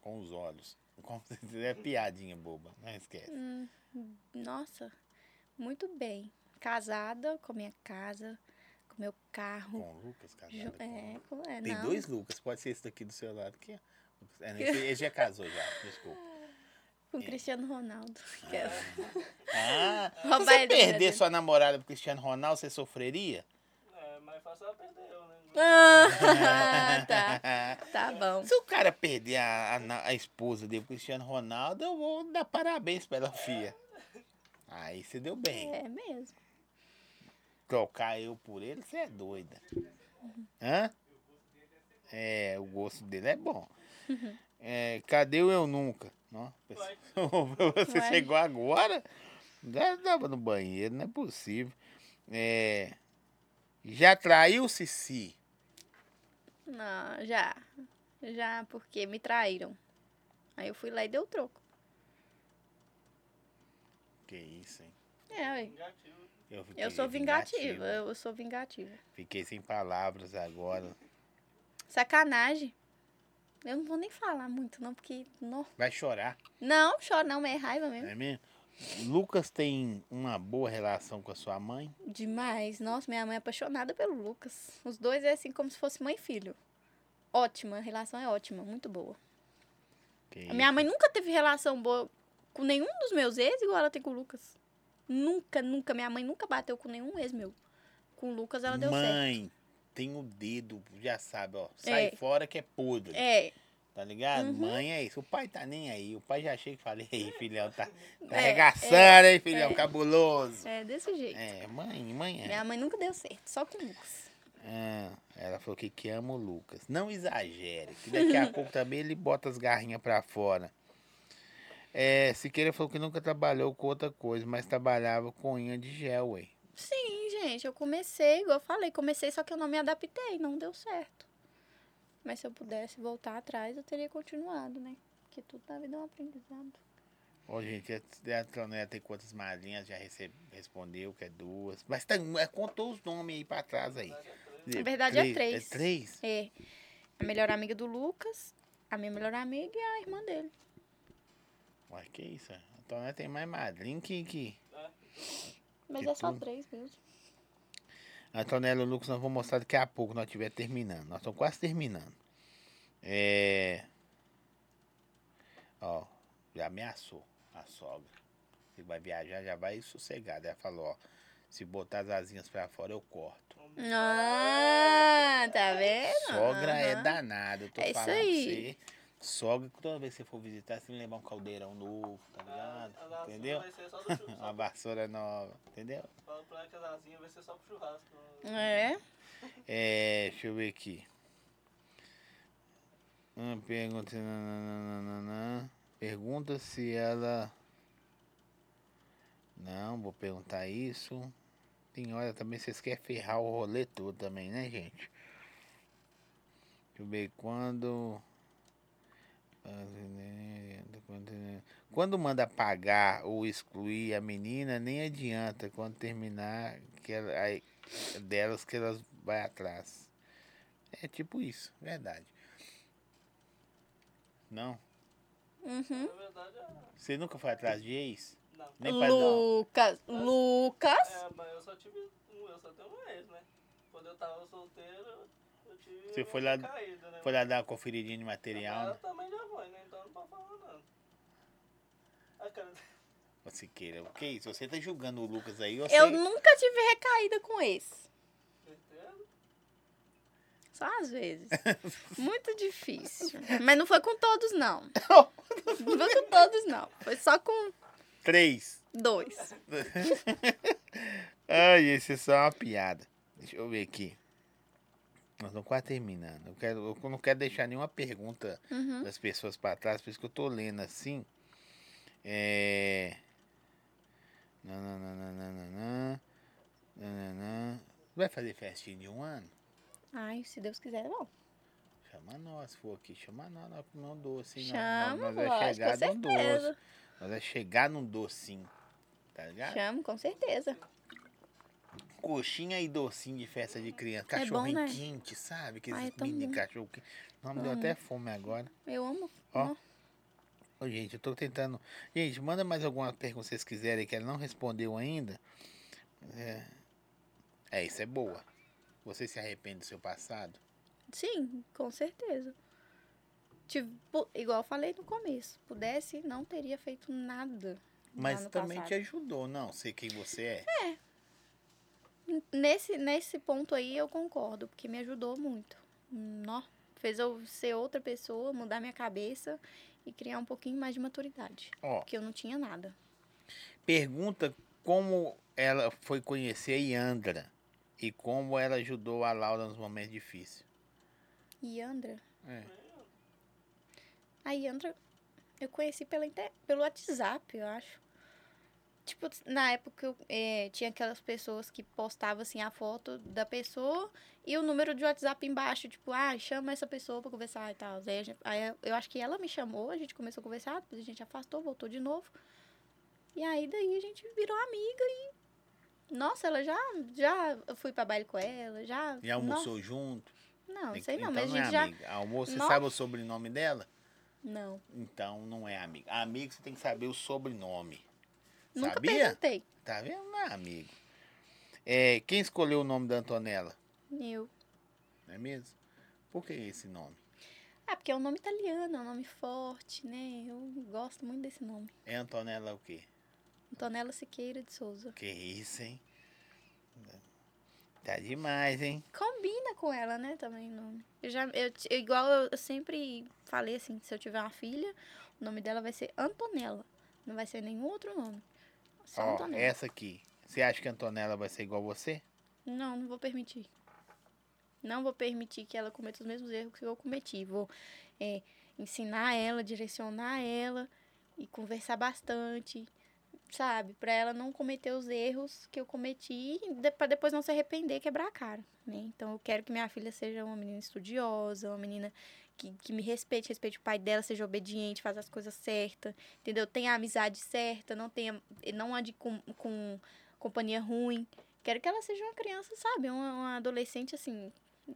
Com os olhos. Como se- é piadinha boba, não esquece. Hum. Nossa, muito bem. Casada com a minha casa, com meu carro. Com o Lucas, casado. Ju- com o É, com- é, Tem não. dois Lucas, pode ser esse daqui do seu lado aqui, ó. Lucas- É, não, esse, esse já casou já, desculpa. Com Cristiano Ronaldo. é Ah, se Roubar você ele do perder Brasil. sua namorada pro Cristiano Ronaldo, você sofreria? É, mais fácil ela perder eu, né? É. Ah, tá. Tá bom. Se o cara perder a, a na- a esposa dele pro Cristiano Ronaldo, eu vou dar parabéns pra ela, fia. Aí você deu bem. É mesmo. Trocar eu por ele, você é doida. Uhum. Hã? É, o gosto dele é bom. É, cadê o Eu Nunca? Não, Ué. você Ué. chegou agora? Já estava no banheiro, não é possível. É, já traiu Cici? Não, já. Já, porque me traíram. Aí eu fui lá e dei o troco. Que isso, hein? É, ué. Vingativo. eu fiquei sou vingativa. vingativo. Eu sou vingativa. Fiquei sem palavras agora. Sacanagem. Eu não vou nem falar muito, não, porque. Não, Vai chorar, não choro, não, mas é raiva mesmo. não é mesmo? Lucas tem uma boa relação com a sua mãe? Demais. Nossa, minha mãe é apaixonada pelo Lucas. Os dois é assim como se fosse mãe e filho. Ótima, a relação é ótima, muito boa. Que A minha mãe nunca teve relação boa com nenhum dos meus ex igual ela tem com o Lucas. Nunca, nunca. Minha mãe nunca bateu com nenhum ex meu. Com o Lucas ela deu certo. Mãe, tem o dedo, já sabe, ó. Sai É. fora que é podre. É, Tá ligado? Uhum. Mãe é isso. O pai tá nem aí. O pai já chega e fala, ei, filhão, tá, tá É, arregaçando, hein, filhão, cabuloso. é desse jeito. É, mãe, mãe é. Minha mãe nunca deu certo, só com o Lucas. Ah, ela falou que, que ama o Lucas. Não exagere, que daqui a pouco também ele bota as garrinhas pra fora. É, Siqueira falou que nunca trabalhou com outra coisa, mas trabalhava com unha de gel, ué. Sim, gente, eu comecei, igual eu falei, comecei, só que eu não me adaptei, não deu certo. Mas se eu pudesse voltar atrás, eu teria continuado, né? Porque tudo na vida é um aprendizado. Ó, gente, é, a a Tronela tem quantas madrinhas? Já recebe, respondeu que é duas. Mas tá, é, contou os nomes aí pra trás aí. Na verdade, é três. É três? É a melhor amiga do Lucas, a minha melhor amiga e a irmã dele. Ué, que isso? é? A Tronela tem mais madrinha que... que... Mas Que é só tudo. três mesmo. A Tronela e o Lucas nós vamos mostrar daqui a pouco, nós estiver terminando. Nós estamos quase terminando. É... Ó, já ameaçou a sogra. Se vai viajar, já vai sossegado. Ela falou, ó, se botar as asinhas pra fora, eu corto. Ah, tá vendo? Sogra é Aham. danada, eu tô É isso falando aí. pra você. Sogra, toda vez que você for visitar, você tem que levar um caldeirão novo, tá A- a ligado? lasanha Entendeu? Vai ser só do churrasco. Uma vassoura nova, entendeu? Fala pra ela que a lasanha vai ser só pro churrasco. É. É, deixa eu ver aqui. Hum, Pergunta, nananana. pergunta se ela. Não, vou perguntar isso. Tem hora também, vocês querem ferrar o rolê todo também, né, gente? Deixa eu ver quando. Quando manda pagar ou excluir a menina, nem adianta. Quando terminar, que ela, aí- É delas que elas vai atrás. É tipo isso, verdade. Não? Uhum. Na verdade, é- Você nunca foi atrás de ex? não. Nem pra dar. Lucas, Lucas. É, mas eu só tive um, eu só tenho um ex, né? Quando eu tava solteiro, eu tive Você uma foi lá- caída, né? Foi lá dar uma conferidinha de Ela material, né? também já foi, né? Então não pode falar não. A cara Ô, Siqueira, o que é isso? Você tá julgando o Lucas aí? Eu, Eu sei. nunca tive recaída com esse. certeza? Só às vezes. Muito difícil. Mas não foi com todos, não. Não. Não foi com todos, não. Foi só com Três. dois. Ai, esse é só uma piada. Deixa eu ver aqui. Nós estamos quase terminando. Eu, quero, eu não quero deixar nenhuma pergunta Uhum. das pessoas para trás, por isso que eu tô lendo assim. É. Nananana. Nananã. Vai fazer festinha de um ano? Ai, se Deus quiser, é bom. Chama nós, se for aqui, chama nós, nós não doce, hein? Chama, nós, nós, lógico, é chegar com num certeza. doce. Nós é chegar num docinho. Tá ligado? Chamo, com certeza. Coxinha e docinho de festa de criança. É bom, Cachorrinho né? quente, sabe? Aqueles Ai, é tão mini bom. cachorro quente. Não, me deu até fome agora. Eu amo. Ó. Ó. Ô, gente, eu tô tentando. Gente, manda mais alguma pergunta que vocês quiserem que ela não respondeu ainda. É, é isso é boa. Você se arrepende do seu passado? Sim, com certeza. Tipo, igual eu falei no começo. Pudesse, não teria feito nada. lá Mas no também te passado. ajudou, não? Sei quem você é. N- Nesse, nesse ponto aí eu concordo, porque me ajudou muito. Nó, fez eu ser outra pessoa, mudar minha cabeça e criar um pouquinho mais de maturidade. Ó, Porque eu não tinha nada. pergunta como ela foi conhecer a Yandra e como ela ajudou a Laura nos momentos difíceis. E Andra? É. A Yandra eu conheci pela inter... pelo WhatsApp, eu acho. Tipo, na época eu, eh, tinha aquelas pessoas que postavam assim a foto da pessoa e o número de WhatsApp embaixo, tipo, ah, chama essa pessoa pra conversar e tal. Aí, a gente- aí eu- eu acho que ela me chamou, a gente começou a conversar, depois a gente afastou, voltou de novo. E aí daí a gente virou amiga e. Nossa, ela já. Já eu fui pra baile com ela, já. Já almoçou junto? Não, não E- sei não, então mas a é gente já. amiga. Almoço, você Nó. sabe o sobrenome dela? Não. Então não é amigo. Amigo você tem que saber o sobrenome. Nunca Sabia? perguntei. Tá vendo, né, amigo? É, quem escolheu o nome da Antonella? Eu. Não é mesmo? Por que esse nome? Ah, porque é um nome italiano, é um nome forte, né? Eu gosto muito desse nome. É Antonella o quê? Antonella Siqueira de Souza. Que isso, hein? Tá demais, hein? Combina com ela, né, também o nome. Eu já, eu, t- eu- igual eu, eu sempre falei assim, se eu tiver uma filha, o nome dela vai ser Antonella. Não vai ser nenhum outro nome. Só Ó, é Antonella. essa aqui. Você acha que a Antonella vai ser igual você? Não, não vou permitir. Não vou permitir que ela cometa os mesmos erros que eu cometi. Vou é, ensinar ela, direcionar ela e conversar bastante, sabe? Pra ela não cometer os erros que eu cometi e de, pra depois não se arrepender e quebrar a cara, né? Então eu quero que minha filha seja uma menina estudiosa, uma menina que, que me respeite, respeite o pai dela, seja obediente, faça as coisas certas, entendeu? Tenha a amizade certa, não tenha, não ande com, com companhia ruim. Quero que ela seja uma criança, sabe? Uma, uma adolescente, assim.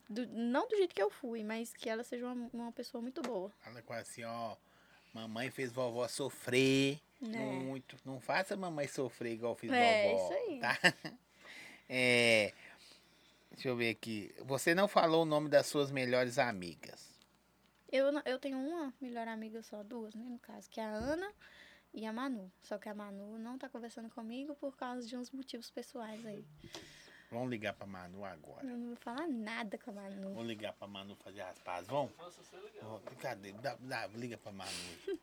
do- não do jeito que eu fui, mas que ela seja uma, uma pessoa muito boa. Fala com ela assim, ó. Mamãe fez vovó sofrer Né? muito. Não faça mamãe sofrer igual eu fiz É, vovó. isso aí. Tá? É, deixa eu ver aqui. Você não falou o nome das suas melhores amigas. Eu, não- eu tenho uma melhor amiga só, duas, né? No caso, que é a Ana e a Manu. Só que a Manu não tá conversando comigo por causa de uns motivos pessoais aí. Vamos ligar pra Manu agora. Eu não vou falar nada com a Manu. Vou ligar pra Manu fazer as pazes. Vamos? Nossa, você é legal. Ó, Cadê? Dá- dá, liga pra Manu.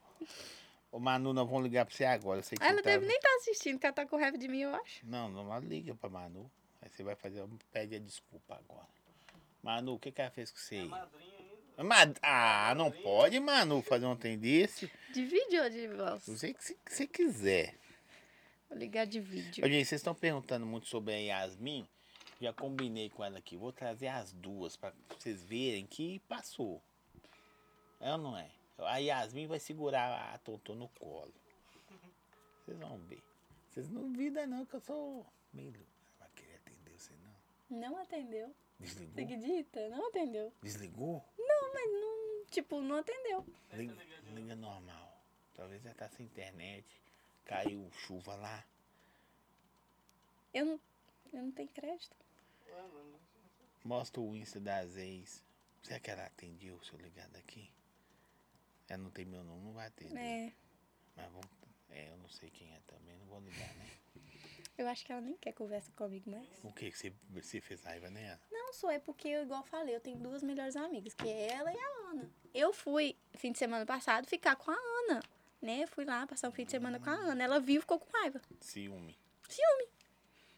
Ô, Manu, nós vamos ligar pra você agora. Eu sei que Ela você tá- Ah, deve nem estar assistindo, porque ela tá com raiva de mim, eu acho. Não, não mas liga pra Manu. Aí você vai fazer, pede a desculpa agora. Manu, o que, que ela fez com você É aí? madrinha ainda. Ma- Ah, não pode, Manu, fazer um trem desse. De vídeo ou de voz? Do jeito que você- que você quiser. Vou ligar de vídeo. Ô, gente, vocês estão perguntando muito sobre a Yasmin. Já combinei com ela aqui. Vou trazer as duas pra vocês verem que passou. É ou não é? A Yasmin vai segurar a Totô no colo. Vocês vão ver. Vocês não duvidam não que eu sou meio louco. Ela vai querer atender você não. Não atendeu. Desligou? acredita? Não atendeu. Desligou? Tipo, não atendeu. Liga, liga normal. Talvez já tá sem internet. Caiu chuva lá. Eu não, eu não tenho crédito. Ué, mano. Mostra o Insta das ex. Será que ela atendeu se eu ligar daqui? Ela não tem meu nome, não vai atender. É, Mas vamos. É, eu não sei quem é também, não vou ligar, né? eu acho que ela nem quer conversa comigo mais. O que que você, você fez raiva nela? Não sou, é porque eu, igual eu falei, eu tenho duas melhores amigas, que é ela e a Ana. Eu fui, fim de semana passado, ficar com a Ana, né? Fui lá passar o fim de semana com a Ana. Ela viu e ficou com raiva. Ciúme. Ciúme.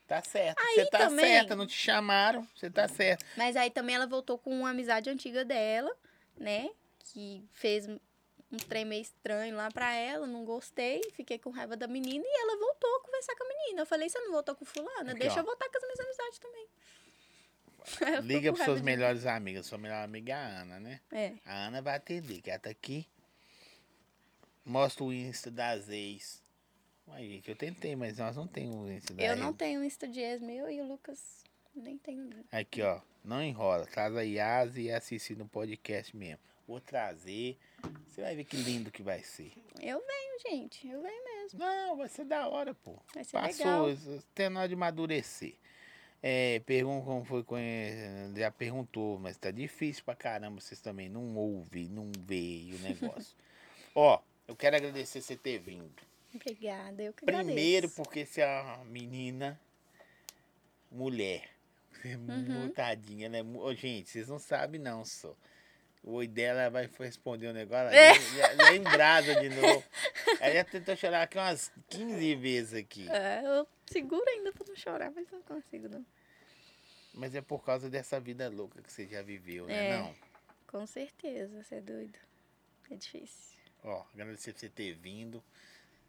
Tá certo. Aí Você tá também- certa, não te chamaram. Você tá certa. Mas aí também ela voltou com uma amizade antiga dela, né? Que fez um trem meio estranho lá pra ela, não gostei, fiquei com raiva da menina e ela voltou a conversar com a menina. Eu falei, você não voltou com fulana? Aqui, Deixa ó. eu voltar com as minhas amizades também. Ela ficou Liga com pros suas raiva de mim. melhores amigas. Sua melhor amiga é a Ana, né? É. A Ana vai atender, que ela tá aqui. Mostra o Insta das ex. Aí, que eu tentei, mas nós não temos o Insta das Eu ex. não tenho Insta de ex meu e o Lucas nem tem. Aqui, ó. Não enrola. Traz a Yas e assiste no podcast mesmo. Vou trazer. Você vai ver que lindo que vai ser. Eu venho, gente. Eu venho. Não, vai ser da hora, pô. Vai ser Passou. é legal. isso- Tem na hora de amadurecer. É, pergunta como foi conhe- Já perguntou, mas tá difícil pra caramba. Vocês também não ouvem, não veem o negócio. ó, eu quero agradecer você ter vindo. Obrigada, eu que Primeiro, agradeço. porque se a menina, mulher, é Uhum. mutadinha, ela é. mu- Ô, gente, vocês não sabem, não, só. O oi dela vai responder um negócio, ela É. já- já lembrada de novo. Ela já tentou chorar aqui umas 15 vezes aqui. É, eu seguro ainda pra não chorar, mas não consigo, não. Mas é por causa dessa vida louca que você já viveu, né? É. Não. Com certeza, você é doido. É difícil. Ó, agradecer por você ter vindo,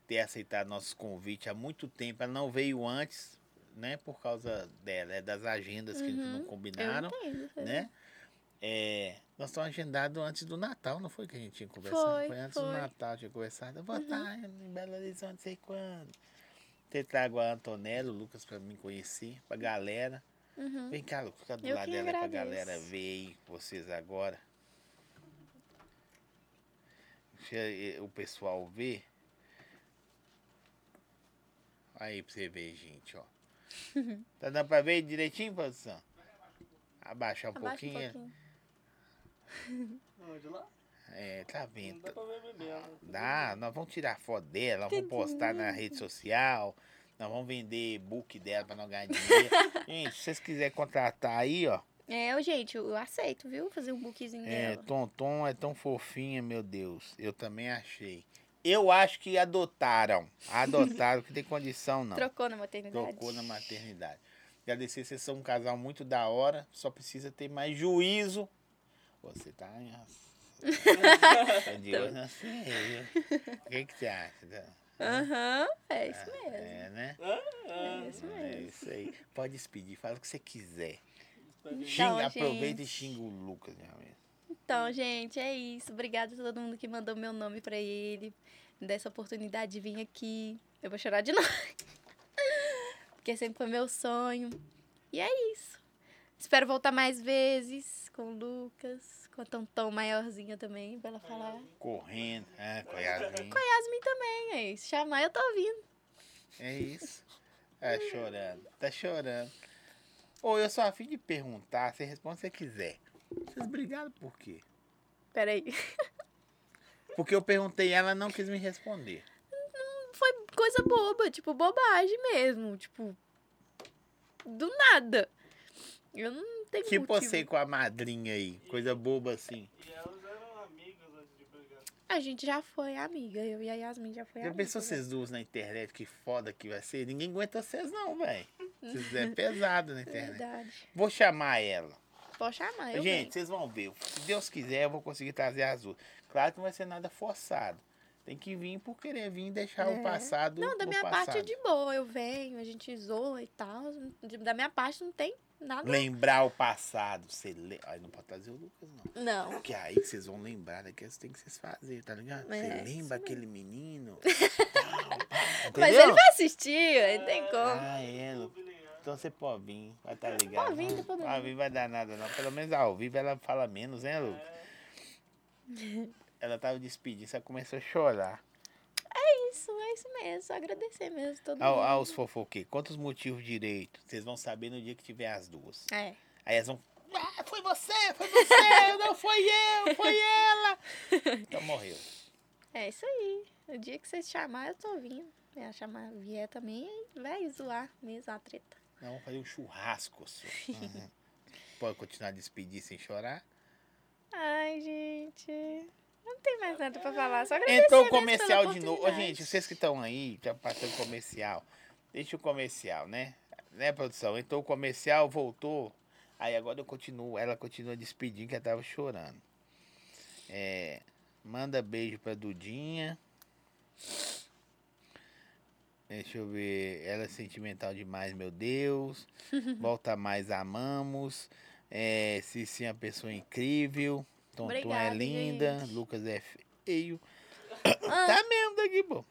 ter aceitado nosso convite há muito tempo. Ela não veio antes, né? Por causa dela, é das agendas que a gente não Uhum. combinaram. eu entendo. né? É, nós estamos agendados antes do Natal, não foi que a gente tinha conversado? Foi, antes do foi. Uhum. Natal, tinha conversado. Eu vou estar em Belo Horizonte, não sei quando. Você trago a Antonella, o Lucas, pra me conhecer, pra galera. Uhum. Vem cá, Lucas, fica do Eu lado que dela pra agradeço. galera ver aí vocês agora. Deixa eh, o pessoal ver. Aí pra você ver, gente, ó. tá dando pra ver direitinho, produção? Abaixar um, Abaixa um pouquinho. pouquinho. Não, de lá? É, tá Não vendo. dá pra ver bebendo. Dá, nós vamos tirar foto dela, nós vamos postar na rede social, nós vamos vender book dela pra não ganhar dinheiro. Gente, se vocês quiserem contratar aí, ó. É, eu, gente, eu aceito, viu? Fazer um bookzinho É, dela. Tonton é tão fofinha, meu Deus. Eu também achei. Eu acho que adotaram. Adotaram, que tem condição não. Trocou na maternidade. Trocou na maternidade. Agradecer, vocês são um casal muito da hora, só precisa ter mais juízo. Você tá. tá de olho na feia. O que, que você acha? Dan? Aham, é isso mesmo. É, né? Ah, É isso É mesmo. isso aí. Pode despedir, fala o que você quiser. ah. Xinga, Então, gente. aproveita e xinga o Lucas, minha amiga. Então, gente, é isso. Obrigada a todo mundo que mandou meu nome pra ele. Me dá essa oportunidade de vir aqui. Eu vou chorar de novo. Porque sempre foi meu sonho. E é isso. Espero voltar mais vezes com o Lucas, com a Tontão maiorzinha também, pra ela falar. Correndo, é, com a Yasmin. Yasmin também, é isso. Chamar, eu tô ouvindo. É isso. É, chorando. Tá chorando. Ô, eu sou afim de perguntar, você responde se você quiser. Vocês brigaram por quê? Peraí. Porque eu perguntei e ela não quis me responder. Foi coisa boba, tipo, bobagem mesmo. Tipo, do nada. Eu não tenho Tipo motivo. você com a madrinha aí, coisa boba assim. E elas eram amigas antes de brigar. A gente já foi amiga, eu e a Yasmin já foi né? Já amiga. pensou vocês duas na internet, que foda que vai ser? Ninguém aguenta vocês não, velho. Vocês é pesado na internet. Verdade. Vou chamar ela. Pode chamar, Ah, eu Gente, vocês vão ver. Se Deus quiser, eu vou conseguir trazer as duas. Claro que não vai ser nada forçado. Tem que vir por querer vir e deixar É. o passado. venho. Não, da no minha parte é passado. de boa, eu venho, a gente zoa e tal. De- Da minha parte não tem nada. Lembrar o passado. Você le... Aí não pode trazer o Lucas, não. Não. Porque aí que vocês vão lembrar daqueles tem que vocês fazerem, tá ligado? Você É, isso lembra aquele menino? Mas ele vai assistir, aí tem como. Ah, é, Lu. Obrigado. Então você pode vir, vai estar ligado. Pode vir, não tem problema. Pode vir, vai dar nada, não. Pelo menos ao vivo ela fala menos, hein, Lu? É. Ela tava despedindo, só começou a chorar. Isso, é isso mesmo. Só agradecer mesmo todo Ao- mundo. aos fofoqueiros, quantos motivos direito? Vocês vão saber no dia que tiver as duas. É. Aí elas vão. Ah, foi você, foi você, não foi eu, foi ela. Então morreu. É isso aí. O dia que vocês chamarem, eu tô vindo. É, a chamar vier também, aí vai zoar mesmo a treta. Nós vamos fazer um churrasco. só. Uhum. Pode continuar a despedir sem chorar? Ai, gente. Não tem mais nada pra falar, só agradecer. Entrou o mesmo pela comercial de novo. Ô, oportunidade. gente, vocês que estão aí, já passando comercial. Deixa o comercial, né? Né, produção? Entrou o comercial, voltou. Aí agora eu continuo. Ela continua despedindo que ela tava chorando. É, manda beijo pra Dudinha. Deixa eu ver. Ela é sentimental demais, meu Deus. Volta mais, amamos. É, Cici é uma pessoa incrível. Tonton é Obrigada, linda. gente. Lucas é feio. Ah. Tá mesmo daqui, pô.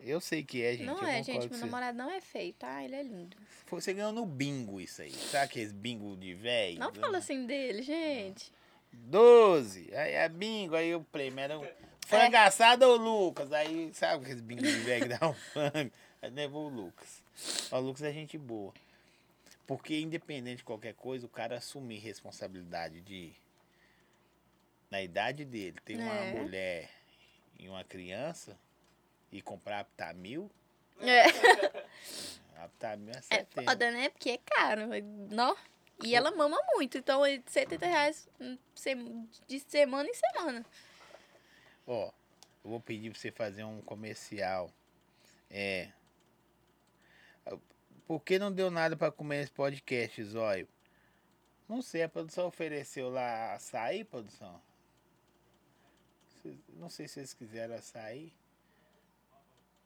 Eu sei que é, gente. Não eu é, concordo gente. com Meu você. namorado não é feio, tá? Ele é lindo. Pô, Você ganhou no bingo isso aí. Sabe aqueles bingo de velho? Não fala assim dele, gente. 12. Aí é bingo, aí o prêmio era um. É. Frango assado ou Lucas? Aí sabe aqueles bingo de velho que dá um frango? Aí levou o Lucas. Ó, O Lucas é gente boa. Porque independente de qualquer coisa, o cara assumir responsabilidade de. Na idade dele, ter uma É. mulher e uma criança e comprar tá, Aptamil. É. Aptamil é É 70. foda, né? Porque é caro. Não. É. E ela mama muito, então é 70 reais hum, sem- de semana em semana. Ó, eu vou pedir pra você fazer um comercial. É. Por que não deu nada pra comer nesse podcast, Zóio? Não sei, a produção ofereceu lá açaí, produção? Vocês- Não sei se vocês quiseram açaí.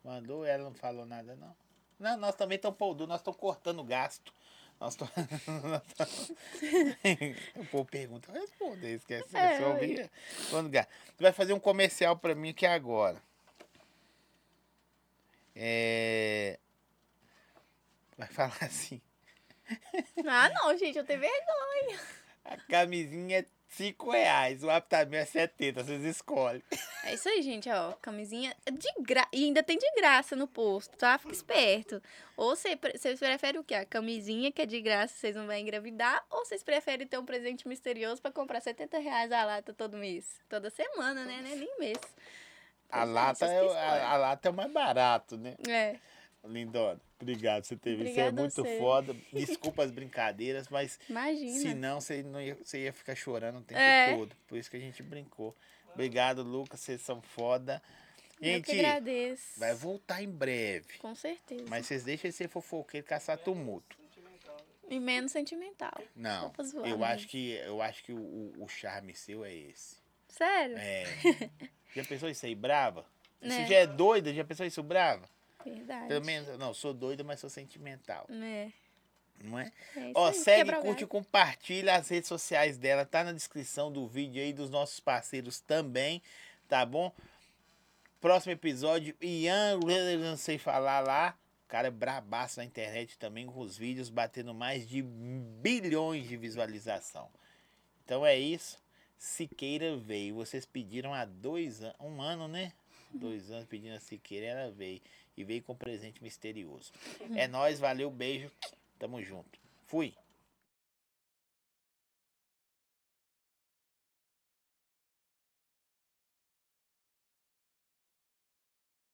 Mandou, ela não falou nada, não. Não, nós também estamos poldu, nós estamos cortando gasto. Nós estamos. o povo pergunta, eu respondo, esquece. É, É, ouvir, quando gasto. Tu vai fazer um comercial pra mim aqui agora. É. Vai falar assim. Ah, não, gente, eu tenho vergonha. A camisinha é 5 reais, o aptamil é 70, vocês escolhem. É isso aí, gente, ó. Camisinha de graça. E ainda tem de graça no posto, tá? Fica esperto. Ou você pre- vocês preferem o quê? A camisinha que é de graça, vocês não vão engravidar. Ou vocês preferem ter um presente misterioso pra comprar R$ 70 reais a lata todo mês? Toda semana, né? Não é nem mês. A Pois é, lata, vocês é, que o- a, a lata é o mais barato, né? escolhem. É. Lindona, obrigado por você ter vindo. Você é Obrigada a muito você. foda. Desculpa as brincadeiras, mas Imagina. se não, você, não ia, você ia ficar chorando o tempo É. todo. Por isso que a gente brincou. Obrigado, Lucas. Vocês são foda. Eu que Gente, agradeço. vai voltar em breve. Com certeza. Mas vocês deixam esse fofoqueiro caçar tumulto. É Sentimental, né? E menos sentimental. Não. Só pra zoar Eu mesmo. acho que, eu acho que o- o, o charme seu é esse. Sério? É. Já pensou isso aí, brava? Isso Né? já é doida? Já pensou isso, brava? Verdade. Pelo menos, não, sou doida, mas sou sentimental. É. Não é? é isso Ó, aí, segue, quebra o curte, galho. compartilha as redes sociais dela. Tá na descrição do vídeo aí dos nossos parceiros também, tá bom? Próximo episódio, Ian, não sei falar lá. O cara é brabaço na internet também, com os vídeos batendo mais de bilhões de visualização. Então é isso. Siqueira veio. Vocês pediram há dois anos, um ano, né? Uhum. Dois anos pedindo a Siqueira, ela veio. Uhum. E veio com um presente misterioso. É nóis, valeu, beijo. Tamo junto. Fui.